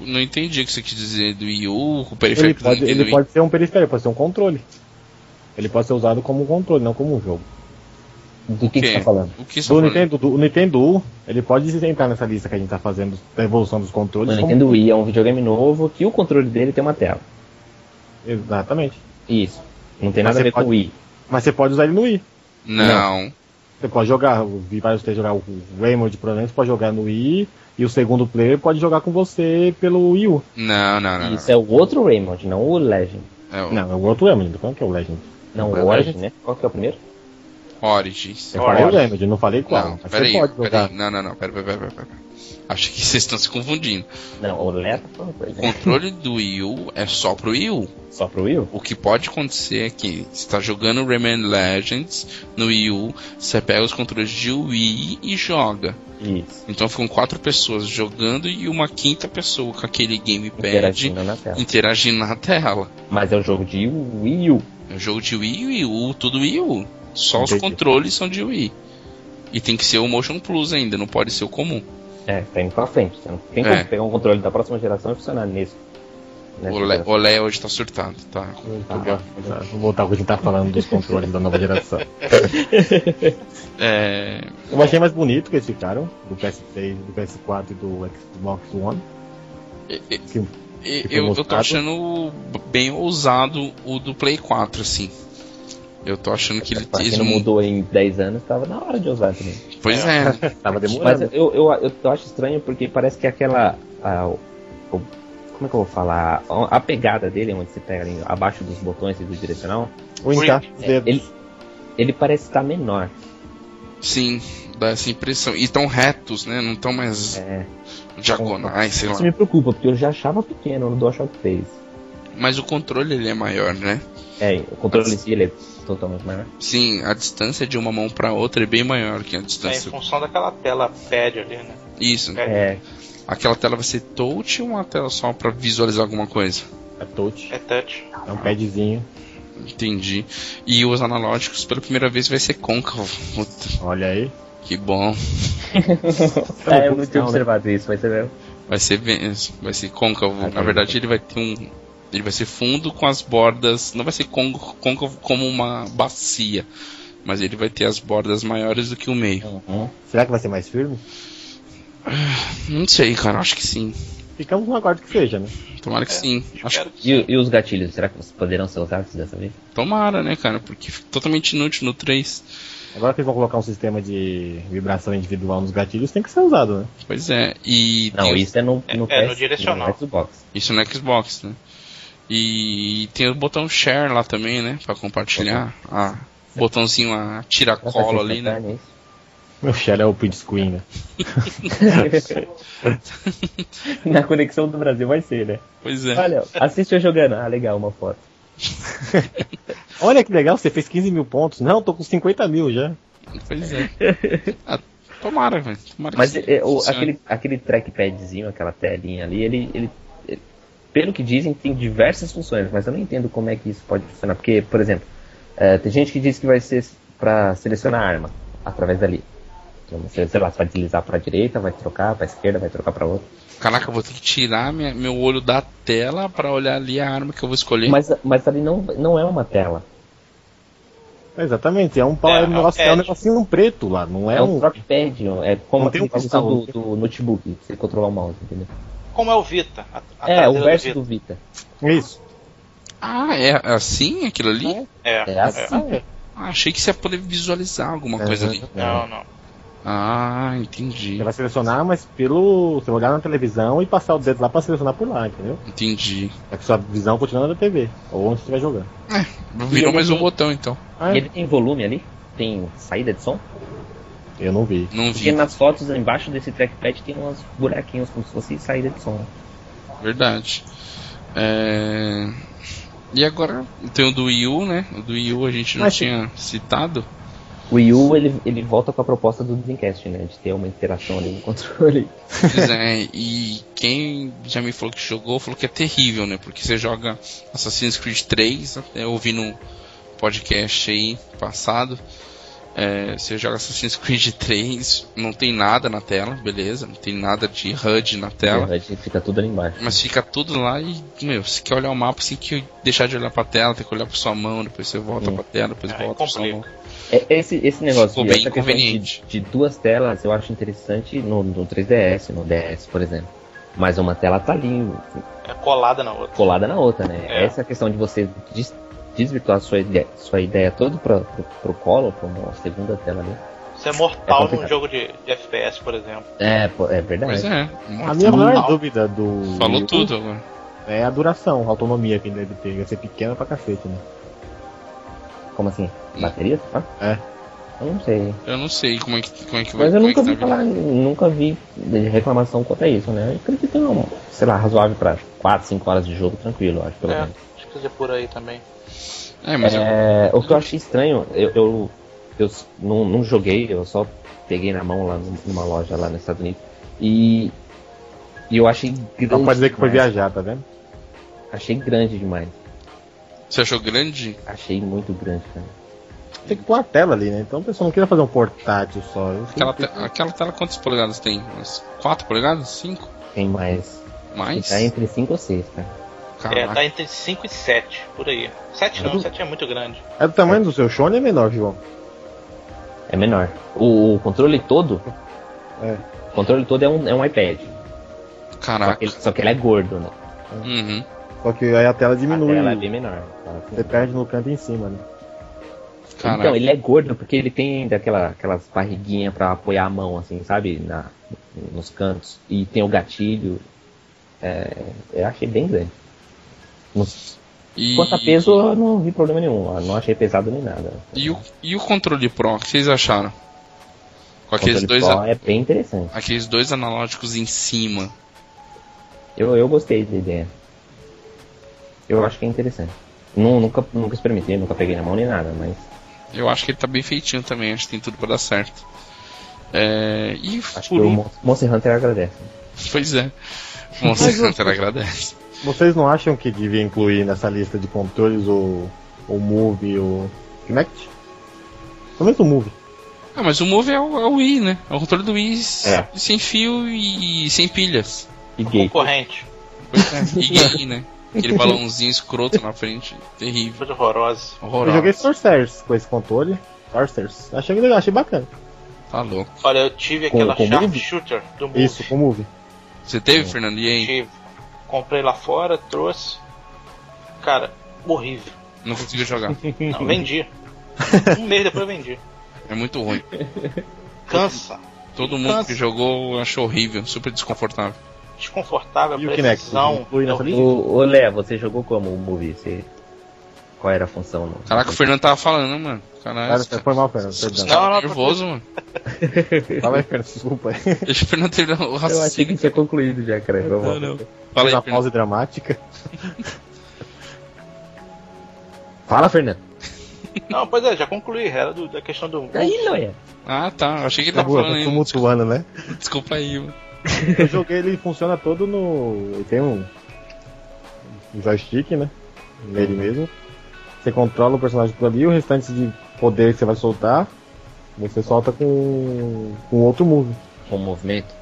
S2: Não entendi o que você quis dizer do Wii U, com o
S3: Ele,
S2: periférico do
S3: pode,
S2: Nintendo
S3: ele
S2: Wii.
S3: pode ser um periférico, pode ser um controle. Ele pode ser usado como um controle, não como um jogo.
S4: Do que, que
S2: quê?
S4: você tá falando?
S2: O que isso
S3: Do
S2: é
S3: Nintendo, do, o Nintendo U, ele pode entrar nessa lista que a gente tá fazendo da evolução dos
S4: O
S3: controles. como-
S4: Nintendo Wii é um videogame novo que o controle dele tem uma tela.
S3: Exatamente.
S4: Isso. Não tem
S3: Mas
S4: nada a
S3: você
S4: ver com o
S3: pode-
S4: Wii.
S3: Mas você pode usar ele no Wii.
S2: Não.
S3: Você pode jogar, eu vi vários players jogar o Raymond, por exemplo, você pode jogar no Wii. E o segundo player pode jogar com você pelo Wii U.
S2: Não, não,
S3: Ah.
S2: não. não.
S4: Isso é o outro Raymond, não o Legend.
S2: É o
S3: Não, é o outro Raymond, qual que é o Legend?
S4: Não,
S3: É
S4: o
S3: o
S4: Origin, né? Qual que é o primeiro?
S2: Origins.
S3: Eu falei É o
S5: Olha.
S3: Remedy, não falei qual.
S2: Não,
S3: mas
S2: peraí,
S3: você pode jogar.
S2: peraí. Não, não, não, peraí, peraí, peraí, peraí. Acho que vocês estão se confundindo.
S4: Não, o Leta foi uma
S3: É.
S4: coisa.
S2: O
S4: né?
S2: controle do Wii U é só pro Wii U.
S4: Só pro Wii? U?
S2: O que pode acontecer é que você tá jogando Rayman Legends no Wii U, você pega os controles de Wii e joga.
S4: Isso.
S2: Então ficam quatro pessoas jogando e uma quinta pessoa com aquele gamepad
S4: Interagindo na tela.
S2: interagindo na tela.
S4: Mas é o jogo de Wii U.
S2: É um jogo de Wii e Wii U, tudo Wii U. Só os
S3: Entendi.
S2: controles são de Wii. E tem que ser o Motion Plus ainda, não pode ser o comum.
S4: É, tá indo pra frente. Você não tem
S2: É.
S4: como pegar um controle da próxima geração e funcionar nisso. Né?
S2: O Le- o Léo hoje tá surtado, tá?
S3: Tá, tá, vou voltar ao que a gente tá falando dos controles da nova geração.
S2: É,
S3: Eu achei mais bonito que eles ficaram, do PS3, do PS4 e do Xbox One.
S2: E-
S3: Ficou
S2: Eu, eu tô
S3: mostrado.
S2: achando bem ousado o do Play 4, assim. Eu tô achando que ele
S4: Pra quem
S2: eles
S4: não
S2: mu-
S4: mudou em 10 anos, tava na hora de usar também.
S2: Pois é.
S3: Tava
S4: Mas
S3: demorando.
S4: eu, eu, eu acho estranho porque parece que aquela. a- o- o- como é que eu vou falar? A, a pegada dele, onde você pega ali abaixo dos botões e do direcional,
S3: o encaixe dos
S4: é,
S3: dedos.
S4: ele, ele parece estar menor.
S2: Sim, dá essa impressão. E tão retos, né? Não tão mais
S4: É.
S2: diagonais, sei lá.
S4: Isso me preocupa, porque eu já achava pequeno no DualShock 3.
S2: Mas o controle ele é maior, né?
S4: É, o controle em si ele é totalmente maior.
S2: Sim, a distância de uma mão pra outra é bem maior que a
S5: É, em
S2: distância.
S5: função daquela tela pad ali, né?
S2: Isso.
S5: É,
S4: É,
S2: Aquela tela vai ser touch ou uma tela só pra visualizar alguma coisa?
S3: É touch.
S5: é touch.
S3: É um padzinho.
S2: Entendi. E os analógicos pela primeira vez vai ser côncavo. Puta,
S3: Olha aí.
S2: que bom.
S4: é, eu
S3: não né?
S4: não
S3: tinha
S4: tinha observado isso, mas você vê.
S2: Vai ser bem- vai ser côncavo.
S4: Ah,
S2: Na
S4: tá.
S2: verdade, ele vai ter um ele vai ser fundo com as bordas, não vai ser con- côncavo como uma bacia, mas ele vai ter as bordas maiores do que o meio.
S3: Será que vai ser mais firme?
S2: Não sei, cara, acho que sim.
S3: Ficamos no acordo que seja, né?
S2: Tomara que
S5: É,
S2: sim. Acho
S5: Espero que
S4: E, e os gatilhos, será que poderão ser usados dessa vez?
S2: que tomara, né, cara? Porque fica totalmente inútil no 3.
S3: Agora que eles vão colocar um sistema de vibração individual nos gatilhos, tem que ser usado, né?
S2: Pois é. E
S4: Não,
S2: tem-
S4: isso é no, no,
S5: É, é no
S4: PS,
S5: direcional.
S4: no Xbox.
S2: isso no Xbox, né? E tem o botão share lá também, né, Pra compartilhar. Ah, botãozinho a
S4: Será que
S2: tira-cola
S4: vai
S2: ali, né?
S4: pensar nisso?
S3: Meu shell é o print screen, né?
S4: Na conexão do Brasil vai ser, né?
S2: Pois é.
S4: Olha, assiste eu jogando. Ah, legal, uma foto.
S3: Olha que legal, você fez 15 mil pontos. Não, tô com 50 mil já.
S2: Pois é. Ah, tomara, velho. Tomara
S4: Mas
S2: que
S4: é, o-
S3: né?
S2: funcione.
S4: aquele, aquele trackpadzinho, aquela telinha ali, ele, ele, ele- Pelo que dizem, tem diversas funções, mas eu não entendo como é que isso pode funcionar. Porque, por exemplo, é, tem gente que diz que vai ser pra selecionar a arma através dali. Então, você, sei lá, você vai deslizar pra direita, vai trocar pra esquerda, vai trocar pra outra.
S2: Caraca, eu vou ter que tirar minha- meu olho da tela pra olhar ali a arma que eu vou escolher.
S4: Mas, mas ali não, não é uma tela.
S3: É, exatamente, é um, pau-
S5: É,
S3: é,
S5: é
S3: um
S5: um
S3: negócio, é um
S5: pad.
S3: negocinho preto lá, não é,
S4: É um
S3: um.
S4: trackpad, é como
S3: Não
S4: a
S3: tem um
S4: configuração do,
S3: cristal.
S4: do notebook, pra você controlar o mouse, entendeu?
S5: Como é o Vita? a-
S3: Ah, tá,
S5: a
S4: É,
S5: traseira
S4: o
S5: do
S4: verso
S5: Vita.
S4: do Vita.
S3: Isso.
S2: Ah, é assim aquilo ali?
S4: É.
S5: É,
S4: É assim.
S2: Ah, achei que você ia poder visualizar alguma coisa ali.
S5: é. Não, não.
S2: Ah, entendi.
S3: Você vai selecionar, mas pelo. Você vai olhar na televisão e passar o dedo lá pra selecionar por lá, entendeu?
S2: Entendi.
S3: É que sua visão continua na TV, ou onde você estiver jogando.
S2: Virou mais um botão então.
S3: Ah,
S4: E ele tem volume ali? Tem saída de som?
S3: eu não vi.
S2: Não
S4: Porque
S2: vi.
S4: nas fotos embaixo desse trackpad tem uns buraquinhos como se fosse saída de som.
S2: Verdade. É, E agora tem o do Wii U, né? O do Wii U a gente não
S3: Mas-
S2: tinha citado.
S4: O Wii U, ele, ele volta com a proposta do Dreamcast, né? De ter uma interação ali no controle.
S2: Pois é, e quem já me falou que jogou falou que é terrível, né? Porque você joga Assassin's Creed 3, até eu ouvi num um podcast aí passado. é, você joga Assassin's Creed 3, não tem nada na tela, beleza, não tem nada de HUD na tela.
S4: Então, A gente fica tudo ali embaixo.
S2: É. Mas fica tudo lá e, meu, você quer olhar o mapa, você tem que deixar de olhar pra tela, tem que olhar pra sua mão, depois você volta
S4: Sim.
S2: pra tela, depois
S5: É,
S2: volta pra sua mão.
S5: complica.
S4: É, esse, esse negócio
S2: Ficou
S4: de,
S2: bem
S4: essa questão de,
S2: inconveniente.
S4: de duas telas eu acho interessante no, no 3DS, no DS, por exemplo. Mas uma tela tá ali,
S5: É colada na outra.
S4: colada na outra, né?
S5: É.
S4: Essa questão de você des- desvirtuar sua ideia, sua ideia toda pro, pro, pro colo, pra uma segunda tela ali.
S5: Isso é mortal
S4: É
S5: num
S4: complicado.
S5: jogo de, de FPS, por exemplo.
S4: É, pô, é
S2: Pois
S4: verdade.
S2: é.
S3: A minha
S5: Não.
S3: maior dúvida do.
S2: Falou
S3: do-
S2: tudo agora.
S3: É a duração, a autonomia que ele deve ter. Vai ser pequena pra cacete, né?
S4: Como assim?
S2: Hum.
S4: Bateria? tá?
S3: É.
S4: Eu não sei.
S2: Eu não sei como é que, como é que vai
S4: Mas eu
S2: como é
S4: nunca
S2: que
S4: vi
S2: tá vindo.
S4: falar, nunca vi de reclamação quanto a isso, né? Eu acredito que é um, sei lá, razoável pra 4, 5 horas de jogo, tranquilo, eu acho, pelo
S5: É.
S4: menos.
S5: Acho que seja por aí também.
S2: É, mas eu-
S4: É, o que eu achei estranho, eu, eu, eu s- não, não joguei, eu só peguei na mão lá num- numa loja lá nos Estados Unidos. E, e eu achei grande.
S3: Não pode dizer que foi
S4: demais.
S3: viajar, tá vendo?
S4: Achei grande demais.
S2: você achou grande?
S4: Achei muito grande, cara.
S3: Tem que pôr a tela ali, né? Então o pessoal não queria fazer um portátil só. Eu
S2: Aquela,
S3: sei
S2: te- aquela tela quantas polegadas tem? Umas 4 polegadas? 5?
S4: Tem mais.
S2: Mais?
S4: Tá entre 5 ou 6, cara.
S5: É,
S2: Caraca.
S5: tá entre 5 e 7, por aí. 7 não, 7 é muito grande.
S3: que- É do tamanho do seu Shone é menor, João.
S4: É menor. O, o controle todo.
S3: É.
S4: O controle todo é um, é um iPad. Só
S2: Caraca.
S4: que, ele, só que ele é gordo, né?
S2: Uhum.
S3: Só que aí a tela
S4: A
S3: diminui.
S4: tela é bem menor. Tá?
S3: Você perde no canto em cima, né?
S2: Caraca.
S4: Então, ele é gordo porque ele tem daquela, aquelas barriguinhas pra apoiar a mão, assim, sabe? Na, nos cantos. E tem o gatilho. É, eu achei bem grande. Não-
S2: E-
S4: Quanto a peso, eu não vi problema nenhum. Eu não achei pesado nem nada.
S2: E o, e o controle Pro, o que vocês acharam? Com aqueles
S4: Controle
S2: dois,
S4: Pro
S2: a-
S4: É bem interessante.
S2: aqueles dois analógicos em cima.
S4: Eu, eu gostei da ideia. Eu acho que é interessante. Nu- nunca, nunca experimentei, nunca peguei na mão nem nada, mas
S2: Eu acho que ele tá bem feitinho também, acho que tem tudo pra dar certo. É, e
S4: acho
S2: por
S4: que o
S2: último,
S4: Mon- Monster Hunter agradece.
S2: pois é. Monster Hunter agradece.
S3: Vocês não acham que devia incluir nessa lista de controles o, o Move o Kinect? Pelo menos o Move.
S2: Ah, mas o Move é o, é o Wii, né? É o controle do Wii s-
S4: É.
S2: sem fio e, e sem pilhas.
S4: E gay.
S5: Concorrente.
S2: Pois é, E gay, né? Aquele balãozinho escroto na frente, terrível,
S5: Coisa horrorosa.
S3: Eu
S2: horroroso.
S3: joguei Sorcerers com esse controle. Sorcerers. Achei legal, achei bacana.
S2: Tá louco.
S5: Olha, eu tive
S4: Com-
S5: aquela
S4: com move?
S5: sharpshooter do Move.
S3: Isso, com o Move.
S2: Você
S4: É.
S2: teve, Fernando? E aí?
S5: Tive. Comprei lá fora, trouxe. Cara, horrível.
S2: Não conseguiu jogar.
S5: Não, vendi. um mês depois eu vendi.
S2: É muito ruim.
S5: Cansa.
S2: Todo mundo
S5: Cansa.
S2: que jogou achou horrível, super desconfortável.
S5: Desconfortável,
S3: E o Kinect?
S5: precisão. É
S3: Inclui nessa lista?
S4: Ô, ô Léo, você jogou como o movie? Você... Qual era a função? No...
S2: Caraca, o Fernando tava falando, mano. Caralho,
S3: Cara,
S4: tá
S2: esse cara
S3: foi mal, Fernando. Perdão.
S5: Não,
S2: tá
S5: não,
S2: nervoso, mano.
S3: Tava aí, Fernando. Desculpa aí.
S2: Deixa o Fernando terminar o
S4: Eu achei que
S2: raciocínio.
S4: tinha concluído já, cara.
S2: Não, não. Fala
S3: Fez uma
S2: aí, Fernando.
S3: pausa dramática.
S4: Fala, Fernando.
S5: Não, pois é, já concluí. Era do- da questão do.
S4: Tá Aí, Noia.
S2: Ah, tá. Eu achei que ele
S3: Tá
S2: tava
S3: rua,
S2: falando
S3: tá
S2: ainda.
S3: tumultuando, né?
S2: Desculpa aí, mano.
S3: Eu joguei, ele funciona todo no. Ele tem um. um joystick, né? Nele mesmo. Você controla o personagem por ali, o restante de poder que você vai soltar, você solta com. com outro move.
S4: Com o movimento.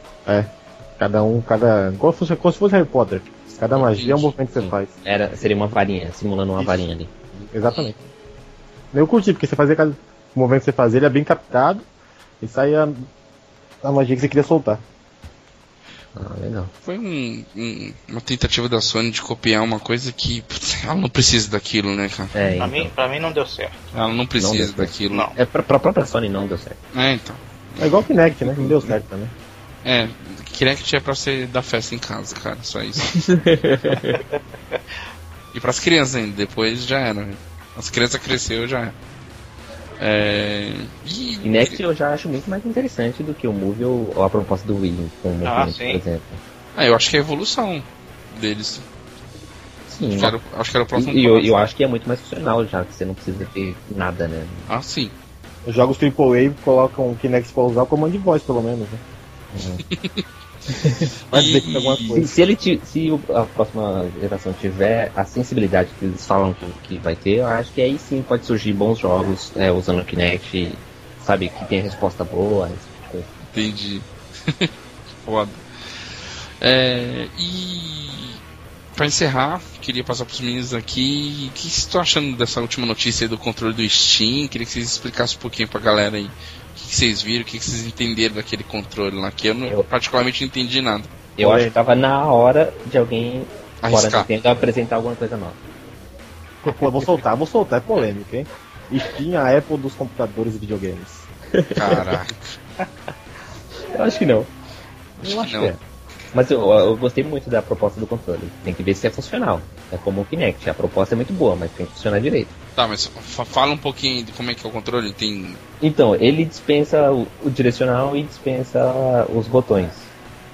S3: Cada um, cada. Como se fosse, como se fosse Harry Potter. Cada magia é um movimento que você
S4: Sim.
S3: faz.
S4: Era, seria uma varinha, simulando uma
S3: Isso.
S4: varinha ali.
S3: Exatamente. Eu curti, porque você fazia cada movimento que você fazia, ele é bem captado e saía a magia que você queria soltar.
S4: Ah, legal.
S2: Foi um- um- uma tentativa da Sony de copiar uma coisa que putz, ela não precisa daquilo, né, cara?
S4: É,
S5: Pra,
S4: então.
S5: mim, pra mim não deu certo.
S2: Ela não precisa
S4: Não, né?
S2: daquilo.
S5: Não.
S4: É, pra, pra própria Sony não deu certo.
S2: É, então.
S3: É igual o Kinect, né? Não deu certo também.
S2: É, Kinect é pra você dar festa em casa, cara, só isso. e pras crianças ainda, depois já era. né? As crianças cresceu já era. É... E...
S4: E Next eu já acho muito mais interessante do que o Move ou, ou a proposta do Wii com o movimento,
S5: Ah,
S4: por
S5: sim.
S4: exemplo.
S2: Ah, eu acho que é a evolução deles.
S4: Sim.
S2: Acho que era, o- acho que era o próximo
S4: E eu,
S2: passo.
S4: eu acho que é muito mais funcional já, que você não precisa ter nada, né?
S2: Ah, sim.
S3: Os jogos AAA colocam o um Kinect pra usar o comando de voz, pelo menos. Né? Vai dizer que tem alguma
S2: Uhum. E-
S3: coisa.
S4: Se, se ele ti- se o- a próxima geração tiver a sensibilidade que eles falam que, que vai ter, eu acho que aí sim pode surgir bons jogos é, usando o Kinect, sabe, que tem resposta boa. esse tipo de coisa.
S2: Entendi. Foda. É, e pra encerrar, queria passar pros meninos aqui. O que vocês estão achando dessa última notícia aí do controle do Steam? Queria que vocês explicassem um pouquinho pra galera aí. O que, que vocês viram, o que, que vocês entenderam daquele controle lá, que eu, não,
S4: Eu-
S2: particularmente não entendi nada.
S4: Eu acho que tava na hora de alguém fora da
S2: Arriscar.
S4: Nintendo apresentar alguma coisa nova.
S3: Pô, vou soltar, vou soltar, é polêmica, hein? Steam, a Apple dos computadores e videogames.
S2: Caraca.
S4: Eu acho que não.
S2: Acho
S4: Eu acho
S2: que
S4: que,
S2: não.
S4: é. Mas eu, eu gostei muito da proposta do controle. Tem que ver se é funcional. É como o Kinect. A proposta é muito boa, mas tem que funcionar direito.
S2: Tá, mas fa- fala um pouquinho de como é que é o controle. Tem.
S4: Então, ele dispensa o, o direcional e dispensa os botões.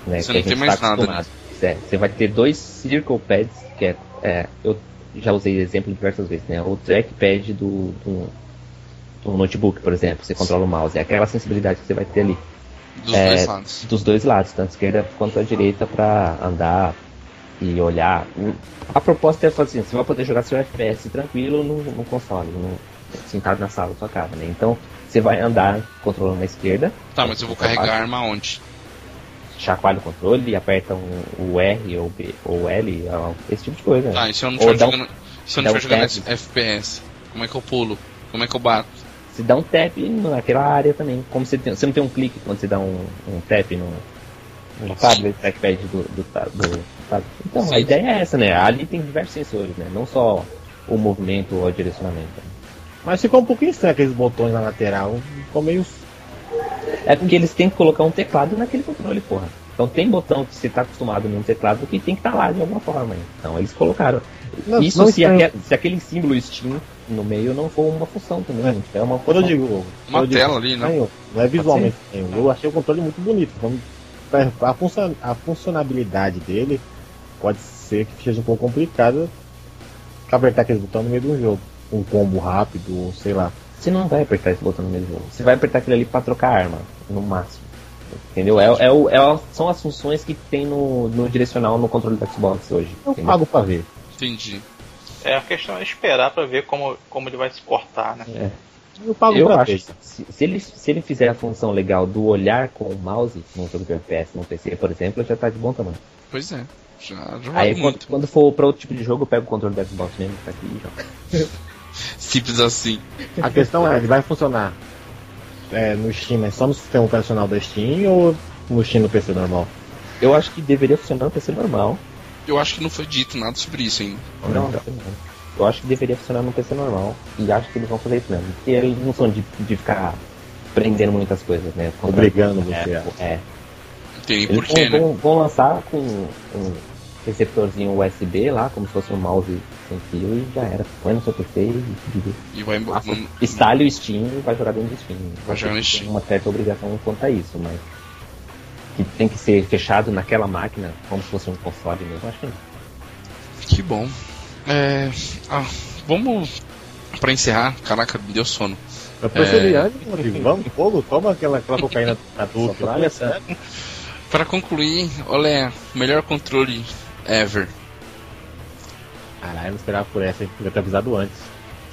S4: Né,
S2: Você
S4: que a
S2: não tem
S4: gente
S2: mais
S4: tá
S2: nada, né?
S4: acostumado. É, você vai ter dois circle pads, que é, é, eu já usei exemplo diversas vezes, né? O trackpad do, do, do notebook, por exemplo, você controla o mouse. É aquela sensibilidade que você vai ter ali.
S2: Dos
S4: É,
S2: dois lados.
S4: dos dois lados, tanto a esquerda quanto a direita, pra andar e olhar. A proposta é fazer assim, você vai poder jogar seu FPS tranquilo no, no console, no- sentado na sala da sua casa, né? Então você vai andar controlando a esquerda,
S2: Tá, mas eu vou carregar a arma onde?
S4: chacoalha o controle e aperta um, o R ou B ou L, ó, esse tipo de coisa. né?
S2: Tá, e se eu não
S4: Ou
S2: estiver
S4: dá um-
S2: jogando, se eu
S4: dá
S2: não
S4: um
S2: estiver jogando
S4: tap.
S2: FPS? Como é que eu pulo? Como é que eu bato?
S4: Você dá um tap naquela área também. Como você, tem- você não tem um clique quando você dá um, um tap no, no tablet, trackpad do, do, ta- do tablet. Então,
S2: Sim.
S4: a ideia é essa, né? Ali tem diversos sensores, né? Não só o movimento ou o direcionamento.
S3: Mas ficou um pouquinho estranho aqueles botões na lateral. Ficou meio.
S4: É porque eles têm que colocar um teclado naquele controle, porra. Então tem botão que você tá acostumado num teclado que tem que estar lá de alguma forma. né? Então eles colocaram.
S3: Não,
S4: Isso
S3: não
S4: se,
S3: estranho.
S4: aque- se aquele símbolo Steam no meio não for uma função também. não tiver uma
S3: É. Quando eu
S4: função.
S3: digo. quando
S2: Uma
S3: eu digo
S2: tela ali, né?
S3: estranho, não é visualmente estranho. Eu achei o controle muito bonito. Vamos- A, funcio- a funcionalidade dele pode ser que seja um pouco complicada pra apertar aqueles botões no meio de um jogo. Um combo rápido, ou sei lá.
S4: Você não vai apertar esse botão no meio do jogo. Você vai apertar aquele ali pra trocar arma, no máximo. Entendeu? É, é, o- é a- são as funções que tem no, no direcional no controle do Xbox hoje.
S3: Eu
S4: entendeu?
S3: pago pra ver.
S2: Entendi.
S5: É, a questão é esperar pra ver como, como ele vai se portar, né?
S4: É.
S3: Eu pago
S4: Eu
S3: pra
S4: acho.
S3: ver.
S4: que Se, se ele, se ele fizer a função legal do olhar com o mouse num jogo de FPS, num PC, por exemplo, já tá de bom tamanho.
S2: Pois é. Já, já vale
S4: Aí quando,
S2: muito.
S4: quando for pra outro tipo de jogo, eu pego o controle do Xbox mesmo, tá aqui e joga.
S2: Simples assim.
S3: A questão é, ele vai funcionar é, no Steam, mas só no sistema operacional da Steam ou no Steam no PC normal?
S4: Eu acho que deveria funcionar no PC normal.
S2: Eu acho que não foi dito nada sobre isso ainda.
S4: Não,
S3: Então,
S4: não. Eu acho que deveria funcionar no PC normal. E acho que eles vão fazer isso mesmo. Porque eles não são de, de ficar prendendo muitas coisas, né? Contra-
S3: Obrigando você a-
S4: É, é.
S2: Não tem nem
S4: Eles
S2: porquê,
S4: vão,
S2: né?
S4: vão- vão lançar com um receptorzinho USB lá, como se fosse um mouse sem fio, e já era. Põe no seu PC e
S2: E vai embora.
S4: Nossa, instale o Steam e vai jogar dentro do Steam.
S2: Vai jogar no
S4: Tem
S2: Steam.
S4: uma certa obrigação quanto a isso, mas que tem que ser fechado naquela máquina, como se fosse um console mesmo, acho que não.
S2: Que bom. É, ah, vamos pra encerrar. Caraca, me deu sono.
S3: Eu percebi antes, Rodrigo. É. Tipo, Vamos, fogo, toma aquela, aquela cocaína adulta.
S4: pra
S3: Olha
S4: começar.
S3: sério.
S2: Pra concluir, olha, melhor controle ever.
S3: Caralho, eu não esperava por essa, hein? Devia ter avisado antes.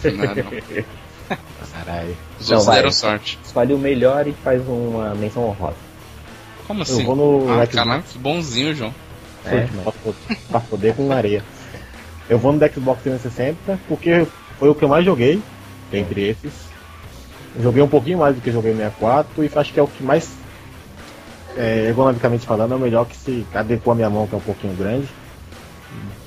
S2: Não, não.
S3: Caralho.
S2: Os
S4: Não,
S2: outros
S4: vai.
S2: deram sorte.
S4: Escolhe o melhor e faz uma menção honrosa.
S2: Como
S3: Eu
S2: assim?
S3: vou no
S2: Ah,
S3: Xbox
S2: caraca, que bonzinho, João.
S4: É,
S3: Switch,
S4: mas-
S3: pra fo- pra foder com areia. Eu vou no Xbox 360 porque foi o que eu mais joguei dentre esses. Eu joguei um pouquinho mais do que eu joguei no 64 e acho que é o que mais, é, ergonomicamente falando, é o melhor que se adequou a minha mão, que é um pouquinho grande.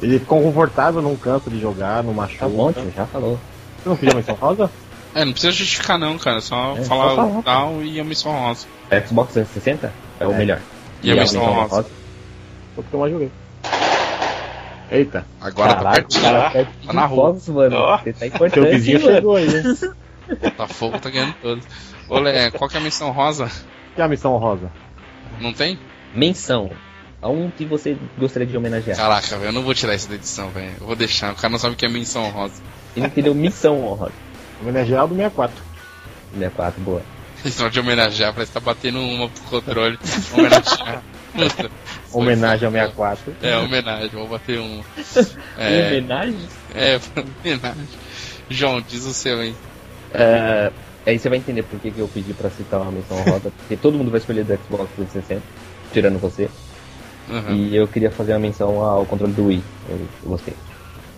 S3: Ele ficou confortável, não cansa de jogar, não machuca.
S4: Tá bom, tio, já falou.
S3: Você não pediu a menção rosa?
S2: É, não precisa justificar não, cara. Só
S4: É,
S2: falar
S4: só falar.
S2: o tal e a missão rosa.
S4: Xbox 360 é o
S3: É.
S4: melhor.
S2: E a missão
S4: menção
S2: rosa.
S3: Foi porque eu mais joguei. Eita,
S2: Agora tá
S4: Caraca, o
S2: pertinho.
S4: cara é
S2: Tá na rua.
S4: Xbox, mano.
S5: Ó.
S4: Você tá
S3: seu
S4: importante,
S3: vizinho
S4: hein, mano.
S3: chegou aí, hein?
S2: Botafogo tá ganhando todos. Olé, qual que é a missão rosa?
S3: Que é a missão rosa?
S2: Não tem?
S4: Menção. A um que você gostaria de homenagear.
S2: Caraca, velho, eu não vou tirar isso da edição, velho. Eu vou deixar, o cara não sabe o que é menção rosa.
S4: Ele entendeu missão honrosa.
S3: Homenagear o do 64.
S4: 64, boa.
S2: Isso de homenagear, parece que tá batendo uma pro controle. Homenagear. Puta.
S3: Homenagem ao 64.
S2: É, homenagem, vou bater uma.
S4: Em
S2: É,
S4: homenagem?
S2: é, homenagem. João, diz o seu aí.
S4: É, aí você vai entender por que, que eu pedi pra citar uma menção honrosa. porque todo mundo vai escolher do Xbox 360, tirando você.
S2: Uhum.
S4: E eu queria fazer uma menção ao controle do Wii. Eu, eu gostei.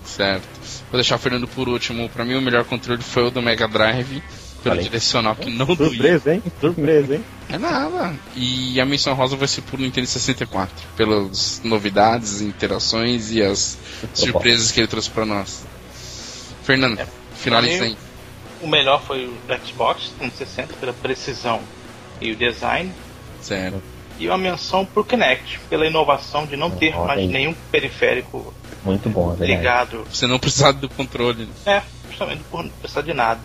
S2: Certo. Vou deixar o Fernando por último. Pra mim, o melhor controle foi o do Mega Drive, pelo
S4: Olha aí.
S2: direcional que não do Wii.
S3: Surpresa, hein? Surpresa, hein?
S2: É nada. E a menção rosa vai ser pro Nintendo 64, pelas novidades, interações e as surpresas que ele trouxe pra nós. Fernando,
S3: É.
S2: finaliza aí.
S5: O melhor foi o do Xbox 360 pela precisão e o design.
S2: Certo.
S5: E uma menção pro Kinect, pela inovação de não
S3: É,
S5: ter
S4: Olha
S5: mais
S4: aí.
S5: nenhum periférico
S4: Muito bom, é verdade.
S5: ligado.
S2: Você não precisar do controle.
S5: É, justamente por não precisar de nada.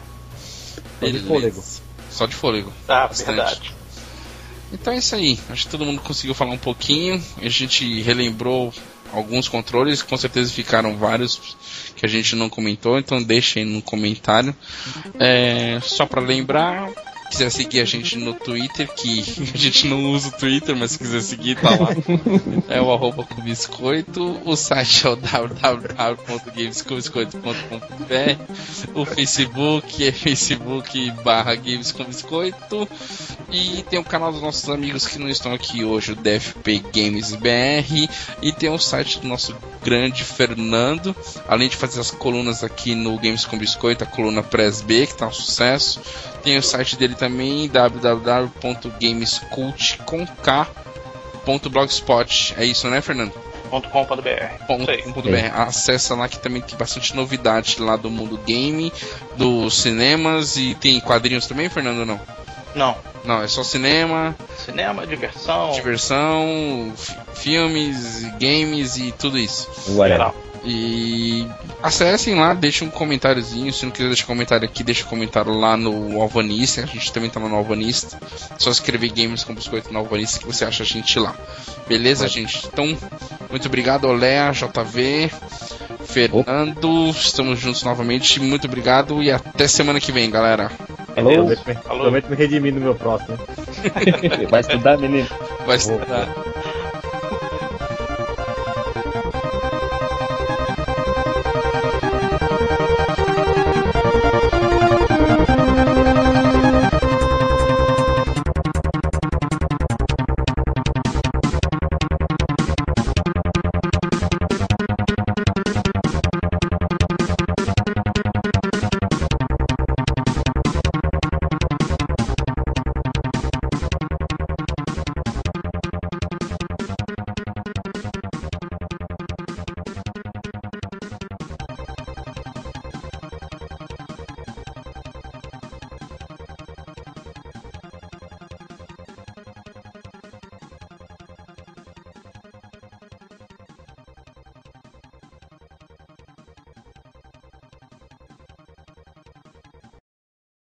S3: de
S2: Beleza.
S3: fôlego.
S2: Só de fôlego.
S5: Ah,
S2: Bastante.
S5: verdade.
S2: Então é isso aí. Acho que todo mundo conseguiu falar um pouquinho. A gente relembrou alguns controles, com certeza ficaram vários que a gente não comentou, então deixem no comentário. É, só pra lembrar, quiser seguir a gente no Twitter, que a gente não usa o Twitter, mas se quiser seguir, tá lá. É o arroba com biscoito. O site é o www.gamescombiscoito.com.br. O Facebook é facebook barra games com biscoito. E tem o canal dos nossos amigos que não estão aqui hoje, o DFP Games BR. E tem o site do nosso grande Fernando. Além de fazer as colunas aqui no Games com Biscoito, a coluna Press B, que tá um sucesso. Tem o site dele também, www.gamescult.com.blogspot. É isso, né, Fernando?
S5: .com.br. Isso aí.
S2: .com.br. Acessa lá que também tem bastante novidade lá do mundo game, dos cinemas e tem quadrinhos também, Fernando? ou Não,
S5: Não.
S2: não é só cinema,
S5: Cinema, diversão.
S2: diversão, fi- filmes, games e tudo isso.
S4: Whatever.
S5: geral.
S2: E acessem lá, deixem um comentáriozinho. Se não quiser deixar comentário aqui, deixa um comentário lá no Alvanista. A gente também tá lá no Alvanista. Só escrever games com biscoito no Alvanista que você acha a gente lá. Beleza, gente? Então, muito obrigado, Olé, JV, Fernando. Estamos juntos novamente. Muito obrigado e até semana que vem, galera.
S4: Hello?
S3: Prometo me redimir no meu próximo. hein?
S4: Vai estudar, menino?
S2: Vai estudar.